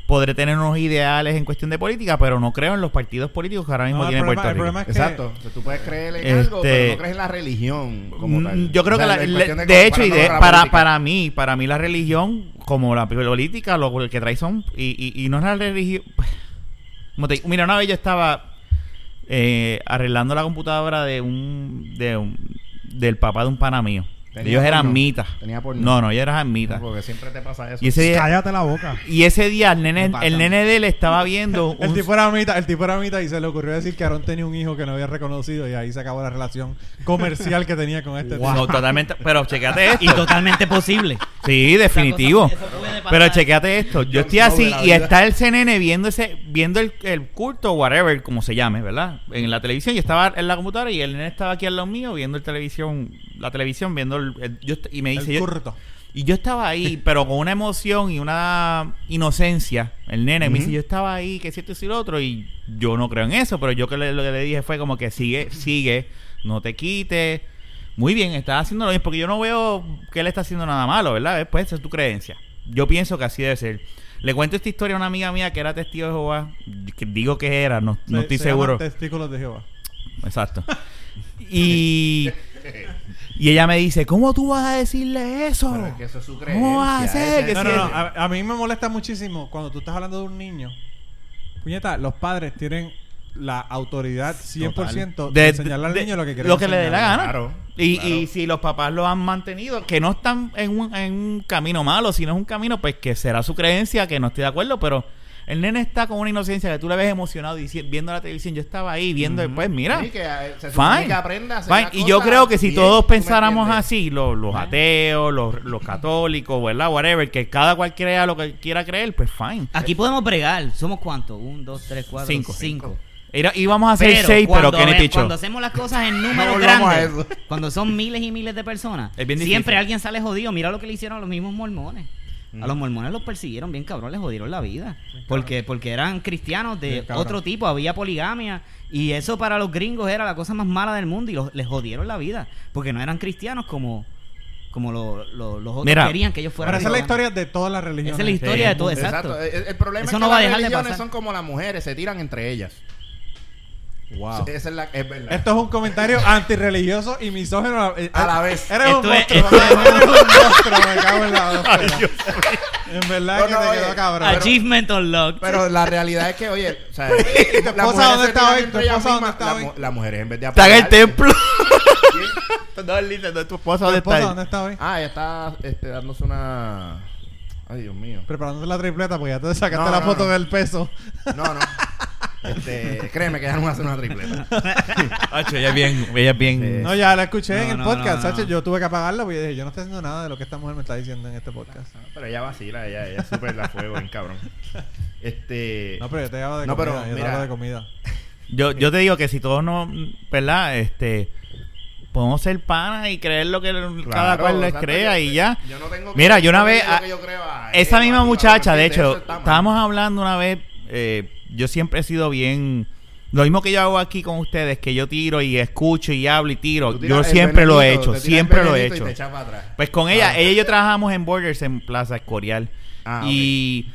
[SPEAKER 1] podré tener unos ideales en cuestión de política, pero no creo en los partidos políticos que ahora mismo
[SPEAKER 5] No, el
[SPEAKER 1] tiene
[SPEAKER 5] problema- el
[SPEAKER 1] Puerto
[SPEAKER 5] problema
[SPEAKER 1] Rico.
[SPEAKER 5] es que-
[SPEAKER 3] Exacto. O sea, tú puedes creer en
[SPEAKER 1] Este-
[SPEAKER 3] algo, pero no crees en la religión como
[SPEAKER 1] Mm,
[SPEAKER 3] tal.
[SPEAKER 1] Yo creo
[SPEAKER 3] O
[SPEAKER 1] que
[SPEAKER 3] sea,
[SPEAKER 1] la-
[SPEAKER 3] en
[SPEAKER 1] le-
[SPEAKER 3] cuestión
[SPEAKER 1] de,
[SPEAKER 3] comparar-
[SPEAKER 1] hecho, y
[SPEAKER 3] no
[SPEAKER 1] de-
[SPEAKER 3] con la
[SPEAKER 1] para,
[SPEAKER 3] política.
[SPEAKER 1] para mí, para mí la religión, como la política, lo que trae son, y, y- y no es la religión. Como te digo, mira, una vez yo estaba eh, arreglando la computadora de un, de un- del papá de un pana mío.
[SPEAKER 3] Tenía
[SPEAKER 1] ellos eran
[SPEAKER 3] porno.
[SPEAKER 1] mitas.
[SPEAKER 3] Tenía porno.
[SPEAKER 1] No, no, ellos eran mitas.
[SPEAKER 3] Porque siempre te pasa eso.
[SPEAKER 1] Y ese día,
[SPEAKER 2] Cállate la boca.
[SPEAKER 1] y ese día el nene,
[SPEAKER 4] Me pasa.
[SPEAKER 1] el nene de él estaba viendo
[SPEAKER 5] El
[SPEAKER 1] un-
[SPEAKER 5] tipo era mitad, el tipo era mitad y se le ocurrió decir que Aarón tenía un hijo que no había reconocido y ahí se acabó la relación comercial que tenía con este
[SPEAKER 1] No, totalmente, pero chequéate esto.
[SPEAKER 4] Y totalmente posible.
[SPEAKER 1] Sí, definitivo.
[SPEAKER 4] Esa cosa- eso puede pasar.
[SPEAKER 1] Pero chequeate esto. Yo
[SPEAKER 3] Jon
[SPEAKER 1] estoy
[SPEAKER 3] Snow de
[SPEAKER 1] así
[SPEAKER 3] la
[SPEAKER 1] y
[SPEAKER 3] vida.
[SPEAKER 1] está el CNN viendo ese, viendo el, el culto, whatever, como se llame, ¿verdad? En la televisión. Yo estaba en la computadora y el nene estaba aquí al lado mío viendo el televisión, la televisión, viendo el, el- yo est- y me
[SPEAKER 5] tipo.
[SPEAKER 1] dice
[SPEAKER 5] El
[SPEAKER 1] yo-
[SPEAKER 5] curto.
[SPEAKER 1] y yo estaba ahí, pero con una emoción y una inocencia. El nene me dice,
[SPEAKER 3] Ujú.
[SPEAKER 1] yo estaba ahí, que si esto y lo otro, y yo no creo en eso, pero yo que le- lo que le dije fue como que sigue, sigue, no te quites. Muy bien, estás haciendo lo mismo, porque yo no veo que él está haciendo nada malo, ¿verdad? Después, esa es tu creencia. Yo pienso que así debe ser. Le cuento esta historia a una amiga mía que era testigo de Jehová, que digo que era, no, no
[SPEAKER 5] Se-
[SPEAKER 1] estoy
[SPEAKER 5] se llama
[SPEAKER 1] seguro.
[SPEAKER 5] Testículos de Jehová.
[SPEAKER 1] Exacto. Y, y ella me dice, ¿cómo tú vas a decirle eso?
[SPEAKER 3] Pero es que eso es su creencia.
[SPEAKER 1] ¿Cómo vas a hacer
[SPEAKER 3] ese-
[SPEAKER 1] que
[SPEAKER 5] No,
[SPEAKER 1] si
[SPEAKER 5] no,
[SPEAKER 1] es-
[SPEAKER 5] no. A, a mí me molesta muchísimo cuando tú estás hablando de un niño. Puñeta, los padres tienen la autoridad 100% de,
[SPEAKER 1] De-
[SPEAKER 5] enseñarle al
[SPEAKER 1] de-
[SPEAKER 5] niño lo que quieren
[SPEAKER 1] lo que le dé la
[SPEAKER 5] enseñarle.
[SPEAKER 1] gana.
[SPEAKER 3] Claro,
[SPEAKER 1] y,
[SPEAKER 3] claro.
[SPEAKER 1] y si los papás lo han mantenido, que no están en un, en un camino malo, si no es un camino, pues que será su creencia, que no estoy de acuerdo, pero el nene está con una inocencia que tú le ves emocionado dici- viendo la televisión. Yo estaba ahí viendo, pues mira,
[SPEAKER 3] Sí, que, eh, se supone
[SPEAKER 1] fine.
[SPEAKER 3] que aprenda a hacer
[SPEAKER 1] fine.
[SPEAKER 3] las
[SPEAKER 1] Y yo
[SPEAKER 3] cosas
[SPEAKER 1] creo que si
[SPEAKER 3] bien,
[SPEAKER 1] todos
[SPEAKER 3] ¿tú me
[SPEAKER 1] pensáramos
[SPEAKER 3] entiendes?
[SPEAKER 1] así, los, los ateos, los, los católicos, ¿verdad? Whatever, que cada cual crea lo que quiera creer, pues fine.
[SPEAKER 4] Aquí podemos bregar. ¿Somos cuántos? Un, dos, tres, cuatro, cinco.
[SPEAKER 1] Cinco. Era- íbamos a hacer
[SPEAKER 4] Pero,
[SPEAKER 1] seis, pero
[SPEAKER 4] cuando
[SPEAKER 1] Kenny
[SPEAKER 4] ve-
[SPEAKER 1] pichó.
[SPEAKER 4] Cuando hacemos las cosas en números
[SPEAKER 3] volvamos a
[SPEAKER 4] grandes,
[SPEAKER 3] eso.
[SPEAKER 4] cuando son miles y miles de personas,
[SPEAKER 1] Es bien difícil.
[SPEAKER 4] siempre alguien sale jodido. Mira lo que le hicieron a los mismos mormones. A
[SPEAKER 5] Mm.
[SPEAKER 4] los mormones los persiguieron bien cabrón, les jodieron la vida. Porque, porque eran cristianos de
[SPEAKER 5] Bien cabrón.
[SPEAKER 4] otro tipo, había poligamia. Y eso para los gringos era la cosa más mala del mundo y los, les jodieron la vida. Porque no eran cristianos como, como lo- lo- los otros
[SPEAKER 1] Mira,
[SPEAKER 4] querían que ellos fueran.
[SPEAKER 5] Pero esa es la
[SPEAKER 4] monogámicos.
[SPEAKER 5] historia de todas las religiones.
[SPEAKER 4] Esa es la historia de
[SPEAKER 1] Sí.
[SPEAKER 4] todo,
[SPEAKER 3] Exacto.
[SPEAKER 4] exacto.
[SPEAKER 3] El, el problema
[SPEAKER 4] Eso
[SPEAKER 3] es que
[SPEAKER 4] no va a
[SPEAKER 3] las
[SPEAKER 4] dejar de
[SPEAKER 3] religiones
[SPEAKER 4] pasar.
[SPEAKER 3] son como las mujeres, se tiran entre ellas.
[SPEAKER 5] Wow.
[SPEAKER 3] Esa es la es verdad.
[SPEAKER 5] Esto es un comentario antirreligioso y misógino a, eh,
[SPEAKER 3] A la vez.
[SPEAKER 5] Eres un
[SPEAKER 4] Esto
[SPEAKER 5] monstruo,
[SPEAKER 4] es-
[SPEAKER 5] mamá, eres un monstruo, me cago en la En verdad
[SPEAKER 3] No,
[SPEAKER 5] que
[SPEAKER 3] no,
[SPEAKER 5] te
[SPEAKER 3] oye, ah,
[SPEAKER 5] quedó cabrón.
[SPEAKER 3] pero-
[SPEAKER 4] Achievement unlocked.
[SPEAKER 3] Pero la realidad es que, oye, o sea,
[SPEAKER 5] esposa dónde está hoy? ¿Tu esposa dónde está hoy?
[SPEAKER 3] las mujeres en vez de
[SPEAKER 1] Está en el
[SPEAKER 3] apoyarse-
[SPEAKER 1] templo. no, Lisa, no, tu esposa,
[SPEAKER 5] ¿Tu
[SPEAKER 1] ¿dónde
[SPEAKER 5] esposa
[SPEAKER 1] está?
[SPEAKER 5] dónde está hoy?
[SPEAKER 3] Ah, ella está este, dándose una. Ay, Dios mío.
[SPEAKER 5] Preparándote la tripleta porque ya te sacaste
[SPEAKER 3] No,
[SPEAKER 5] la
[SPEAKER 3] no,
[SPEAKER 5] foto
[SPEAKER 3] no.
[SPEAKER 5] del peso.
[SPEAKER 3] No, no. Este, créeme que ya no va a hacer una tripleta.
[SPEAKER 1] Hacho, ella es bien, ella es bien.
[SPEAKER 3] Sí.
[SPEAKER 5] No, ya la escuché en
[SPEAKER 4] No,
[SPEAKER 5] el
[SPEAKER 4] no,
[SPEAKER 5] podcast,
[SPEAKER 4] no, no.
[SPEAKER 5] Sacho. Yo tuve que apagarla porque yo dije, yo no estoy haciendo nada de lo que esta mujer me está diciendo en este podcast.
[SPEAKER 3] Pero ella vacila, ella, ella súper la fuego, bien cabrón.
[SPEAKER 1] Eh,
[SPEAKER 3] Este.
[SPEAKER 5] No, pero yo te hablo de
[SPEAKER 3] No,
[SPEAKER 5] comida.
[SPEAKER 3] pero
[SPEAKER 5] yo te
[SPEAKER 3] mira.
[SPEAKER 5] hablo de comida.
[SPEAKER 1] Yo, yo te digo que si todos no, ¿verdad? Este, podemos ser panas y creer lo que cada
[SPEAKER 3] Claro,
[SPEAKER 1] cual les
[SPEAKER 3] exacto,
[SPEAKER 1] crea
[SPEAKER 3] yo-
[SPEAKER 1] y ya.
[SPEAKER 3] yo no tengo que eh,
[SPEAKER 1] Mira, yo una
[SPEAKER 3] creer
[SPEAKER 1] vez,
[SPEAKER 3] lo
[SPEAKER 1] a-
[SPEAKER 3] que yo creo ah, eh, a
[SPEAKER 1] esa
[SPEAKER 3] él, a
[SPEAKER 1] misma
[SPEAKER 3] ti,
[SPEAKER 1] muchacha,
[SPEAKER 3] cabrón,
[SPEAKER 1] de
[SPEAKER 3] ¿entiendes?
[SPEAKER 1] hecho,
[SPEAKER 3] Eso está mal.
[SPEAKER 1] estábamos hablando una vez, eh, yo siempre he sido bien, lo mismo que yo hago aquí con ustedes, que yo tiro y escucho y hablo y
[SPEAKER 3] Tú
[SPEAKER 1] tiro,
[SPEAKER 3] tiras
[SPEAKER 1] yo
[SPEAKER 3] el
[SPEAKER 1] siempre lo he
[SPEAKER 3] venenito,
[SPEAKER 1] hecho,
[SPEAKER 3] te tiras el
[SPEAKER 1] siempre lo he
[SPEAKER 3] venenito y
[SPEAKER 1] hecho.
[SPEAKER 3] te echas para atrás.
[SPEAKER 1] Pues con ella,
[SPEAKER 3] Ah.
[SPEAKER 1] ella y yo trabajamos en Borders en Plaza Escorial.
[SPEAKER 3] Ah,
[SPEAKER 1] y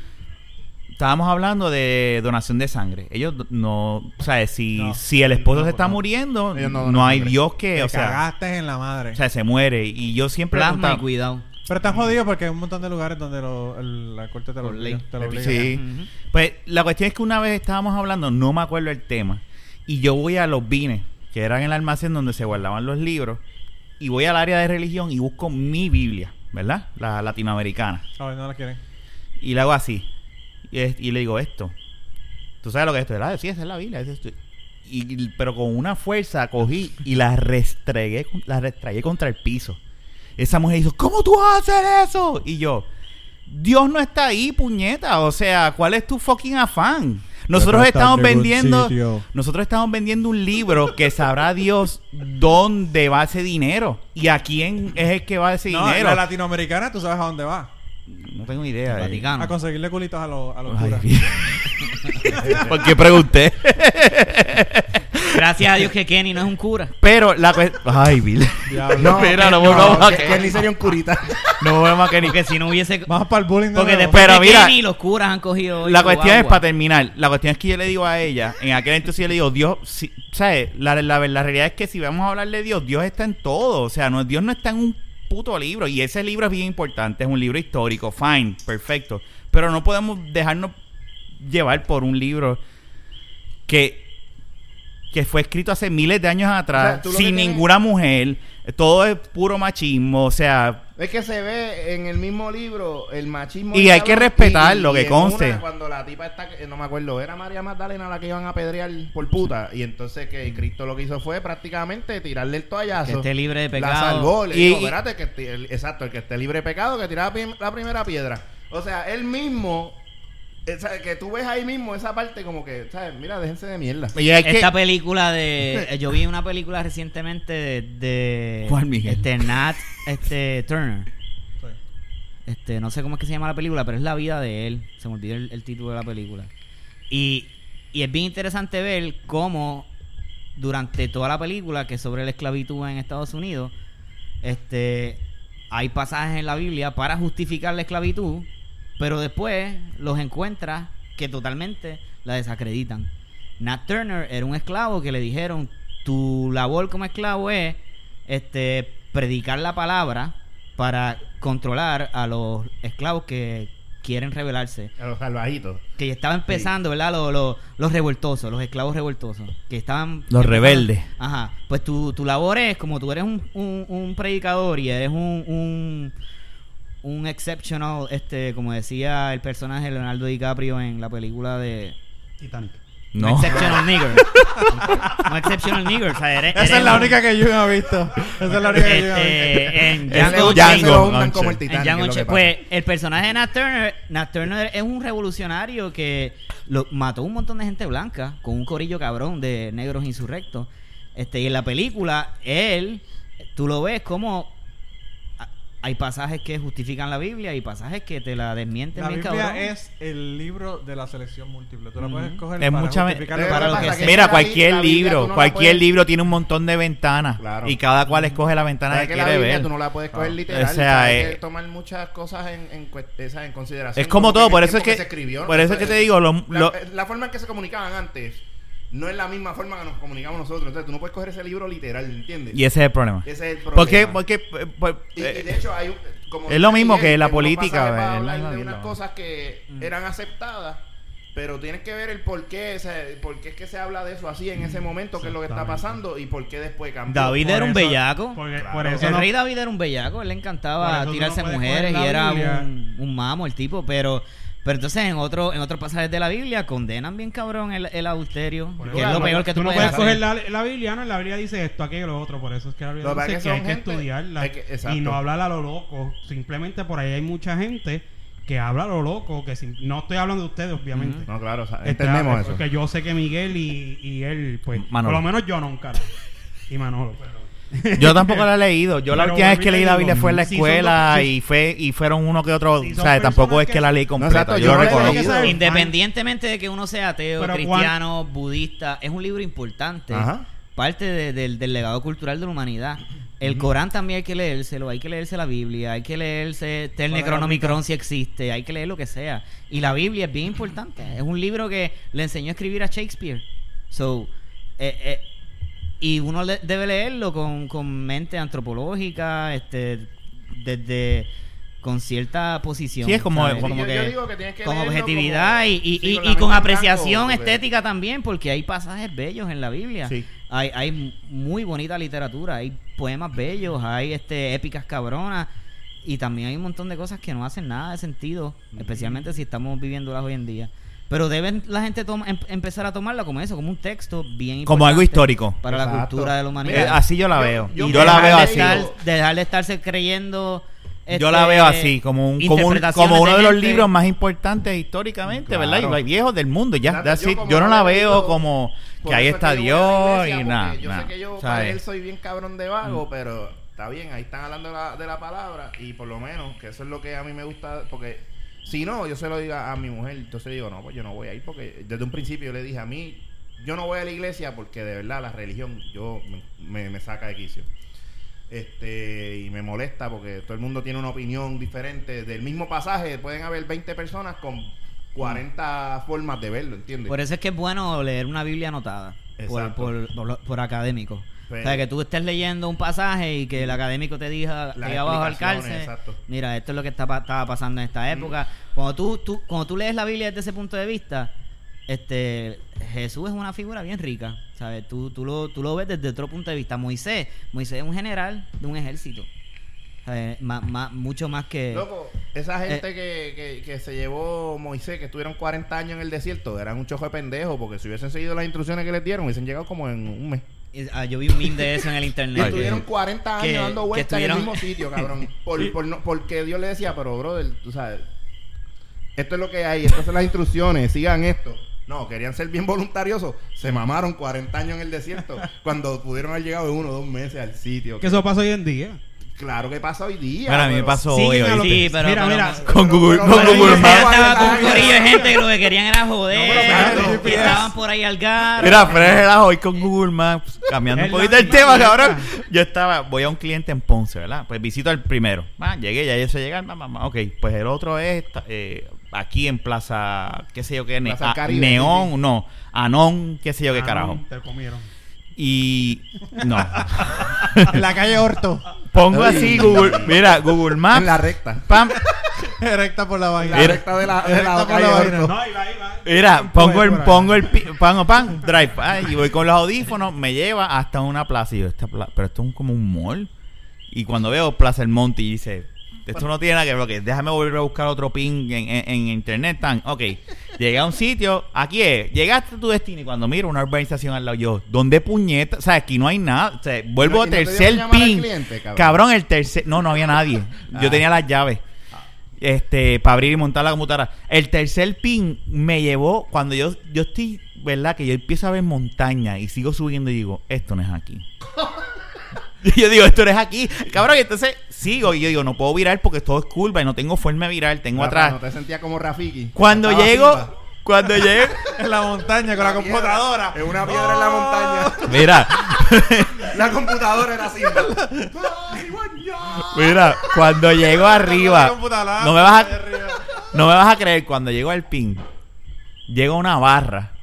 [SPEAKER 1] estábamos hablando de donación de sangre. Ellos do- no, o sea, si,
[SPEAKER 5] No.
[SPEAKER 1] si el esposo
[SPEAKER 3] No,
[SPEAKER 1] se está
[SPEAKER 3] no.
[SPEAKER 1] muriendo,
[SPEAKER 3] Ellos no
[SPEAKER 1] no,
[SPEAKER 3] donan
[SPEAKER 1] hay
[SPEAKER 3] sangre.
[SPEAKER 1] Dios que,
[SPEAKER 5] Te
[SPEAKER 1] eh, o sea,
[SPEAKER 5] cagaste en la madre.
[SPEAKER 1] o sea, se muere. Y yo siempre he
[SPEAKER 4] Plasma y
[SPEAKER 1] preguntado-
[SPEAKER 4] cuidado.
[SPEAKER 5] pero están jodidos porque hay un montón de lugares donde lo- el- la corte te lo
[SPEAKER 4] Por ley.
[SPEAKER 5] obliga. te lo obliga.
[SPEAKER 1] Sí.
[SPEAKER 4] Ujú.
[SPEAKER 1] Pues la cuestión es que una vez estábamos hablando, no me acuerdo el tema, y yo voy a los bines, que eran el almacén donde se guardaban los libros, y voy al área de religión y busco mi Biblia, ¿verdad? La latinoamericana.
[SPEAKER 5] Ay, no la quieren.
[SPEAKER 1] Y le hago así. Y, es- y le digo esto. ¿Tú sabes lo que es esto? es? Ah, sí, esa es la Biblia. esa es tu-". Y, y- pero con una fuerza cogí y la restregué, con- la restregué contra el piso. Esa mujer hizo, ¿cómo tú vas a hacer eso? Y yo, Dios no está ahí, puñeta. O sea, ¿cuál es tu fucking afán? Nosotros
[SPEAKER 5] Trata de
[SPEAKER 1] estamos
[SPEAKER 5] un
[SPEAKER 1] vendiendo,
[SPEAKER 5] sitio.
[SPEAKER 1] nosotros estamos vendiendo un libro que sabrá Dios dónde va ese dinero y a quién es el que va ese
[SPEAKER 5] No,
[SPEAKER 1] dinero.
[SPEAKER 5] la latinoamericana, tú sabes a dónde va.
[SPEAKER 1] No tengo idea. eh.
[SPEAKER 4] Vaticano.
[SPEAKER 5] A conseguirle culitos a los a los
[SPEAKER 1] Ay,
[SPEAKER 5] curas.
[SPEAKER 1] bien. ¿Por qué pregunté?
[SPEAKER 4] Gracias a Dios que Kenny no es un cura.
[SPEAKER 1] Pero la cuestión. Ay, Bill.
[SPEAKER 5] Diablo.
[SPEAKER 1] No, mira, no volvamos a
[SPEAKER 3] que,
[SPEAKER 1] que-
[SPEAKER 3] que ni sería un curita.
[SPEAKER 1] No vemos a Kenny.
[SPEAKER 4] Porque si no hubiese.
[SPEAKER 5] Vamos para el bullying de
[SPEAKER 4] Porque
[SPEAKER 5] nuevo.
[SPEAKER 4] después
[SPEAKER 1] Pero
[SPEAKER 4] de
[SPEAKER 1] mira,
[SPEAKER 4] Kenny, los curas han cogido. hoy
[SPEAKER 1] La
[SPEAKER 4] su
[SPEAKER 1] cuestión es
[SPEAKER 4] agua.
[SPEAKER 1] para terminar. La cuestión es que yo le digo a ella, en aquel entonces yo le digo, Dios, si- ¿sabes? La, la, la realidad es que si vamos a hablar de Dios, Dios está en todo. O sea, no, Dios no está en un puto libro. Y ese libro es bien importante, es un libro histórico, fine, perfecto. Pero no podemos dejarnos llevar por un libro que, que fue escrito hace miles de años
[SPEAKER 3] O
[SPEAKER 1] atrás,
[SPEAKER 3] sea, tú lo que
[SPEAKER 1] sin
[SPEAKER 3] tienes-
[SPEAKER 1] ninguna mujer. Todo es puro machismo, o sea,
[SPEAKER 3] Es que se ve en el mismo libro el machismo.
[SPEAKER 1] Y
[SPEAKER 3] del
[SPEAKER 1] hay que
[SPEAKER 3] cabrón,
[SPEAKER 1] respetarlo, que
[SPEAKER 3] en
[SPEAKER 1] conste.
[SPEAKER 3] una, cuando la tipa está, que- no me acuerdo, era María Magdalena la que iban a pedrear por puta. Y entonces que Cristo lo que hizo fue prácticamente tirarle el toallazo.
[SPEAKER 4] Que
[SPEAKER 1] este
[SPEAKER 4] esté este libre de
[SPEAKER 3] La
[SPEAKER 4] pecado.
[SPEAKER 3] salvó, le
[SPEAKER 1] Y-
[SPEAKER 3] dijo,
[SPEAKER 1] y-
[SPEAKER 3] espérate, que ti- el- exacto, el que esté libre de pecado, que tiraba prim- la primera piedra. O sea, él mismo, esa- que tú ves ahí mismo esa parte como que, ¿sabes? Mira, déjense de mierda.
[SPEAKER 1] y hay que-
[SPEAKER 4] Esta película de. eh, Yo vi una película recientemente de. de-
[SPEAKER 1] ¿Cuál, Miguel?
[SPEAKER 4] Este, Nat este, Turner. Este, no sé cómo es que se llama la película, pero es la vida de él. Se me olvidó el, el título de la película. Y, y es bien interesante ver cómo durante toda la película, que es sobre la esclavitud en Estados Unidos, este hay pasajes en la Biblia para justificar la esclavitud, pero después los encuentra que totalmente la desacreditan. Nat Turner era un esclavo que le dijeron, tu labor como esclavo es este predicar la palabra para controlar a los esclavos que quieren rebelarse
[SPEAKER 3] A los salvajitos.
[SPEAKER 4] que estaba empezando, ¿verdad? Los, los, los revoltosos, los esclavos revoltosos, que estaban...
[SPEAKER 1] Los rebeldes.
[SPEAKER 4] Ajá. Pues tu, tu labor es, como tú eres un, un, un predicador y eres un, un, un exceptional, este, como decía el personaje Leonardo DiCaprio en la película de...
[SPEAKER 2] Titanic.
[SPEAKER 4] Un
[SPEAKER 1] no.
[SPEAKER 4] exceptional nigger. un exceptional nigger, o sea, eres... eres
[SPEAKER 5] Esa es la
[SPEAKER 4] un-
[SPEAKER 5] única que yo no he visto. Esa es la única que yo no he
[SPEAKER 1] Eh,
[SPEAKER 5] visto.
[SPEAKER 4] este, en
[SPEAKER 1] Ese
[SPEAKER 4] Django
[SPEAKER 1] es Django.
[SPEAKER 3] se lo hundan
[SPEAKER 1] Unchained.
[SPEAKER 3] como el
[SPEAKER 4] En
[SPEAKER 3] Titanic.
[SPEAKER 4] Django
[SPEAKER 3] es lo que
[SPEAKER 4] Unchained.
[SPEAKER 3] pasa.
[SPEAKER 4] Pues el personaje de Nat Turner, Nat Turner es un revolucionario que lo, mató un montón de gente blanca con un corillo cabrón de negros insurrectos. Este, y en la película, él, tú lo ves como a- hay pasajes que justifican la Biblia y pasajes que te la desmienten
[SPEAKER 5] La
[SPEAKER 4] bien
[SPEAKER 5] Biblia
[SPEAKER 4] cabrón.
[SPEAKER 5] es el libro de la selección múltiple. Tú la puedes
[SPEAKER 4] Ujú.
[SPEAKER 5] escoger
[SPEAKER 1] Es
[SPEAKER 5] para
[SPEAKER 1] mucha me-
[SPEAKER 5] justificar
[SPEAKER 3] Pero
[SPEAKER 5] para
[SPEAKER 4] lo
[SPEAKER 3] pasa
[SPEAKER 4] que
[SPEAKER 3] es
[SPEAKER 4] sea.
[SPEAKER 1] Mira,
[SPEAKER 3] la Biblia-
[SPEAKER 1] cualquier
[SPEAKER 3] la Biblia
[SPEAKER 1] libro,
[SPEAKER 3] tú no la
[SPEAKER 1] cualquier
[SPEAKER 3] puedes-
[SPEAKER 1] libro tiene un montón de ventanas
[SPEAKER 3] Claro.
[SPEAKER 1] y cada cual escoge la ventana
[SPEAKER 3] sabes
[SPEAKER 1] que
[SPEAKER 3] que la
[SPEAKER 1] quiere
[SPEAKER 3] Biblia
[SPEAKER 1] ver.
[SPEAKER 3] tú no la puedes coger
[SPEAKER 5] Ah.
[SPEAKER 3] literal.
[SPEAKER 1] O sea,
[SPEAKER 3] sabes
[SPEAKER 1] eh,
[SPEAKER 3] que tomar muchas cosas en, en, cuest- esa- en consideración.
[SPEAKER 1] Es como todo,
[SPEAKER 3] en el
[SPEAKER 1] por eso es que,
[SPEAKER 3] tiempo se escribió,
[SPEAKER 1] por eso es que te
[SPEAKER 3] Entonces,
[SPEAKER 1] digo, lo-
[SPEAKER 3] La,
[SPEAKER 1] lo-
[SPEAKER 3] la forma en que se comunicaban antes no es la misma forma que nos comunicamos nosotros. Entonces tú no puedes coger ese libro literal, ¿entiendes?
[SPEAKER 1] y ese es el problema.
[SPEAKER 3] Ese es el problema.
[SPEAKER 1] Porque, porque, eh, por-
[SPEAKER 3] Y, y de
[SPEAKER 1] eh,
[SPEAKER 3] hecho hay un- como
[SPEAKER 1] es lo mismo
[SPEAKER 3] dice Miguel,
[SPEAKER 1] que la
[SPEAKER 3] unos
[SPEAKER 1] política,
[SPEAKER 3] pasajes
[SPEAKER 1] eh,
[SPEAKER 3] para
[SPEAKER 1] es la
[SPEAKER 3] hablar
[SPEAKER 1] misma
[SPEAKER 3] de
[SPEAKER 1] mierda,
[SPEAKER 3] unas
[SPEAKER 1] ¿no?
[SPEAKER 3] cosas que eran aceptadas, pero tienes que ver el por qué, o sea, el por qué es que se habla de eso así en ese momento, qué es lo que está
[SPEAKER 2] Exactamente.
[SPEAKER 3] pasando y por qué después cambió.
[SPEAKER 4] David era un
[SPEAKER 2] Por eso-
[SPEAKER 4] bellaco.
[SPEAKER 2] porque-
[SPEAKER 3] Claro.
[SPEAKER 2] por eso
[SPEAKER 4] el
[SPEAKER 2] no-
[SPEAKER 4] rey David era un bellaco, él le
[SPEAKER 2] Por
[SPEAKER 4] encantaba
[SPEAKER 2] eso tú
[SPEAKER 4] tirarse
[SPEAKER 2] no puedes coger
[SPEAKER 4] mujeres y
[SPEAKER 2] la
[SPEAKER 4] era
[SPEAKER 2] Biblia.
[SPEAKER 4] un, un mamo el tipo, pero pero entonces en otro en otros pasajes de la Biblia condenan bien cabrón el, el adulterio,
[SPEAKER 2] por
[SPEAKER 4] que
[SPEAKER 2] eso-
[SPEAKER 4] es lo
[SPEAKER 2] no-
[SPEAKER 4] peor que tú,
[SPEAKER 2] no
[SPEAKER 4] puedes
[SPEAKER 2] puedes
[SPEAKER 4] hacer.
[SPEAKER 2] coger la, la Biblia, ¿no? La Biblia dice esto, aquello, lo otro. Por eso es que la Biblia
[SPEAKER 3] Lo que pasa
[SPEAKER 2] dice
[SPEAKER 3] es
[SPEAKER 2] que
[SPEAKER 3] que
[SPEAKER 2] hay
[SPEAKER 3] son
[SPEAKER 2] que
[SPEAKER 3] gente-
[SPEAKER 2] estudiarla
[SPEAKER 3] hay que- exacto.
[SPEAKER 2] y no hablar a lo loco. Simplemente por ahí hay mucha gente que habla a lo loco. que sin- No estoy hablando de ustedes, obviamente.
[SPEAKER 3] No, claro, o sea,
[SPEAKER 2] Está-
[SPEAKER 3] entendemos eso.
[SPEAKER 2] Porque yo sé que Miguel y, y él, pues,
[SPEAKER 1] Manolo.
[SPEAKER 2] por lo menos yo no, un carajo. Y Manolo, pero-
[SPEAKER 1] yo tampoco la he leído. Yo la
[SPEAKER 2] Pero
[SPEAKER 1] última vez
[SPEAKER 2] volví
[SPEAKER 1] que
[SPEAKER 2] y
[SPEAKER 1] leí
[SPEAKER 2] digo,
[SPEAKER 1] la Biblia fue en la
[SPEAKER 2] si son
[SPEAKER 1] escuela
[SPEAKER 2] dos- si-
[SPEAKER 1] y fue y fueron uno que otro.
[SPEAKER 2] Si
[SPEAKER 1] o
[SPEAKER 2] son
[SPEAKER 1] sea, tampoco
[SPEAKER 2] personas
[SPEAKER 1] es que
[SPEAKER 2] que-
[SPEAKER 1] la leí completa.
[SPEAKER 3] exacto,
[SPEAKER 1] yo
[SPEAKER 3] yo
[SPEAKER 1] lo
[SPEAKER 3] no la he
[SPEAKER 1] reconozco.
[SPEAKER 3] leído.
[SPEAKER 2] Pero-
[SPEAKER 4] Independientemente de que uno sea ateo,
[SPEAKER 2] Pero
[SPEAKER 4] cristiano, budista, es un libro importante,
[SPEAKER 3] Ajá.
[SPEAKER 4] parte de- del, del legado cultural de la humanidad. El Corán también hay que leérselo, hay que leerse la Biblia, hay que leerse el Necronomicron si existe, hay que leer lo que sea. Y la Biblia es bien importante, es un libro que le enseñó a escribir a Shakespeare. So, eh, eh, y uno le- debe leerlo con, con mente antropológica, este, desde con cierta posición.
[SPEAKER 1] Sí, es como-
[SPEAKER 4] ¿sabes?
[SPEAKER 1] como
[SPEAKER 3] Yo- yo
[SPEAKER 4] que-
[SPEAKER 3] digo que tienes que
[SPEAKER 4] con
[SPEAKER 3] leerlo
[SPEAKER 4] objetividad
[SPEAKER 3] como-
[SPEAKER 4] y,
[SPEAKER 3] sí,
[SPEAKER 4] y- y-
[SPEAKER 3] con
[SPEAKER 4] y
[SPEAKER 3] la
[SPEAKER 4] con
[SPEAKER 3] mente en
[SPEAKER 4] apreciación
[SPEAKER 3] blanco, porque-
[SPEAKER 4] estética también, porque hay pasajes bellos en la Biblia.
[SPEAKER 1] Sí.
[SPEAKER 4] Hay, hay muy bonita literatura, hay poemas bellos, hay este épicas cabronas y también hay un montón de cosas que no hacen nada de sentido, especialmente si estamos viviéndolas hoy en día. Pero deben la gente toma- em- empezar a tomarla como eso, como un texto bien
[SPEAKER 1] Como algo
[SPEAKER 4] importante
[SPEAKER 1] histórico.
[SPEAKER 4] para la
[SPEAKER 3] Exacto.
[SPEAKER 4] cultura de la humanidad.
[SPEAKER 1] Eh,
[SPEAKER 3] Mira,
[SPEAKER 1] así yo la
[SPEAKER 3] yo-
[SPEAKER 1] veo. Yo,
[SPEAKER 3] yo-
[SPEAKER 1] la
[SPEAKER 4] dejar
[SPEAKER 1] veo
[SPEAKER 4] de
[SPEAKER 1] así.
[SPEAKER 4] estar- dejar de estarse creyendo.
[SPEAKER 1] yo la
[SPEAKER 4] este,
[SPEAKER 1] veo así, como un, como, un-
[SPEAKER 4] interpretaciones
[SPEAKER 1] como uno de los
[SPEAKER 4] gente.
[SPEAKER 1] libros más importantes históricamente, ¿verdad? Y
[SPEAKER 3] Claro.
[SPEAKER 1] viejos del mundo. Ya,
[SPEAKER 3] Exacto,
[SPEAKER 1] that's
[SPEAKER 3] yo
[SPEAKER 1] it. yo,
[SPEAKER 3] como
[SPEAKER 1] no
[SPEAKER 3] no
[SPEAKER 1] la
[SPEAKER 3] la he
[SPEAKER 1] veo
[SPEAKER 3] leído,
[SPEAKER 1] como que
[SPEAKER 3] Por
[SPEAKER 1] ahí
[SPEAKER 3] eso es
[SPEAKER 1] está
[SPEAKER 3] yo voy a la
[SPEAKER 1] Dios y
[SPEAKER 3] iglesia, porque
[SPEAKER 1] nada.
[SPEAKER 3] Yo
[SPEAKER 1] nada,
[SPEAKER 3] sé que yo para
[SPEAKER 1] ¿sabes?
[SPEAKER 3] él soy bien cabrón de vago,
[SPEAKER 1] Mm.
[SPEAKER 3] pero está bien, ahí están hablando de la, de la palabra y por lo menos, que eso es lo que a mí me gusta, porque si no, yo se lo digo a, a mi mujer, entonces digo, no, pues yo no voy a ir porque desde un principio yo le dije a mí, Yo no voy a la iglesia porque de verdad la religión yo me, me- me saca de quicio. Este, y me molesta porque todo el mundo tiene una opinión diferente. Del mismo pasaje pueden haber 20 personas con 40 formas de verlo, ¿entiendes?
[SPEAKER 4] Por eso es que es bueno leer una Biblia anotada. Por,
[SPEAKER 3] Exacto. Pues-
[SPEAKER 4] por, por, lo- por académico.
[SPEAKER 3] Pero-
[SPEAKER 4] o sea, que tú estés leyendo un pasaje y que el académico te diga
[SPEAKER 3] Las
[SPEAKER 4] ahí abajo al
[SPEAKER 3] explicaciones,
[SPEAKER 4] calce.
[SPEAKER 3] exacto. Mm.
[SPEAKER 4] Mira, esto es lo que está pa- estaba pasando en esta época. Cuando tú, tú, cuando tú lees la Biblia desde ese punto de vista, este Jesús es una figura bien rica. ¿Sabes? Tú, tú, lo, tú lo ves desde otro punto de vista. Moisés, Moisés es un general de un ejército. ¿Sabes? Ma- ma- mucho más que.
[SPEAKER 3] Loco, esa gente que, que, que se llevó Moisés, que estuvieron 40 años en el desierto, eran un chojo de pendejos porque si hubiesen seguido las instrucciones que les dieron, hubiesen llegado como en un mes.
[SPEAKER 4] Eh, ah, yo vi un meme de eso en el
[SPEAKER 3] Y
[SPEAKER 4] internet. que-
[SPEAKER 3] estuvieron 40 años
[SPEAKER 4] que-
[SPEAKER 3] dando
[SPEAKER 4] que
[SPEAKER 3] vueltas en el
[SPEAKER 4] estuvieron-
[SPEAKER 3] mismo sitio, cabrón. Por, por no- porque Dios le decía, pero brother, tú sabes, esto es lo que hay, estas son las instrucciones, sigan esto. No, querían ser bien voluntariosos. Se mamaron 40 años en el desierto cuando pudieron haber llegado en uno o dos meses al sitio.
[SPEAKER 2] Que eso pasa hoy en día.
[SPEAKER 3] Claro que pasa hoy día.
[SPEAKER 1] Bueno, a mí me
[SPEAKER 3] pero-
[SPEAKER 1] pasó
[SPEAKER 2] Siguen
[SPEAKER 1] hoy.
[SPEAKER 2] a
[SPEAKER 1] hoy.
[SPEAKER 2] lo que-
[SPEAKER 4] Sí, pero-
[SPEAKER 2] Mira,
[SPEAKER 4] pero-
[SPEAKER 2] mira.
[SPEAKER 1] Con Google,
[SPEAKER 3] pero-
[SPEAKER 1] con
[SPEAKER 3] pero-
[SPEAKER 1] Google
[SPEAKER 3] pero-
[SPEAKER 1] Maps.
[SPEAKER 4] Yo estaba con un
[SPEAKER 3] Ay,
[SPEAKER 4] corillo de gente que lo que querían era joder.
[SPEAKER 3] No, pero
[SPEAKER 4] que
[SPEAKER 3] espérate.
[SPEAKER 4] estaban por ahí al gar.
[SPEAKER 1] Mira, Fred era hoy con Google Maps, cambiando un
[SPEAKER 2] Es
[SPEAKER 1] poquito
[SPEAKER 2] la
[SPEAKER 1] el tema,
[SPEAKER 2] misma
[SPEAKER 1] cabrón.
[SPEAKER 2] mierda.
[SPEAKER 1] Yo estaba, voy a un cliente en Ponce, ¿verdad? Pues visito al primero. Ah, llegué, ya yo sé llegar, mamá, mamá. Ok, pues el otro es esta- eh, aquí en Plaza, qué sé yo qué, ne-
[SPEAKER 3] Plaza
[SPEAKER 1] a-
[SPEAKER 3] Caribe, sí,
[SPEAKER 1] Neón, no, Anón, qué sé yo qué
[SPEAKER 2] Ah,
[SPEAKER 1] carajo.
[SPEAKER 2] Te comieron.
[SPEAKER 1] Y no.
[SPEAKER 5] En la calle Horto.
[SPEAKER 1] Pongo así Google, mira, Google Maps.
[SPEAKER 3] En la recta.
[SPEAKER 1] Pam,
[SPEAKER 5] Recta por la
[SPEAKER 3] La
[SPEAKER 5] vaina.
[SPEAKER 1] Era-
[SPEAKER 3] recta Ah, de la, de
[SPEAKER 5] Recta
[SPEAKER 3] la
[SPEAKER 5] por
[SPEAKER 3] calle
[SPEAKER 5] la
[SPEAKER 3] Orto.
[SPEAKER 5] vaina.
[SPEAKER 2] No, ahí va, ahí va.
[SPEAKER 1] Mira,
[SPEAKER 2] Por ahí,
[SPEAKER 1] pongo el,
[SPEAKER 2] por ahí.
[SPEAKER 1] pongo el pi- pan o pan, drive, ah, y voy con los audífonos, me lleva hasta una plaza y yo, esta pla- pero esto es un- como un mall. Y cuando veo Plaza El Monte y dice, esto no tiene nada que ver, ok, déjame volver a buscar otro ping en, en- en internet, tan, ok, llegué a un sitio, aquí es, llegaste a tu destino y cuando miro una urbanización al lado, yo, ¿dónde puñeta? O sea, aquí no hay nada, o sea, vuelvo
[SPEAKER 3] ¿Y no-
[SPEAKER 1] a
[SPEAKER 3] y no te dieron
[SPEAKER 1] tercer
[SPEAKER 3] llamar al
[SPEAKER 1] ping,
[SPEAKER 3] cliente, cabrón?
[SPEAKER 1] cabrón. el tercer, no, no había nadie, yo tenía las llaves este para abrir y montar la computadora. El tercer pin me llevó cuando yo yo estoy, ¿verdad? Que yo empiezo a ver montaña y sigo subiendo y digo, esto no es aquí. Y yo digo, esto no es aquí. Cabrón, y entonces sigo y yo digo, no puedo virar porque todo es curva y no tengo forma de virar, tengo
[SPEAKER 3] Rafa,
[SPEAKER 1] atrás.
[SPEAKER 3] No te sentías como Rafiki.
[SPEAKER 1] Cuando
[SPEAKER 3] Estaba
[SPEAKER 1] llego,
[SPEAKER 3] Silva.
[SPEAKER 1] cuando llego,
[SPEAKER 5] En la montaña con la
[SPEAKER 3] Una piedra,
[SPEAKER 5] computadora. Oh,
[SPEAKER 3] En una piedra en la montaña.
[SPEAKER 1] mira,
[SPEAKER 3] La computadora era así. Ay, guañá.
[SPEAKER 1] mira, cuando llego arriba,
[SPEAKER 5] La computadora.
[SPEAKER 1] no me vas a no me vas a creer cuando llego al pin. Llega una barra.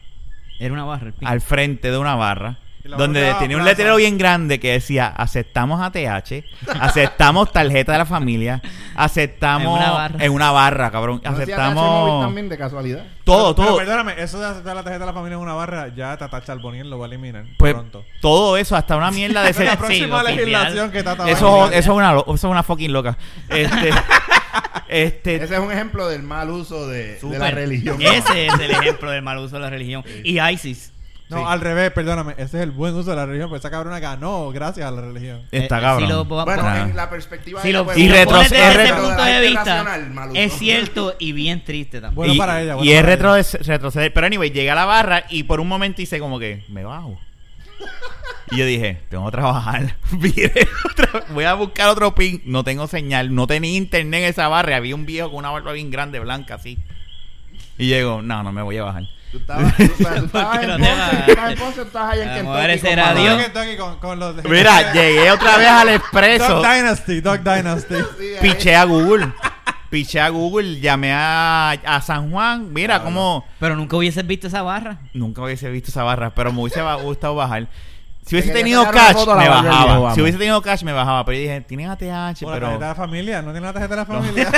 [SPEAKER 4] Era una barra el pin.
[SPEAKER 1] al frente de una barra
[SPEAKER 5] Y la
[SPEAKER 1] donde
[SPEAKER 5] otra
[SPEAKER 1] tenía un
[SPEAKER 5] plaza.
[SPEAKER 1] letrero bien grande que decía aceptamos ATH, aceptamos tarjeta de la familia, aceptamos
[SPEAKER 4] En una barra.
[SPEAKER 1] en una barra, cabrón,
[SPEAKER 3] ¿No hacía THC móvil
[SPEAKER 1] aceptamos
[SPEAKER 3] también de casualidad.
[SPEAKER 1] todo,
[SPEAKER 5] Pero
[SPEAKER 1] todo.
[SPEAKER 5] perdóname, eso de aceptar la tarjeta de la familia en una barra, ya Tata Charboniel lo va a eliminar
[SPEAKER 1] Pues,
[SPEAKER 5] pronto.
[SPEAKER 1] todo eso hasta una mierda de
[SPEAKER 5] Esa es
[SPEAKER 1] ese
[SPEAKER 5] la próxima
[SPEAKER 4] oficial.
[SPEAKER 5] legislación que Tata va a
[SPEAKER 1] eso, eso
[SPEAKER 5] eliminar.
[SPEAKER 1] es una lo- eso es una fucking loca. Este este
[SPEAKER 3] Ese es un ejemplo del mal uso de, de la
[SPEAKER 4] Eh, Súper.
[SPEAKER 3] religión.
[SPEAKER 4] Ese es el ejemplo del mal uso de la religión. Y ISIS.
[SPEAKER 5] No, al revés, perdóname. Ese es el buen uso de la religión, pues esa cabrona ganó gracias a la religión.
[SPEAKER 1] está
[SPEAKER 4] Eh,
[SPEAKER 1] cabrón.
[SPEAKER 4] Si lo, po-
[SPEAKER 3] Bueno,
[SPEAKER 1] Ajá.
[SPEAKER 3] en la perspectiva
[SPEAKER 4] si
[SPEAKER 3] de
[SPEAKER 4] lo,
[SPEAKER 3] pues,
[SPEAKER 1] y
[SPEAKER 4] si lo
[SPEAKER 1] retro-
[SPEAKER 4] pones desde
[SPEAKER 1] es
[SPEAKER 4] ese
[SPEAKER 1] retro-
[SPEAKER 4] punto de
[SPEAKER 3] es racional,
[SPEAKER 4] vista,
[SPEAKER 3] mal uso.
[SPEAKER 4] es cierto y bien triste también.
[SPEAKER 5] Bueno
[SPEAKER 1] y,
[SPEAKER 5] para ella, bueno
[SPEAKER 1] y es
[SPEAKER 5] para
[SPEAKER 1] retro retroceder. Pero anyway, llegué a la barra y por un momento hice como que, me bajo. Y yo dije, tengo que trabajar. Viré otra- Voy a buscar otro pin. No tengo señal. No tenía internet en esa barra. Había un viejo con una barba bien grande, blanca, así. Y llego, no, no me voy a bajar.
[SPEAKER 3] Tú estabas, tú, estabas- tú estabas
[SPEAKER 4] Porque
[SPEAKER 3] en
[SPEAKER 4] no
[SPEAKER 3] Ponce, tú
[SPEAKER 4] te vas.
[SPEAKER 3] estabas en Ponce, tú estabas allá en
[SPEAKER 4] La
[SPEAKER 3] Kentucky.
[SPEAKER 4] mujer ese
[SPEAKER 3] con
[SPEAKER 4] era
[SPEAKER 3] Madonna.
[SPEAKER 5] Yo
[SPEAKER 4] Dios.
[SPEAKER 5] que estoy aquí con, con los de-
[SPEAKER 1] Mira, llegué otra vez al expreso.
[SPEAKER 5] Dog Dynasty, Dog Dynasty.
[SPEAKER 3] Sí, eh, ahí.
[SPEAKER 1] Piché a Google. Piché a Google. Llamé a, a San Juan. Mira cómo.
[SPEAKER 4] Pero nunca hubieses visto esa barra.
[SPEAKER 1] Nunca hubiese visto esa barra, pero me hubiese ba- gustado bajar. Si hubiese
[SPEAKER 3] Te quería
[SPEAKER 1] tenido
[SPEAKER 3] sacar una
[SPEAKER 1] cash,
[SPEAKER 3] foto a la
[SPEAKER 1] me
[SPEAKER 3] barra del
[SPEAKER 1] bajaba.
[SPEAKER 3] viejo,
[SPEAKER 1] Si
[SPEAKER 3] vamos.
[SPEAKER 1] hubiese tenido cash, me bajaba. Pero yo dije, tienes ATH,
[SPEAKER 5] Por la
[SPEAKER 1] pero...
[SPEAKER 5] tarjeta de la familia, no tiene la tarjeta de la familia.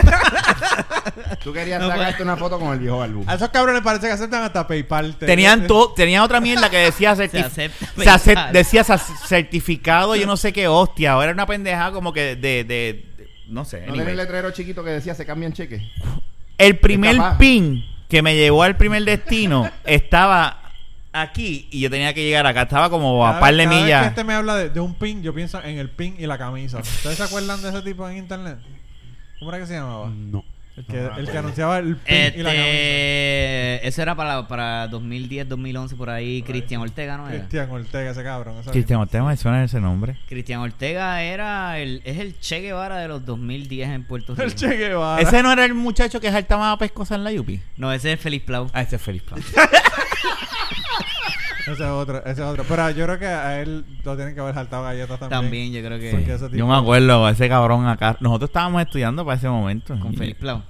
[SPEAKER 3] Tú querías
[SPEAKER 4] No, pues.
[SPEAKER 3] sacarte una foto con el viejo Balbu.
[SPEAKER 5] A esos cabrones parece que aceptan hasta PayPal. Te-
[SPEAKER 1] Tenían, todo tenían otra mierda que decía, certi-
[SPEAKER 4] Se acepta
[SPEAKER 1] se ace-
[SPEAKER 4] PayPal.
[SPEAKER 1] decía sa- certificado, yo no sé qué hostia. Ahora era una pendejada como que de... de- de- no sé.
[SPEAKER 3] ¿No tenía
[SPEAKER 1] anyway.
[SPEAKER 3] el letrero chiquito que decía se cambian cheques?
[SPEAKER 1] El primer
[SPEAKER 3] Es capaz.
[SPEAKER 1] pin que me llevó al primer destino estaba aquí y yo tenía que llegar acá. Estaba como a
[SPEAKER 5] Cada-
[SPEAKER 1] par de
[SPEAKER 5] cada vez que
[SPEAKER 1] millas.
[SPEAKER 5] este me habla de, de un pin, yo pienso en el pin y la camisa. ¿Ustedes se acuerdan de ese tipo en internet? ¿Cómo era que se llamaba?
[SPEAKER 2] No.
[SPEAKER 5] El que, el que anunciaba el pin y la camisa.
[SPEAKER 4] Este, eso era para, para 2010, 2011, por ahí. Cristian Ortega, ¿no era?
[SPEAKER 5] Cristian Ortega, ese cabrón. ese
[SPEAKER 1] Cristian Ortega me suena ese nombre.
[SPEAKER 4] Cristian Ortega era el, es el Che Guevara de los 2010 en Puerto
[SPEAKER 5] mismo. El
[SPEAKER 4] Rico.
[SPEAKER 5] Che Guevara.
[SPEAKER 1] Ese no era el muchacho que saltaba pescosa en la Yupi. este
[SPEAKER 4] No, ese es Félix Plau.
[SPEAKER 1] Ah, ese es Félix Plaza.
[SPEAKER 5] Ese es otro, ese es otro. Pero yo creo que a él lo tienen que haber saltado galletas también.
[SPEAKER 4] También yo creo que
[SPEAKER 5] Porque ese tipo-
[SPEAKER 1] Yo me acuerdo, ese cabrón acá. Nosotros estábamos estudiando para ese momento.
[SPEAKER 4] con
[SPEAKER 1] Y-
[SPEAKER 4] Feliz Plau.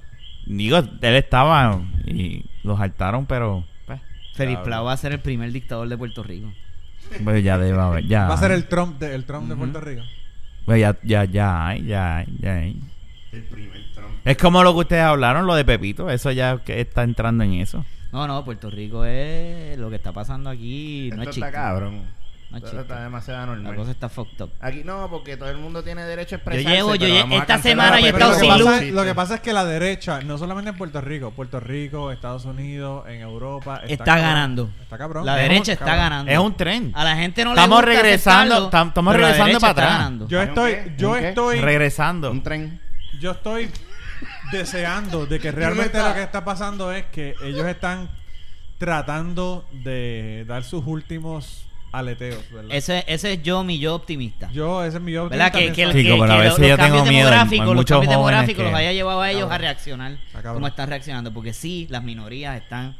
[SPEAKER 1] Digo, él estaba y lo saltaron, pero. Pues,
[SPEAKER 4] Feliz
[SPEAKER 5] Cabrón.
[SPEAKER 4] Plau va a ser el primer dictador de Puerto Rico.
[SPEAKER 1] pues ya debe haber. Ya,
[SPEAKER 5] Va
[SPEAKER 4] Ah.
[SPEAKER 5] a ser el Trump de, el Trump de
[SPEAKER 4] Ujú.
[SPEAKER 5] Puerto Rico.
[SPEAKER 1] Pues ya, ya, ya, hay, ya, hay, ya. hay.
[SPEAKER 3] El primer Trump.
[SPEAKER 1] Es como lo que ustedes hablaron, lo de Pepito. Eso ya que está entrando en eso.
[SPEAKER 4] No, no, Puerto Rico es lo que está pasando aquí. No
[SPEAKER 3] Esto
[SPEAKER 4] es chiste.
[SPEAKER 3] está cabrón.
[SPEAKER 4] No es
[SPEAKER 3] Esto
[SPEAKER 4] chiste.
[SPEAKER 3] está demasiado
[SPEAKER 4] La cosa
[SPEAKER 3] anormal.
[SPEAKER 4] está fucked up.
[SPEAKER 3] Aquí no, porque todo el mundo tiene derecho a expresarse.
[SPEAKER 4] llevo- yo
[SPEAKER 3] pero
[SPEAKER 4] lle-
[SPEAKER 3] vamos a
[SPEAKER 4] esta
[SPEAKER 3] cancelar
[SPEAKER 4] semana
[SPEAKER 3] a
[SPEAKER 4] yo he
[SPEAKER 5] Pero
[SPEAKER 3] Pepe
[SPEAKER 5] lo,
[SPEAKER 4] estado
[SPEAKER 5] que
[SPEAKER 4] sin
[SPEAKER 3] Pablo
[SPEAKER 4] luz.
[SPEAKER 5] pasa,
[SPEAKER 3] Chiste.
[SPEAKER 5] lo que pasa es que la derecha, no solamente en Puerto Rico, Puerto Rico, Estados Unidos, en Europa.
[SPEAKER 4] Está
[SPEAKER 5] cabrón.
[SPEAKER 4] ganando.
[SPEAKER 5] Está cabrón.
[SPEAKER 4] La
[SPEAKER 5] Es un-
[SPEAKER 4] derecha está
[SPEAKER 5] cabrón.
[SPEAKER 4] ganando.
[SPEAKER 1] Es un tren.
[SPEAKER 4] A la gente no
[SPEAKER 1] Estamos
[SPEAKER 4] le gusta
[SPEAKER 1] regresando,
[SPEAKER 4] aceptarlo,
[SPEAKER 1] tam- estamos
[SPEAKER 4] pero la
[SPEAKER 1] regresando
[SPEAKER 4] derecha
[SPEAKER 1] para
[SPEAKER 4] está
[SPEAKER 1] atrás.
[SPEAKER 4] ganando.
[SPEAKER 5] Yo
[SPEAKER 3] ¿Hay un
[SPEAKER 5] estoy,
[SPEAKER 3] qué?
[SPEAKER 5] yo
[SPEAKER 3] ¿Un qué?
[SPEAKER 5] estoy,
[SPEAKER 1] Regresando.
[SPEAKER 3] Un tren.
[SPEAKER 5] yo estoy deseando de que realmente
[SPEAKER 3] está.
[SPEAKER 5] lo que está pasando es que ellos están tratando de dar sus últimos aleteos, ¿verdad?
[SPEAKER 4] Ese, ese es yo, mi yo optimista.
[SPEAKER 5] yo, ese es mi optimismo
[SPEAKER 4] ¿Verdad? Que, que,
[SPEAKER 5] también,
[SPEAKER 4] que,
[SPEAKER 1] Sí,
[SPEAKER 4] que
[SPEAKER 1] pero a
[SPEAKER 4] lo-
[SPEAKER 1] veces
[SPEAKER 4] los
[SPEAKER 1] yo
[SPEAKER 4] cambios
[SPEAKER 1] tengo miedo. Hay
[SPEAKER 4] demográficos, los
[SPEAKER 1] muchos
[SPEAKER 4] cambios
[SPEAKER 1] jóvenes
[SPEAKER 4] demográficos los
[SPEAKER 1] que-
[SPEAKER 4] haya llevado a ellos
[SPEAKER 5] Cabrón.
[SPEAKER 4] a reaccionar
[SPEAKER 5] Ah, cabrón.
[SPEAKER 4] como están reaccionando. Porque sí, las minorías están.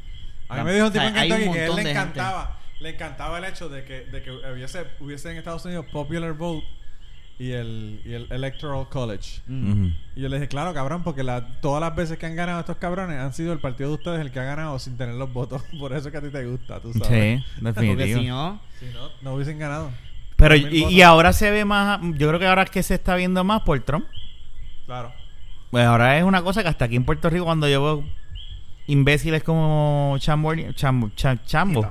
[SPEAKER 5] A mí me dijo un tipo
[SPEAKER 4] o
[SPEAKER 5] en
[SPEAKER 4] sea, hay un
[SPEAKER 5] Kentucky que a él
[SPEAKER 4] montón
[SPEAKER 5] le
[SPEAKER 4] de gente.
[SPEAKER 5] encantaba, le encantaba el hecho de que, de que hubiese, hubiese en Estados Unidos Popular Vote y el, y el Electoral College.
[SPEAKER 4] Mm.
[SPEAKER 1] Ujú.
[SPEAKER 5] Y yo le dije, claro, cabrón, porque la- todas las veces que han ganado estos cabrones han sido el partido de ustedes el que ha ganado sin tener los votos. Por eso es que a ti te gusta, tú sabes.
[SPEAKER 1] Sí,
[SPEAKER 4] Porque
[SPEAKER 1] definitivo.
[SPEAKER 4] si no,
[SPEAKER 5] Si no, no hubiesen ganado.
[SPEAKER 1] Pero
[SPEAKER 5] Dos mil
[SPEAKER 1] y, y
[SPEAKER 5] votos.
[SPEAKER 1] ahora se ve más, yo creo que ahora es que se está viendo más por Trump.
[SPEAKER 5] Claro.
[SPEAKER 1] Pues ahora es una cosa que hasta aquí en Puerto Rico cuando yo veo imbéciles como Chambo, Chambo, Cha- Chambo,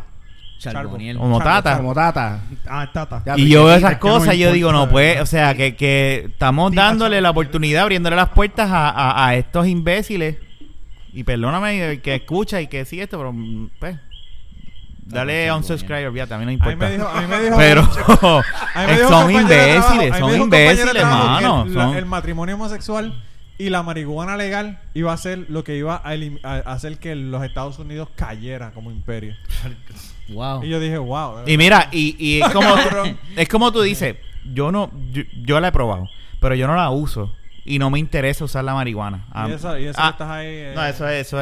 [SPEAKER 4] Charboniel.
[SPEAKER 1] como Tata,
[SPEAKER 3] Como Tata.
[SPEAKER 2] Ah, tata.
[SPEAKER 3] Ya,
[SPEAKER 1] y
[SPEAKER 3] tú
[SPEAKER 1] yo veo
[SPEAKER 3] chiquita,
[SPEAKER 1] esas
[SPEAKER 2] que no
[SPEAKER 1] cosas y yo digo, no,
[SPEAKER 2] importa,
[SPEAKER 1] pues,
[SPEAKER 2] ¿verdad?
[SPEAKER 1] o sea, que, que estamos
[SPEAKER 2] Tipas
[SPEAKER 1] dándole
[SPEAKER 2] son-
[SPEAKER 1] la oportunidad, abriéndole las puertas a, a- a estos imbéciles. Y perdóname eh, que escucha y que sí esto, pero mm, pues, dale
[SPEAKER 4] Chambo,
[SPEAKER 1] un subscribe, ya, también no
[SPEAKER 5] A mí me
[SPEAKER 1] importa.
[SPEAKER 5] dijo, a mí me dijo,
[SPEAKER 1] Pero
[SPEAKER 5] a mí me dijo un
[SPEAKER 1] son
[SPEAKER 5] compañero de trabajo- a mí
[SPEAKER 1] imbéciles,
[SPEAKER 5] me dijo
[SPEAKER 1] son
[SPEAKER 5] un compañero de
[SPEAKER 1] imbéciles,
[SPEAKER 5] trabajo que
[SPEAKER 1] mano.
[SPEAKER 5] el- la-
[SPEAKER 1] son-
[SPEAKER 5] el matrimonio homosexual y la marihuana legal iba a ser lo que iba a, elim- a- a hacer que los Estados Unidos cayera como imperio.
[SPEAKER 4] Wow.
[SPEAKER 5] Y yo dije, eh". wow.
[SPEAKER 1] Y mira, y, y es como
[SPEAKER 5] Cabrón.
[SPEAKER 1] es como tú dices, yo no yo, yo la he probado, pero yo no la uso y no me interesa usar la marihuana. Ah,
[SPEAKER 5] Y eso, y eso
[SPEAKER 1] ah,
[SPEAKER 5] que estás ahí. eh,
[SPEAKER 1] No, eso es eso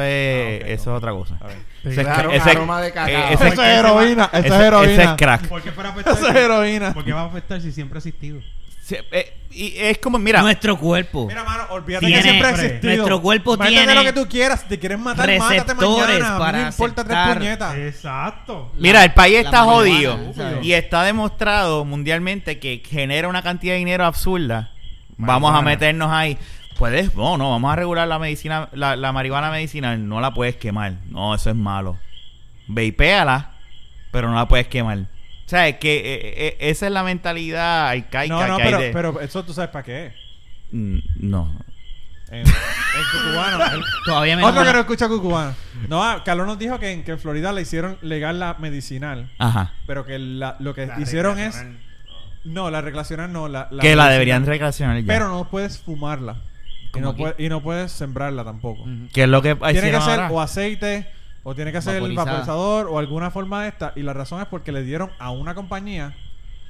[SPEAKER 5] Ah, ok,
[SPEAKER 1] es eso es
[SPEAKER 5] ok.
[SPEAKER 1] otra cosa.
[SPEAKER 5] a ver.
[SPEAKER 1] Eso es
[SPEAKER 3] Claro,
[SPEAKER 1] cra- eso es-
[SPEAKER 3] aroma de cacao.
[SPEAKER 1] eh,
[SPEAKER 5] Eso es heroína, eso es
[SPEAKER 1] ese-
[SPEAKER 5] heroína.
[SPEAKER 1] ese es crack.
[SPEAKER 2] ¿Por qué para afectar?
[SPEAKER 5] Eso es heroína.
[SPEAKER 2] ¿Por qué va a afectar si siempre ha existido?
[SPEAKER 1] Sí, eh, y es como mira,
[SPEAKER 4] Nuestro cuerpo.
[SPEAKER 5] Mira, mano, olvídate
[SPEAKER 4] Tiene-
[SPEAKER 5] que siempre ha existido.
[SPEAKER 4] nuestro cuerpo
[SPEAKER 5] Métete
[SPEAKER 4] tiene
[SPEAKER 5] lo que tú quieras. Si te quieres matar, mátate
[SPEAKER 4] receptores
[SPEAKER 5] mañana.
[SPEAKER 4] para
[SPEAKER 5] no me importa
[SPEAKER 4] aceptar.
[SPEAKER 5] tres puñetas.
[SPEAKER 2] Exacto.
[SPEAKER 1] Mira, el país
[SPEAKER 4] la
[SPEAKER 1] está
[SPEAKER 4] marihuana,
[SPEAKER 1] jodido
[SPEAKER 4] ¿sabes?
[SPEAKER 1] y está demostrado mundialmente que genera una cantidad de dinero absurda. Vamos a
[SPEAKER 3] Marihuana.
[SPEAKER 1] meternos ahí. Puedes, no, no, vamos a regular la medicina, la, la marihuana medicinal, no la puedes quemar. No, eso es malo. Vapéala, pero no la puedes quemar. O sea, es que eh, eh, esa es la mentalidad arcaica
[SPEAKER 5] no, no,
[SPEAKER 1] que hay
[SPEAKER 5] pero,
[SPEAKER 1] de-
[SPEAKER 5] pero eso tú sabes para qué. es.
[SPEAKER 1] Mm, No.
[SPEAKER 5] En, en cucubano. el-
[SPEAKER 4] Todavía me
[SPEAKER 5] Otro que no
[SPEAKER 4] enamora-
[SPEAKER 5] escucha cucubano. No, ah, Carlos nos dijo que en, que en Florida le hicieron legal la medicinal.
[SPEAKER 1] Ajá.
[SPEAKER 5] Pero que la- lo que
[SPEAKER 3] La
[SPEAKER 5] hicieron es.
[SPEAKER 3] recreacional.
[SPEAKER 5] No, la recreacional no. La,
[SPEAKER 1] que la
[SPEAKER 5] medicinal.
[SPEAKER 1] deberían recreacionar ya.
[SPEAKER 5] Pero no puedes fumarla. Y
[SPEAKER 4] Como
[SPEAKER 5] no,
[SPEAKER 4] aquí.
[SPEAKER 5] puedes, y no puedes sembrarla tampoco.
[SPEAKER 4] Ujú.
[SPEAKER 1] que es lo que
[SPEAKER 5] tiene que
[SPEAKER 1] hicieron
[SPEAKER 5] ser
[SPEAKER 1] ahora.
[SPEAKER 5] o aceite o tiene que ser el
[SPEAKER 4] Vaporizada.
[SPEAKER 5] vaporizador o alguna forma de esta y la razón es porque le dieron a una compañía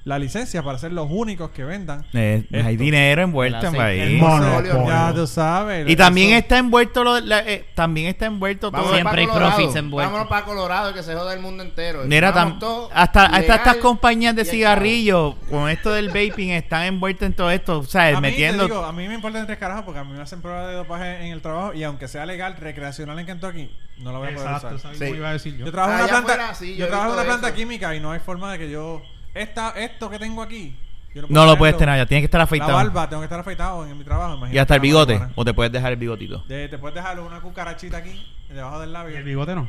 [SPEAKER 5] la licencia para ser los únicos que vendan
[SPEAKER 1] Eh, hay
[SPEAKER 5] Esto.
[SPEAKER 1] dinero envuelto en
[SPEAKER 4] El aceite.
[SPEAKER 1] país.
[SPEAKER 2] Monopolio.
[SPEAKER 5] ya tú sabes
[SPEAKER 1] Y también
[SPEAKER 5] eso-
[SPEAKER 1] está envuelto lo, la- eh, también está envuelto todo.
[SPEAKER 3] Vámonos
[SPEAKER 4] Siempre
[SPEAKER 3] pa'
[SPEAKER 4] hay
[SPEAKER 3] Colorado.
[SPEAKER 4] profits envueltos.
[SPEAKER 3] Vámonos para Colorado que se joda el mundo entero.
[SPEAKER 1] Mira,
[SPEAKER 3] Vamos
[SPEAKER 1] tam-
[SPEAKER 3] todo
[SPEAKER 1] hasta, hasta
[SPEAKER 3] legal
[SPEAKER 1] estas compañías de
[SPEAKER 3] y al
[SPEAKER 1] cigarrillos con esto del vaping están envueltas en todo esto, o sea,
[SPEAKER 5] a mí, te
[SPEAKER 1] Eh, metiendo
[SPEAKER 5] digo, a mí me importan tres carajos porque a mí me hacen pruebas de dopaje en el trabajo y aunque sea legal recreacional en Kentucky no la voy a poder
[SPEAKER 2] Exacto.
[SPEAKER 5] usar
[SPEAKER 2] ¿sabes cómo
[SPEAKER 3] Sí.
[SPEAKER 2] iba a decir yo?
[SPEAKER 5] yo trabajo en una
[SPEAKER 3] Allá
[SPEAKER 5] planta
[SPEAKER 3] afuera, sí, yo
[SPEAKER 5] yo
[SPEAKER 3] he
[SPEAKER 5] trabajo en
[SPEAKER 3] visto
[SPEAKER 5] una planta
[SPEAKER 3] eso.
[SPEAKER 5] química y no hay forma de que yo esta, esto que tengo aquí yo puedo
[SPEAKER 1] no lo puedes
[SPEAKER 5] tenerlo.
[SPEAKER 1] tener ya, tienes que estar afeitado.
[SPEAKER 5] la barba tengo que estar afeitado en mi trabajo imagínate
[SPEAKER 1] y hasta el
[SPEAKER 5] la
[SPEAKER 1] bigote,
[SPEAKER 5] marihuana.
[SPEAKER 1] o te puedes dejar el bigotito.
[SPEAKER 5] De- te puedes dejar una cucarachita aquí, debajo del labio.
[SPEAKER 2] El bigote no.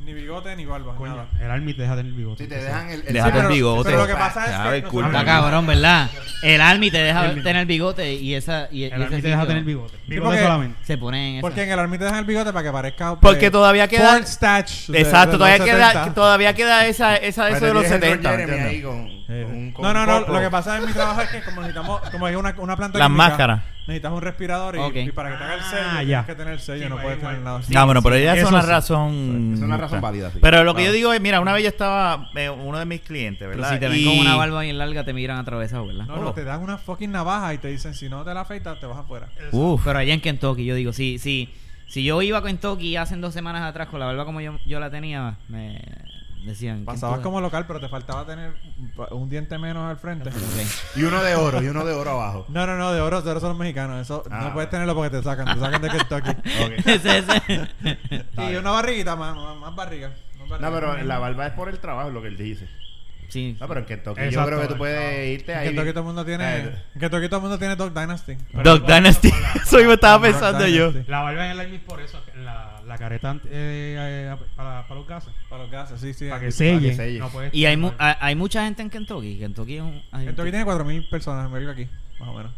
[SPEAKER 5] Ni bigote ni barba.
[SPEAKER 2] Coño,
[SPEAKER 5] nada.
[SPEAKER 2] el army te deja tener el bigote.
[SPEAKER 3] Si te dejan el, el
[SPEAKER 1] Déjate
[SPEAKER 5] pero-
[SPEAKER 1] el bigote.
[SPEAKER 5] pero lo que pasa es
[SPEAKER 1] Ya,
[SPEAKER 5] que
[SPEAKER 1] el
[SPEAKER 5] no-
[SPEAKER 1] culo.
[SPEAKER 4] Está cabrón, ¿verdad? El army te deja
[SPEAKER 2] El-
[SPEAKER 4] tener bigote y esa. Y, y
[SPEAKER 2] El
[SPEAKER 4] ese
[SPEAKER 2] army te deja
[SPEAKER 4] sitio
[SPEAKER 2] tener bigote. Bigote
[SPEAKER 5] porque-
[SPEAKER 2] solamente.
[SPEAKER 4] Se pone en esa.
[SPEAKER 5] Porque en el army te dejan el bigote para que parezca. pues,
[SPEAKER 1] Porque todavía queda-
[SPEAKER 5] porn stash de- de
[SPEAKER 1] Exacto,
[SPEAKER 5] los
[SPEAKER 1] todavía queda,
[SPEAKER 5] 70.
[SPEAKER 1] todavía queda esa, esa de eso de los
[SPEAKER 3] Pero tienes el
[SPEAKER 1] 70.
[SPEAKER 3] Ron Jeremy
[SPEAKER 1] ¿entiendes?
[SPEAKER 3] ahí con-
[SPEAKER 5] Eh,
[SPEAKER 3] con un- con
[SPEAKER 5] No, no,
[SPEAKER 3] un
[SPEAKER 5] no.
[SPEAKER 3] copo.
[SPEAKER 5] Lo que pasa en mi trabajo es que como necesitamos, como hay una, una planta.
[SPEAKER 1] Las
[SPEAKER 5] química,
[SPEAKER 1] máscaras.
[SPEAKER 5] Necesitas un respirador y,
[SPEAKER 4] Ok.
[SPEAKER 5] y para que te haga el sello
[SPEAKER 2] Ah, ya.
[SPEAKER 5] tienes que tener el sello,
[SPEAKER 2] Sí,
[SPEAKER 5] no
[SPEAKER 2] va
[SPEAKER 5] puedes
[SPEAKER 2] igual.
[SPEAKER 5] tener nada.
[SPEAKER 1] Ah, bueno, pero ya es
[SPEAKER 2] Eso
[SPEAKER 1] una
[SPEAKER 2] sí.
[SPEAKER 1] razón.
[SPEAKER 3] Es una razón válida, sí.
[SPEAKER 1] Mm, Pero lo que
[SPEAKER 5] Claro.
[SPEAKER 1] yo digo es, mira, una vez yo estaba, eh, uno de mis clientes,
[SPEAKER 4] Pero
[SPEAKER 1] ¿verdad?
[SPEAKER 4] si te ven
[SPEAKER 1] Y-
[SPEAKER 4] con una barba bien larga, te miran atravesado, ¿verdad?
[SPEAKER 5] No, no, te dan una fucking navaja y te dicen si no te la afeitas te vas afuera.
[SPEAKER 1] Uf.
[SPEAKER 4] Pero allá en Kentucky, yo digo, sí, sí. Si yo iba a Kentucky hace dos semanas atrás con la barba como yo, yo la tenía, me, Decían.
[SPEAKER 5] Pasabas
[SPEAKER 4] ¿quién tú-
[SPEAKER 5] como local, pero te faltaba tener un diente menos al frente.
[SPEAKER 4] Ok.
[SPEAKER 3] Y uno de oro, y uno de oro abajo.
[SPEAKER 5] No, no, no, de oro, de oro son los mexicanos. Eso
[SPEAKER 3] Ah.
[SPEAKER 5] no puedes tenerlo porque te sacan, te sacan de Kentucky.
[SPEAKER 4] Ese- ese.
[SPEAKER 5] Y una barriguita más, más, más barriga. más barriga.
[SPEAKER 3] No, pero la barba es por el trabajo, lo que él dice.
[SPEAKER 4] Sí.
[SPEAKER 3] No, pero en Kentucky yo
[SPEAKER 2] Exacto,
[SPEAKER 3] creo que tú
[SPEAKER 2] el
[SPEAKER 3] puedes irte
[SPEAKER 5] En
[SPEAKER 3] ahí.
[SPEAKER 5] Kentucky todo el mundo tiene.
[SPEAKER 3] Eh,
[SPEAKER 5] en Kentucky todo el mundo tiene Dog Dynasty.
[SPEAKER 1] Doc Dynasty. Eso mismo estaba
[SPEAKER 5] Dog
[SPEAKER 1] pensando yo.
[SPEAKER 5] Dynasty.
[SPEAKER 2] La barba en el Hermes por eso, en la, la careta eh, eh, para, para los gases.
[SPEAKER 5] Para los gases, sí, sí.
[SPEAKER 2] Para que
[SPEAKER 5] En
[SPEAKER 2] selle.
[SPEAKER 3] selle.
[SPEAKER 2] No puedes
[SPEAKER 4] Y hay, mu-
[SPEAKER 2] tener-
[SPEAKER 4] hay hay mucha gente en Kentucky. Kentucky es un. hay-
[SPEAKER 5] Kentucky tiene 4.000 personas en América aquí, más o menos.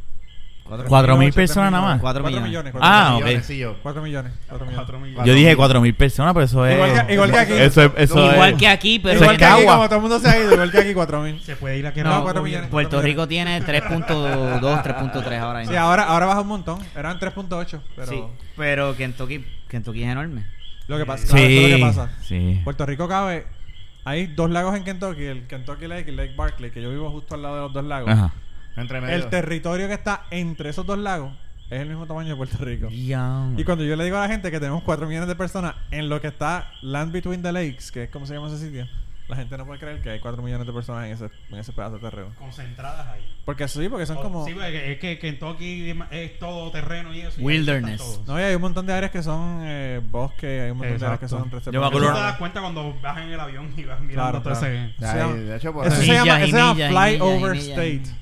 [SPEAKER 4] cuatro-
[SPEAKER 1] Cuatro mil
[SPEAKER 5] 800.000
[SPEAKER 1] personas nada más.
[SPEAKER 4] Cuatro
[SPEAKER 5] 4
[SPEAKER 4] millones.
[SPEAKER 5] millones.
[SPEAKER 1] Ah,
[SPEAKER 3] millones,
[SPEAKER 1] ok.
[SPEAKER 3] sí, yo.
[SPEAKER 5] 4 millones. 4 millones.
[SPEAKER 2] Cuatro millones.
[SPEAKER 1] Yo dije 4.000 personas, pero eso es.
[SPEAKER 5] Igual que- igual que aquí.
[SPEAKER 1] Eso es. Eso
[SPEAKER 4] Igual
[SPEAKER 1] es-
[SPEAKER 4] que aquí, pero.
[SPEAKER 1] Igual
[SPEAKER 4] en-
[SPEAKER 1] que
[SPEAKER 5] Aquí,
[SPEAKER 1] Agua.
[SPEAKER 5] como todo el mundo se ha ido, igual que aquí 4.000.
[SPEAKER 2] Se puede ir a que
[SPEAKER 5] No,
[SPEAKER 2] no,
[SPEAKER 5] cuatro millones.
[SPEAKER 4] Puerto Rico tiene 3.2, 3.3 ahora mismo.
[SPEAKER 5] Sí, ahora, ahora baja un montón. Eran 3.8, pero...
[SPEAKER 4] Sí, pero Kentucky, Kentucky es enorme.
[SPEAKER 5] Lo que pasa,
[SPEAKER 1] Sí.
[SPEAKER 5] ¿sabes qué es lo que pasa?
[SPEAKER 1] Sí.
[SPEAKER 5] Puerto Rico cabe... Hay dos lagos en Kentucky, el Kentucky Lake y el Lake Barkley, que yo vivo justo al lado de los dos lagos.
[SPEAKER 1] Ajá.
[SPEAKER 3] Entre medio.
[SPEAKER 5] El territorio que está entre esos dos lagos es el mismo tamaño de Puerto Rico.
[SPEAKER 1] Mm.
[SPEAKER 5] Y cuando yo le digo a la gente que tenemos 4 millones de personas en lo que está Land Between the Lakes, que es como se llama ese sitio, la gente no puede creer que hay 4 millones de personas en ese, en ese pedazo de terreno.
[SPEAKER 2] Concentradas ahí.
[SPEAKER 5] Porque sí, porque son
[SPEAKER 2] O-
[SPEAKER 5] como...
[SPEAKER 2] Oh, Sí, porque es que Kentucky es ma- es todo terreno y eso. y ahí
[SPEAKER 4] Wilderness.
[SPEAKER 2] están todos.
[SPEAKER 5] No, y hay un montón de áreas que son eh, bosque, hay un montón de áreas que
[SPEAKER 2] Exacto.
[SPEAKER 5] son reservas.
[SPEAKER 1] Yo me
[SPEAKER 2] Tú te
[SPEAKER 1] acuerdo-
[SPEAKER 2] das cuenta cuando vas en el avión y vas mirando
[SPEAKER 5] Claro,
[SPEAKER 2] todo
[SPEAKER 5] claro.
[SPEAKER 2] ese...
[SPEAKER 5] Eso se
[SPEAKER 3] Ay,
[SPEAKER 5] llama-
[SPEAKER 3] de hecho, por
[SPEAKER 5] Eso
[SPEAKER 3] ahí.
[SPEAKER 5] se llama,
[SPEAKER 4] Millas y
[SPEAKER 5] eso se llama
[SPEAKER 4] millas y millas y
[SPEAKER 5] flyover
[SPEAKER 4] millas y
[SPEAKER 5] state.
[SPEAKER 4] millas.